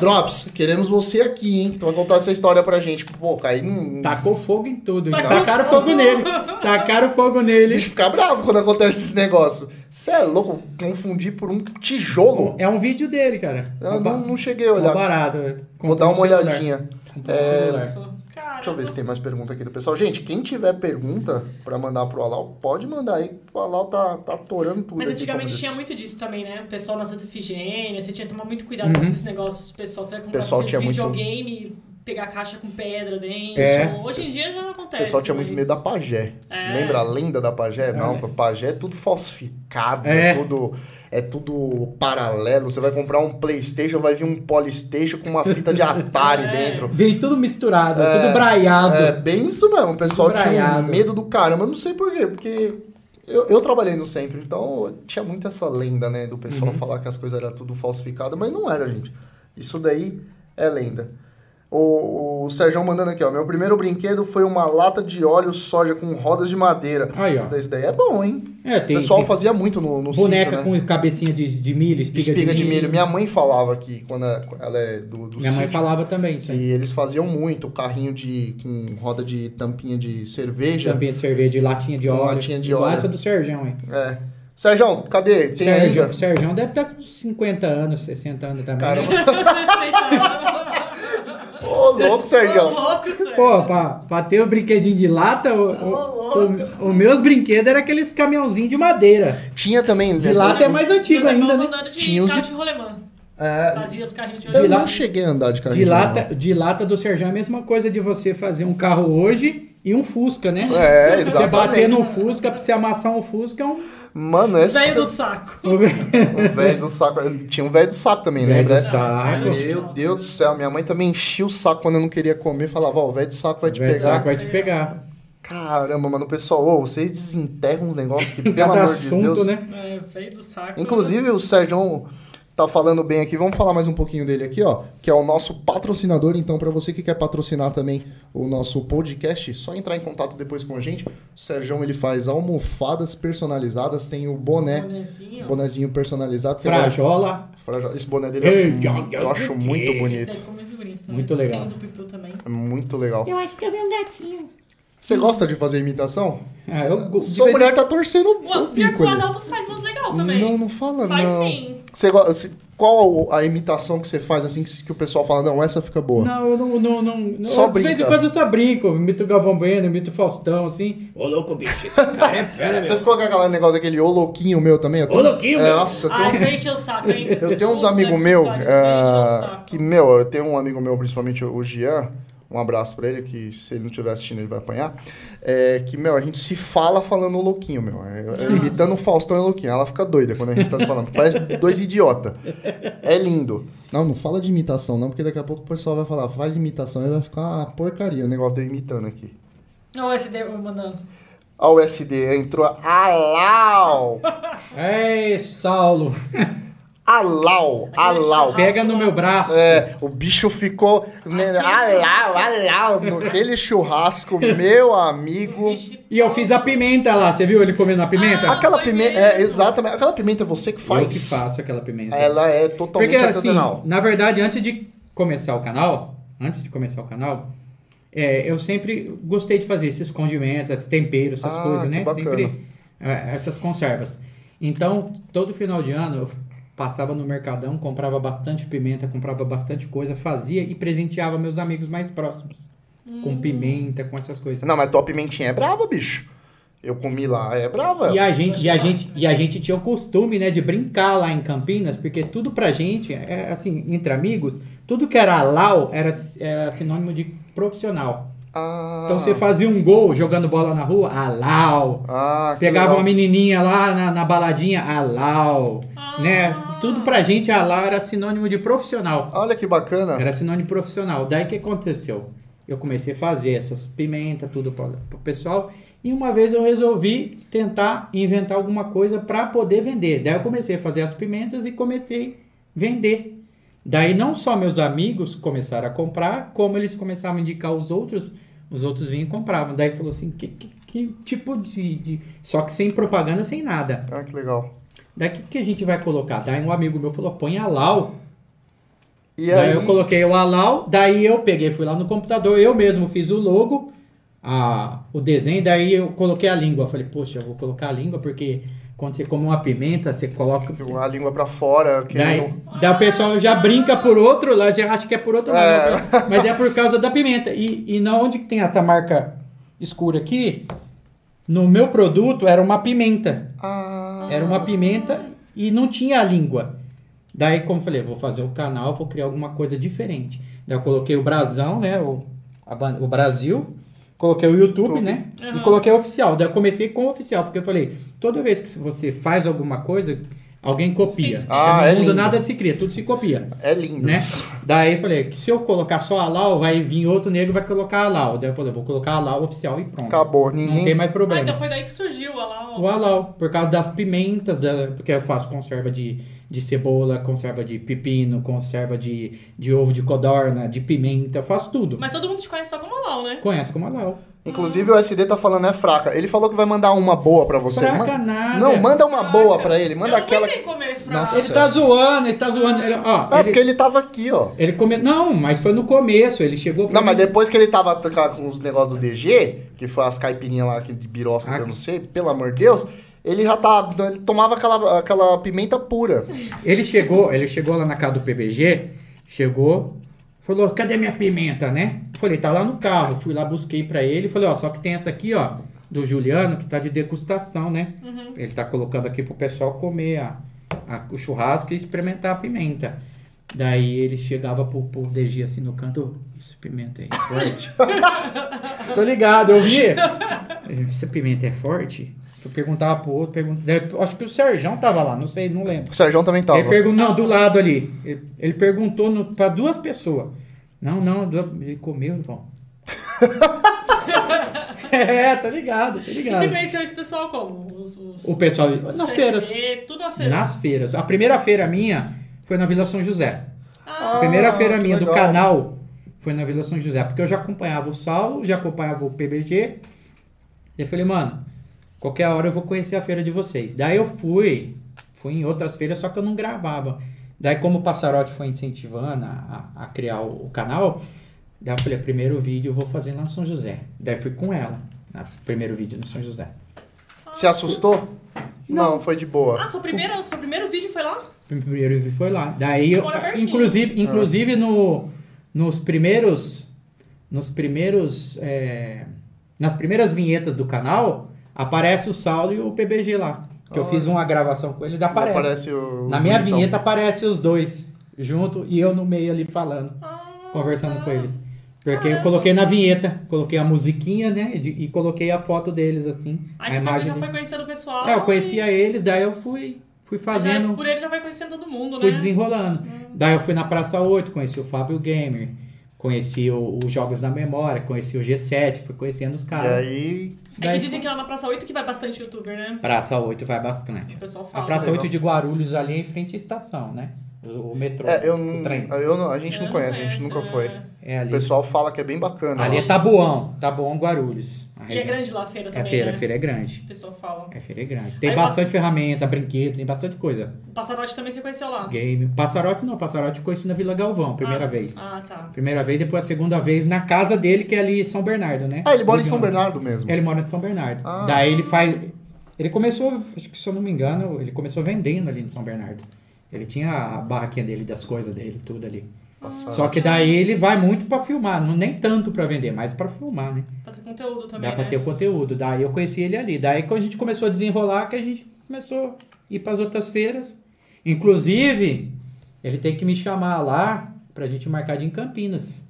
Drops, queremos você aqui, hein? Pra contar essa história pra gente. Pô, cair num. Tacou fogo em tudo. então. Tacou Tacaram fogo fogo. nele. Tacaram fogo O nele. bicho fica bravo quando acontece esse negócio. Você é louco, confundir por um tijolo. É um vídeo dele, cara. Eu não, não cheguei a olhar. barato. um Vou dar uma olhadinha. É, Cara, Deixa eu ver se tem mais pergunta aqui do pessoal. Gente, quem tiver pergunta pra mandar pro Alau, pode mandar aí. O Alau tá, tá atorando tudo. Mas aqui, antigamente como tinha diz. muito disso também, né? O pessoal na Santa Efigênia, você tinha que tomar muito cuidado com esses negócios. O pessoal, você vai comprar Uhum. Pessoal tinha um muito- videogame, pegar a caixa com pedra dentro. É. Hoje em dia já não O acontece. pessoal tinha muito mas- medo da pajé. É. Lembra a lenda da pajé? Não, pajé é tudo falsificado, É. é. tudo, é tudo paralelo. Você vai comprar um Playstation, vai vir um Polystation com uma fita de Atari É. dentro. Veio tudo misturado, tudo braiado. É bem isso mesmo. O pessoal tinha Embraiado. um medo do caramba. Eu não sei por quê, porque eu, eu trabalhei no centro, então tinha muito essa lenda, né? Do pessoal Uhum. falar que as coisas eram tudo falsificadas, mas não era, gente. Isso daí é lenda. O, o Sérgio mandando aqui, ó. Meu primeiro brinquedo foi uma lata de óleo soja com rodas de madeira. Aí, ó. Isso daí- Isso daí é bom, hein? É, tem, o pessoal tem fazia muito no, no sítio, boneca né? com cabecinha de, de milho, espiga, Espiga de, de milho. Minha mãe falava aqui, quando ela- ela é do, do Minha mãe sítio. falava também, sabe? E eles faziam muito, carrinho de com roda de tampinha de cerveja. Tampinha de cerveja, latinha de Com óleo. latinha de Igual óleo. Essa do Serjão, hein? É. Sérgio, cadê? Tem Serjão, ainda? Serjão deve estar com 50 anos, 60 anos também. Caramba. né? Ô, louco, Ô, Sérgio. "Ah, tá louco, Sérgio. Pô, pra, pra ter o brinquedinho de lata, o, Tá o, o, o meus brinquedos eram aqueles caminhãozinhos de madeira. Tinha também. De lata é mais antigo Meus irmãos ainda, né? andaram de Tinha os carro de- de rolemã. É, Fazia os carrinhos de eu rolemã. não cheguei a andar de carrinho. De de lata, de lata do Serjão é a mesma coisa de você fazer um carro hoje e um Fusca, né? É, Você bater exatamente. no Fusca, pra você amassar um Fusca, é um. Mano, esse Velho do saco. o velho do saco. Tinha um velho do saco também, Velho lembra? do saco. Meu Deus do céu, minha mãe também enchia o saco quando eu não queria comer. Falava, ó, o velho do saco vai te Velho do pegar. saco vai te pegar. Caramba, mano, o pessoal, ô, vocês desenterram uns negócios que, pelo Cada amor de assunto, Deus. né? É, velho do saco. Inclusive, o Sérgio tá falando bem aqui. Vamos falar mais um pouquinho dele aqui, ó. Que é o nosso patrocinador. Então, para você que quer patrocinar também o nosso podcast, é só entrar em contato depois com a gente. O Sérgio, ele faz almofadas personalizadas. Tem o boné, Bonezinho. bonézinho personalizado. que é- Frajola. Frajola. Esse boné dele eu Ei, acho, eu acho muito Esse daí bonito. ficou muito bonito. Também. Muito legal. Tem um do Pipiu também. É muito legal. Eu acho que eu vi um gatinho. Você gosta de fazer imitação? Ah, eu go- de Sua vez em- mulher tá torcendo Ué, o pior que bico o ali. Adalto faz umas legal também. Não, não fala Faz não. sim. Você go- se- qual a imitação que você faz assim que, se- que o pessoal fala, não, essa fica boa? Não, eu não. não, não, não- Só eu- de vez em brinca. quando eu só brinco. Mito Galvão Bueno, mito Faustão, assim. Ô louco, bicho, esse cara é fera, Você ficou com aquele negócio aquele ô louquinho meu também? Eu Ô, louquinho é, meu. Nossa, eu tenho, Ah, um- isso aí encheu o saco, hein? eu tenho uns Puta amigos que meus. pariu, isso aí encheu ah, o saco. que, meu, eu tenho um amigo meu, principalmente o Jean. Um abraço pra ele, que se ele não estiver assistindo, ele vai apanhar. É, que, meu, a gente se fala falando o louquinho, meu. É, é, imitando o Faustão e o louquinho. Ela fica doida quando a gente tá se falando. Parece dois idiota. É lindo. Não, não fala de imitação, não, porque daqui a pouco o pessoal vai falar, faz imitação e vai ficar uma porcaria o negócio de eu imitando aqui. Não, esse daí eu mandando. A USD entrou. Alau! Ei, É, Saulo, Alau! Alau! pega no meu braço. É, o bicho ficou. Né, alau, alau! no- ah, Aquele churrasco, meu amigo. E eu Ah, fiz a pimenta lá, você viu ele comendo a pimenta? Aquela Foi pimenta. É, mesmo. exatamente. Aquela pimenta é você que faz. Eu que faço aquela pimenta. Ela é totalmente Porque assim, artesanal. na verdade, antes de começar o canal, antes de começar o canal, é, eu sempre gostei de fazer esses condimentos, esses temperos, essas Ah, coisas, que né? bacana. Sempre é, essas conservas. Então, todo final de ano eu passava no mercadão, comprava bastante pimenta, comprava bastante coisa, fazia e presenteava meus amigos mais próximos. Com pimenta, com essas coisas. Não, mas tua pimentinha é brava, bicho. Eu comi lá, é brava. E a, gente, e, a Acho que gente, não. e a gente tinha o costume, né, de brincar lá em Campinas, porque tudo pra gente, é, assim, entre amigos, tudo que era Lau era, era sinônimo de profissional. Ah, Então você fazia um gol jogando bola na rua, Alau. Ah, que Pegava legal. uma menininha lá na, na baladinha, Alau. Ah. Né? Tudo pra gente, Alau era sinônimo de profissional. Olha que bacana. Era sinônimo de profissional. Daí o que aconteceu? Eu comecei a fazer essas pimentas, tudo pro pro pessoal. E uma vez eu resolvi tentar inventar alguma coisa para poder vender. Daí eu comecei a fazer as pimentas e comecei a vender. Daí não só meus amigos começaram a comprar, como eles começavam a indicar os outros, os outros vinham e compravam. Daí falou assim, que, que- que tipo de, de... Só que sem propaganda, sem nada. Ah, que legal. Daí o que, que a gente vai colocar? Daí um amigo meu falou, põe a Lau E daí aí, eu coloquei o Alau, daí eu peguei, fui lá no computador, eu mesmo fiz o logo, a, o desenho, daí eu coloquei a língua. Falei, poxa, eu vou colocar a língua, porque quando você come uma pimenta, você coloca. a língua pra fora, que Daí, não- daí o pessoal já brinca por outro lado, já acha que é por outro É. lado, mas é por causa da pimenta. E, e na onde que tem essa marca escura aqui, no meu produto era uma pimenta. Ah, Era uma pimenta e não tinha a língua. Daí, como eu falei, vou fazer o canal, vou criar alguma coisa diferente. Daí eu coloquei o brasão, né? O, a ban- o Brasil. Coloquei o YouTube, YouTube. né? E Aham. coloquei o oficial. Daí eu comecei com o oficial, porque eu falei, toda vez que você faz alguma coisa, alguém copia. Sim. Ah, Porque é no mundo lindo. nada se cria, tudo se copia. é lindo. Né? Daí eu falei, que se eu colocar só a Lau, vai vir outro negro e vai colocar a Lau. Daí eu falei, vou colocar a Lau oficial e pronto. Acabou, Não tem ninguém. mais Ah, problema. então foi daí que surgiu o Alau. O alau, por causa das pimentas, da- porque eu faço conserva de, de cebola, conserva de pepino, conserva de, de ovo de codorna, de pimenta, eu faço tudo. Mas todo mundo te conhece só como Alau, né? Conhece como alau. Inclusive o SD tá falando é fraca. Ele falou que vai mandar uma boa pra você. Fraca Man- nada. Não, manda uma boa Caraca. pra ele. Manda eu aquela. Eu não aguentei comer fralda. Nossa. Ele tá zoando, ele tá zoando. Ele, ó, Ah, ele, porque ele tava aqui, ó. ele come... Não, mas foi no começo, ele chegou pra Não, mas mim- depois que ele tava tocando com os negócios do DG, que foi as caipirinhas lá que de birosca, Ah. que eu não sei, pelo amor de Deus, ele já tá. Ele tomava aquela, aquela pimenta pura. Ele chegou, ele chegou lá na casa do PBG, chegou, falou, cadê minha pimenta, né? Falei, tá lá no carro. Fui lá, busquei pra ele, falei, ó, só que tem essa aqui, ó, do Juliano, que tá de degustação, né? Ele tá colocando aqui pro pessoal comer a, a- o churrasco e experimentar a pimenta. Daí ele chegava pro, pro DG assim no canto, "Ô, essa pimenta aí é forte. Tô ligado, eu vi. Essa pimenta é forte? Eu perguntava pro outro, perguntava. Acho que o Serjão tava lá, não sei, não lembro. O Sérgio também tava. Ele pergun- não, do lado ali. Ele, ele perguntou no, pra duas pessoas. Não, não, du- ele comeu, irmão. é, tô ligado, tô E você ligado. conheceu esse pessoal como? Os, os... O pessoal, os nas feiras. CSB, Tudo na feira. Nas feiras. A primeira feira minha foi na Vila São José. A Ah, primeira Ah, feira que minha do legal. canal foi na Vila São José, porque eu já acompanhava o Saulo, já acompanhava o PBG. E eu falei, mano, qualquer hora eu vou conhecer a feira de vocês. Daí eu fui, fui em outras feiras, só que eu não gravava. Daí, como o Passarote foi incentivando a, a- a criar o, o canal, daí eu falei, primeiro vídeo eu vou fazer lá no São José. Daí fui com ela, na- primeiro vídeo no São José. Se assustou? Não. foi de boa. ah seu, primeiro, seu primeiro vídeo foi lá? Primeiro vi- foi lá. Daí, eu, Mora pertinho. Ah. inclusive, inclusive no, nos primeiros, nos primeiros, é, nas primeiras vinhetas do canal, aparece o Saulo e o PBG lá. Que eu Olha. fiz uma gravação com eles, aparece. Aparece o. Na minha bonitão. vinheta aparece os dois junto e eu no meio ali falando, Ah, conversando com tá. eles. Porque eu coloquei na vinheta, coloquei a musiquinha, né, e, de- e coloquei a foto deles assim, Aí você a foi- imagem. já dele. foi conhecendo o pessoal. É, eu conhecia eles, daí eu fui, fui fazendo. um Já, por ele já vai conhecendo todo mundo, Fui né? desenrolando. Daí eu fui na Praça 8, conheci o Fábio Gamer, conheci o- os Jogos da Memória, conheci o G7, fui conhecendo os E caras. aí. É Daí- que dizem que lá na Praça 8 que vai bastante youtuber, né? Praça 8 vai bastante. O pessoal A fala. Praça Ah, legal. 8 de Guarulhos ali é em frente à estação, né? O, o metrô, É, eu o trem. não, eu não. A gente Eu não conhece, a gente nunca né? foi. É O ali. pessoal fala que é bem bacana. Ali lá. é Tabuão, Tabuão Guarulhos. a E é região. grande lá a feira É também, feira, a né? feira é grande. O pessoal fala. É feira é grande. Tem Aí bastante ferramenta, brinquedo, tem bastante coisa. O Passarote também você conheceu lá? Game. Passarote não, Passarote eu conheci na Vila Galvão, primeira Ah, vez. Ah, tá. Primeira vez, depois a segunda vez na casa dele, que é ali em São Bernardo, né? Ah, ele mora em São Bernardo. Bernardo mesmo. Ele mora em São Bernardo. Ah. Daí ele faz. Ele começou, acho que se eu não me engano, ele começou vendendo ali em São Bernardo. Ele tinha a barraquinha dele, das coisas dele, tudo ali. Passar. Só que daí ele vai muito pra filmar, não, nem tanto pra vender, mas pra filmar, né? Pra ter conteúdo também, Dá pra né? ter o conteúdo. Daí eu conheci ele ali. Daí quando a gente começou a desenrolar, que a gente começou a ir pras outras feiras. Inclusive, ele tem que me chamar lá pra gente marcar de em Campinas.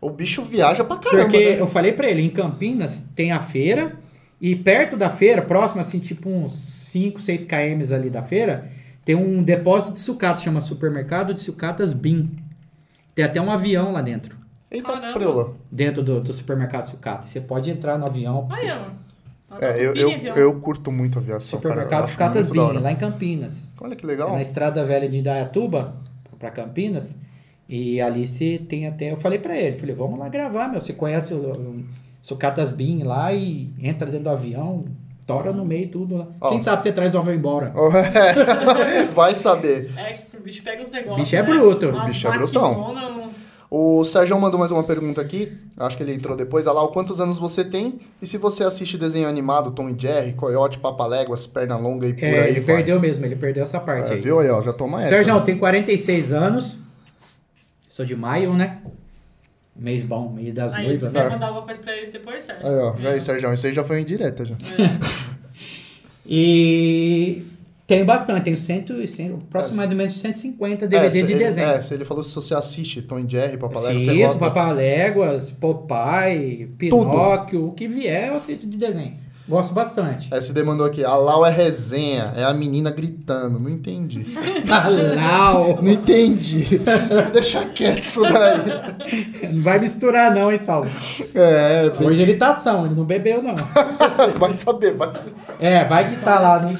O bicho viaja pra caramba. Porque né? eu falei pra ele, em Campinas tem a feira, e perto da feira, próximo assim, tipo uns 5, 6 km ali da feira, tem um depósito de sucata, chama Supermercado de Sucatas BIM. Tem até um avião lá dentro, Eita, Caramba. prela. dentro do, do supermercado de sucata. Você pode entrar no avião. Ah, Olha você- ela. Ela tá É, eu, eu, topinha, viu? eu curto muito aviação, cara. Eu supermercado né? acho Sucatas muito da BIM, hora. lá em Campinas. Olha que É legal. na estrada velha de Indaiatuba para Campinas e ali se tem até eu falei pra ele falei vamos lá gravar meu você conhece o, o Sucatas Bin lá e entra dentro do avião tora no meio tudo lá. Ó. quem sabe você traz o avião embora Oh, Vai saber. É, que o bicho pega uns negócios. o bicho é né? bruto Umas bicho é brutão. maquinonas, uns- O Sérgio mandou mais uma pergunta aqui. Acho que ele entrou depois. Alau, quantos anos você tem? E se você assiste desenho animado, Tom e Jerry, Coyote, Papaléguas, Perna Longa e por é, aí ele vai? perdeu mesmo ele perdeu essa parte É, aí viu aí, ó? Já toma essa. Sérgio tem 46 anos sou de maio né mês bom mês das Aí, tá- se noivas quiser né? mandar alguma coisa pra ele depois, Sérgio. Aí, ó. É. Vê aí, Sérgio. Isso aí já foi indireta já. e tem bastante tem 100, 100 aproximadamente 150 DVD É, se de ele- desenho É, se ele falou se você assiste Tom e Jerry, Papaléguas, Sim, você isso, gosta. Papaléguas, Popeye, Pinóquio, o que vier eu assisto de desenho. Gosto bastante. SD mandou aqui, Alau é resenha, é a menina gritando. Não entendi. Alau! Não entendi. Vou deixar quieto isso daí. Não vai misturar não, hein, Saulo? É, Hoje ele tá são, ele não bebeu não. vai saber. Vai... É, vai que tá lá, né?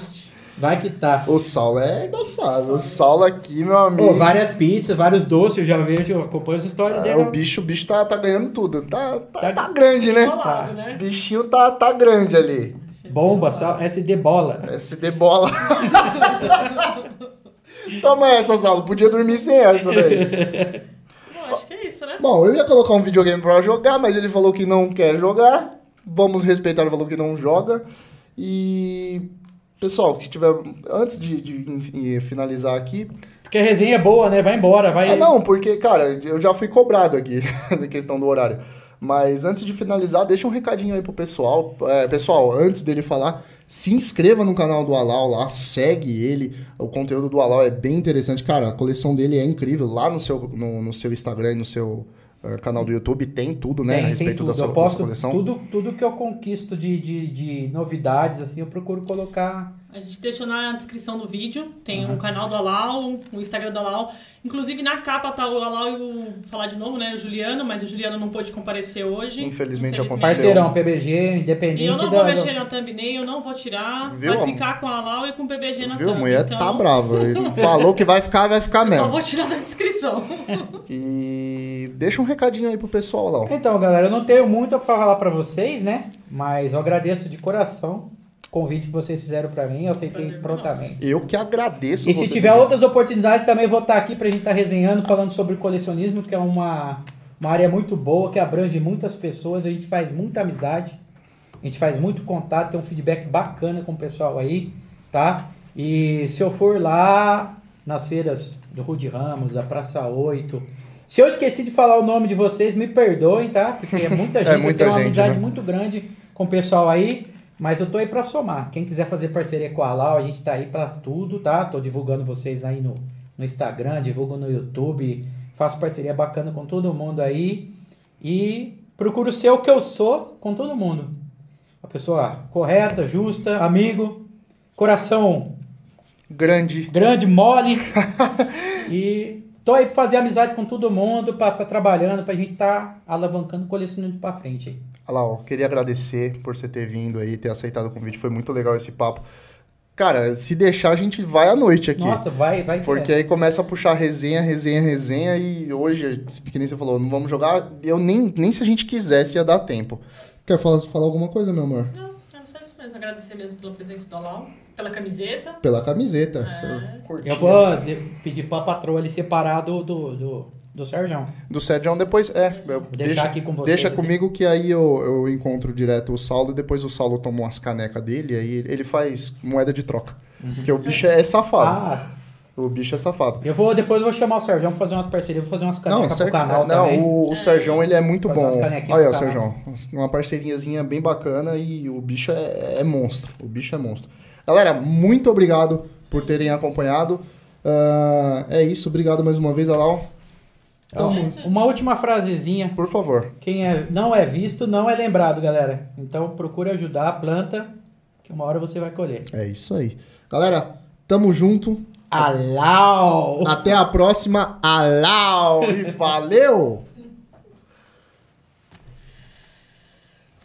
Vai que tá. O Saulo é embaçado. O Saulo aqui, meu amigo. Pô, várias pizzas, vários doces, eu já vejo, eu acompanho as histórias É, dele. o bicho, o bicho tá, tá ganhando tudo. Tá, tá, Tá- tá grande, né? Bolado, O né? bichinho tá, tá grande ali. Bomba, sal, SD bola. SD bola. Toma essa, Saulo. Podia dormir sem essa daí. Bom, acho que é isso, né? Bom, eu ia colocar um videogame pra jogar, mas ele falou que não quer jogar. Vamos respeitar, ele falou que não joga. E. Pessoal, que tiver. Antes de, de, enfim, finalizar aqui. Porque a resenha é boa, né? Vai embora, vai. Ah, não, porque, cara, eu já fui cobrado aqui na questão do horário. Mas antes de finalizar, deixa um recadinho aí pro pessoal. É, pessoal, antes dele falar, se inscreva no canal do Alau lá, segue ele. O conteúdo do Alau é bem interessante. Cara, a coleção dele é incrível. Lá no seu, no, no seu Instagram e no seu eh, canal do YouTube tem tudo, né? a Tem, tem respeito tudo. da sua, eu da posto sua coleção. tudo, tudo que eu conquisto de, de, de novidades, assim, eu procuro colocar A gente deixou na descrição do vídeo. Tem Aham. o canal do Alau, o Instagram do Alau. Inclusive, na capa tá o Alau e o... Falar de novo, né? O Juliano, mas o Juliano não pôde comparecer hoje. Infelizmente, aconteceu. Parceirão, PBG, independente E eu não da. vou mexer na thumbnail, eu não vou tirar. Viu, vai amor? ficar com a Alau e com o BBG na Viu? A thumb. mulher então, tá brava. Ele Falou que vai ficar, vai ficar eu só mesmo. vou tirar da descrição. E deixa um recadinho aí pro pessoal, Alau. Então, galera, eu não tenho muito pra falar pra vocês, né? Mas eu agradeço de coração o convite que vocês fizeram pra mim, eu aceitei Prazer foi prontamente. Eu que agradeço E se você tiver ter- outras oportunidades, também vou estar aqui pra gente estar resenhando, falando sobre colecionismo, que é uma, uma área muito boa, que abrange muitas pessoas, a gente faz muita amizade, a gente faz muito contato, tem um feedback bacana com o pessoal aí, tá? E se eu for lá nas feiras do Rua de Ramos, da Praça 8, se eu esqueci de falar o nome de vocês, me perdoem, tá? Porque é muita É gente, muita eu tenho uma gente, amizade né? muito grande com o pessoal aí, mas eu tô aí pra somar. Quem quiser fazer parceria com a Alau, a gente tá aí pra tudo, tá? Tô divulgando vocês aí no, no Instagram, divulgo no YouTube, faço parceria bacana com todo mundo aí e procuro ser o que eu sou com todo mundo. Uma pessoa correta, justa, amigo, coração Grande. grande, mole. e tô aí pra fazer amizade com todo mundo, pra tá trabalhando, pra gente tá alavancando o colecionismo pra frente aí. Alau, queria agradecer por você ter vindo aí, ter aceitado o convite. Foi muito legal esse papo. Cara, se deixar, a gente vai à noite aqui. Nossa, vai, vai. que Porque é. aí começa a puxar resenha, resenha, resenha. E hoje, que nem você falou, não vamos jogar. Eu nem, nem se a gente quisesse ia dar tempo. Quer falar, falar alguma coisa, meu amor? Não, é só isso mesmo. Agradecer mesmo pela presença do Alau, pela camiseta. Pela camiseta. É. Você curtiu. Eu vou de- pedir pra patroa ali separar do, do, do, do Sérgio. Do Sérgio depois. É, eu- Vou deixar deixa, aqui com vocês. deixa aqui. comigo que aí eu, eu encontro direto o Saulo. E depois o Saulo toma Uhum. umas canecas dele. Aí ele faz moeda de troca. Porque o bicho é safado. Ah, O bicho é safado. Eu vou, depois eu vou chamar o Sérgio pra fazer umas parcerias, vou fazer umas Não, canecas pro certo. é canal não também. o, o Sérgio, ele é muito Fazer bom. umas canequinhas Olha, o pro Sérgio, um canal. uma parceriazinha bem bacana e o bicho é, é monstro. O bicho é monstro. Galera, muito obrigado por terem acompanhado. Ah, é isso, obrigado mais uma vez, Alau. Então, uma última frasezinha. Por favor. Quem é, não é visto, não é lembrado, galera. Então procure ajudar a planta, que uma hora você vai colher. É isso aí. Galera, tamo junto. Alau! Até a próxima. Alau! E valeu!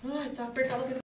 Ai, tá apertado aqui no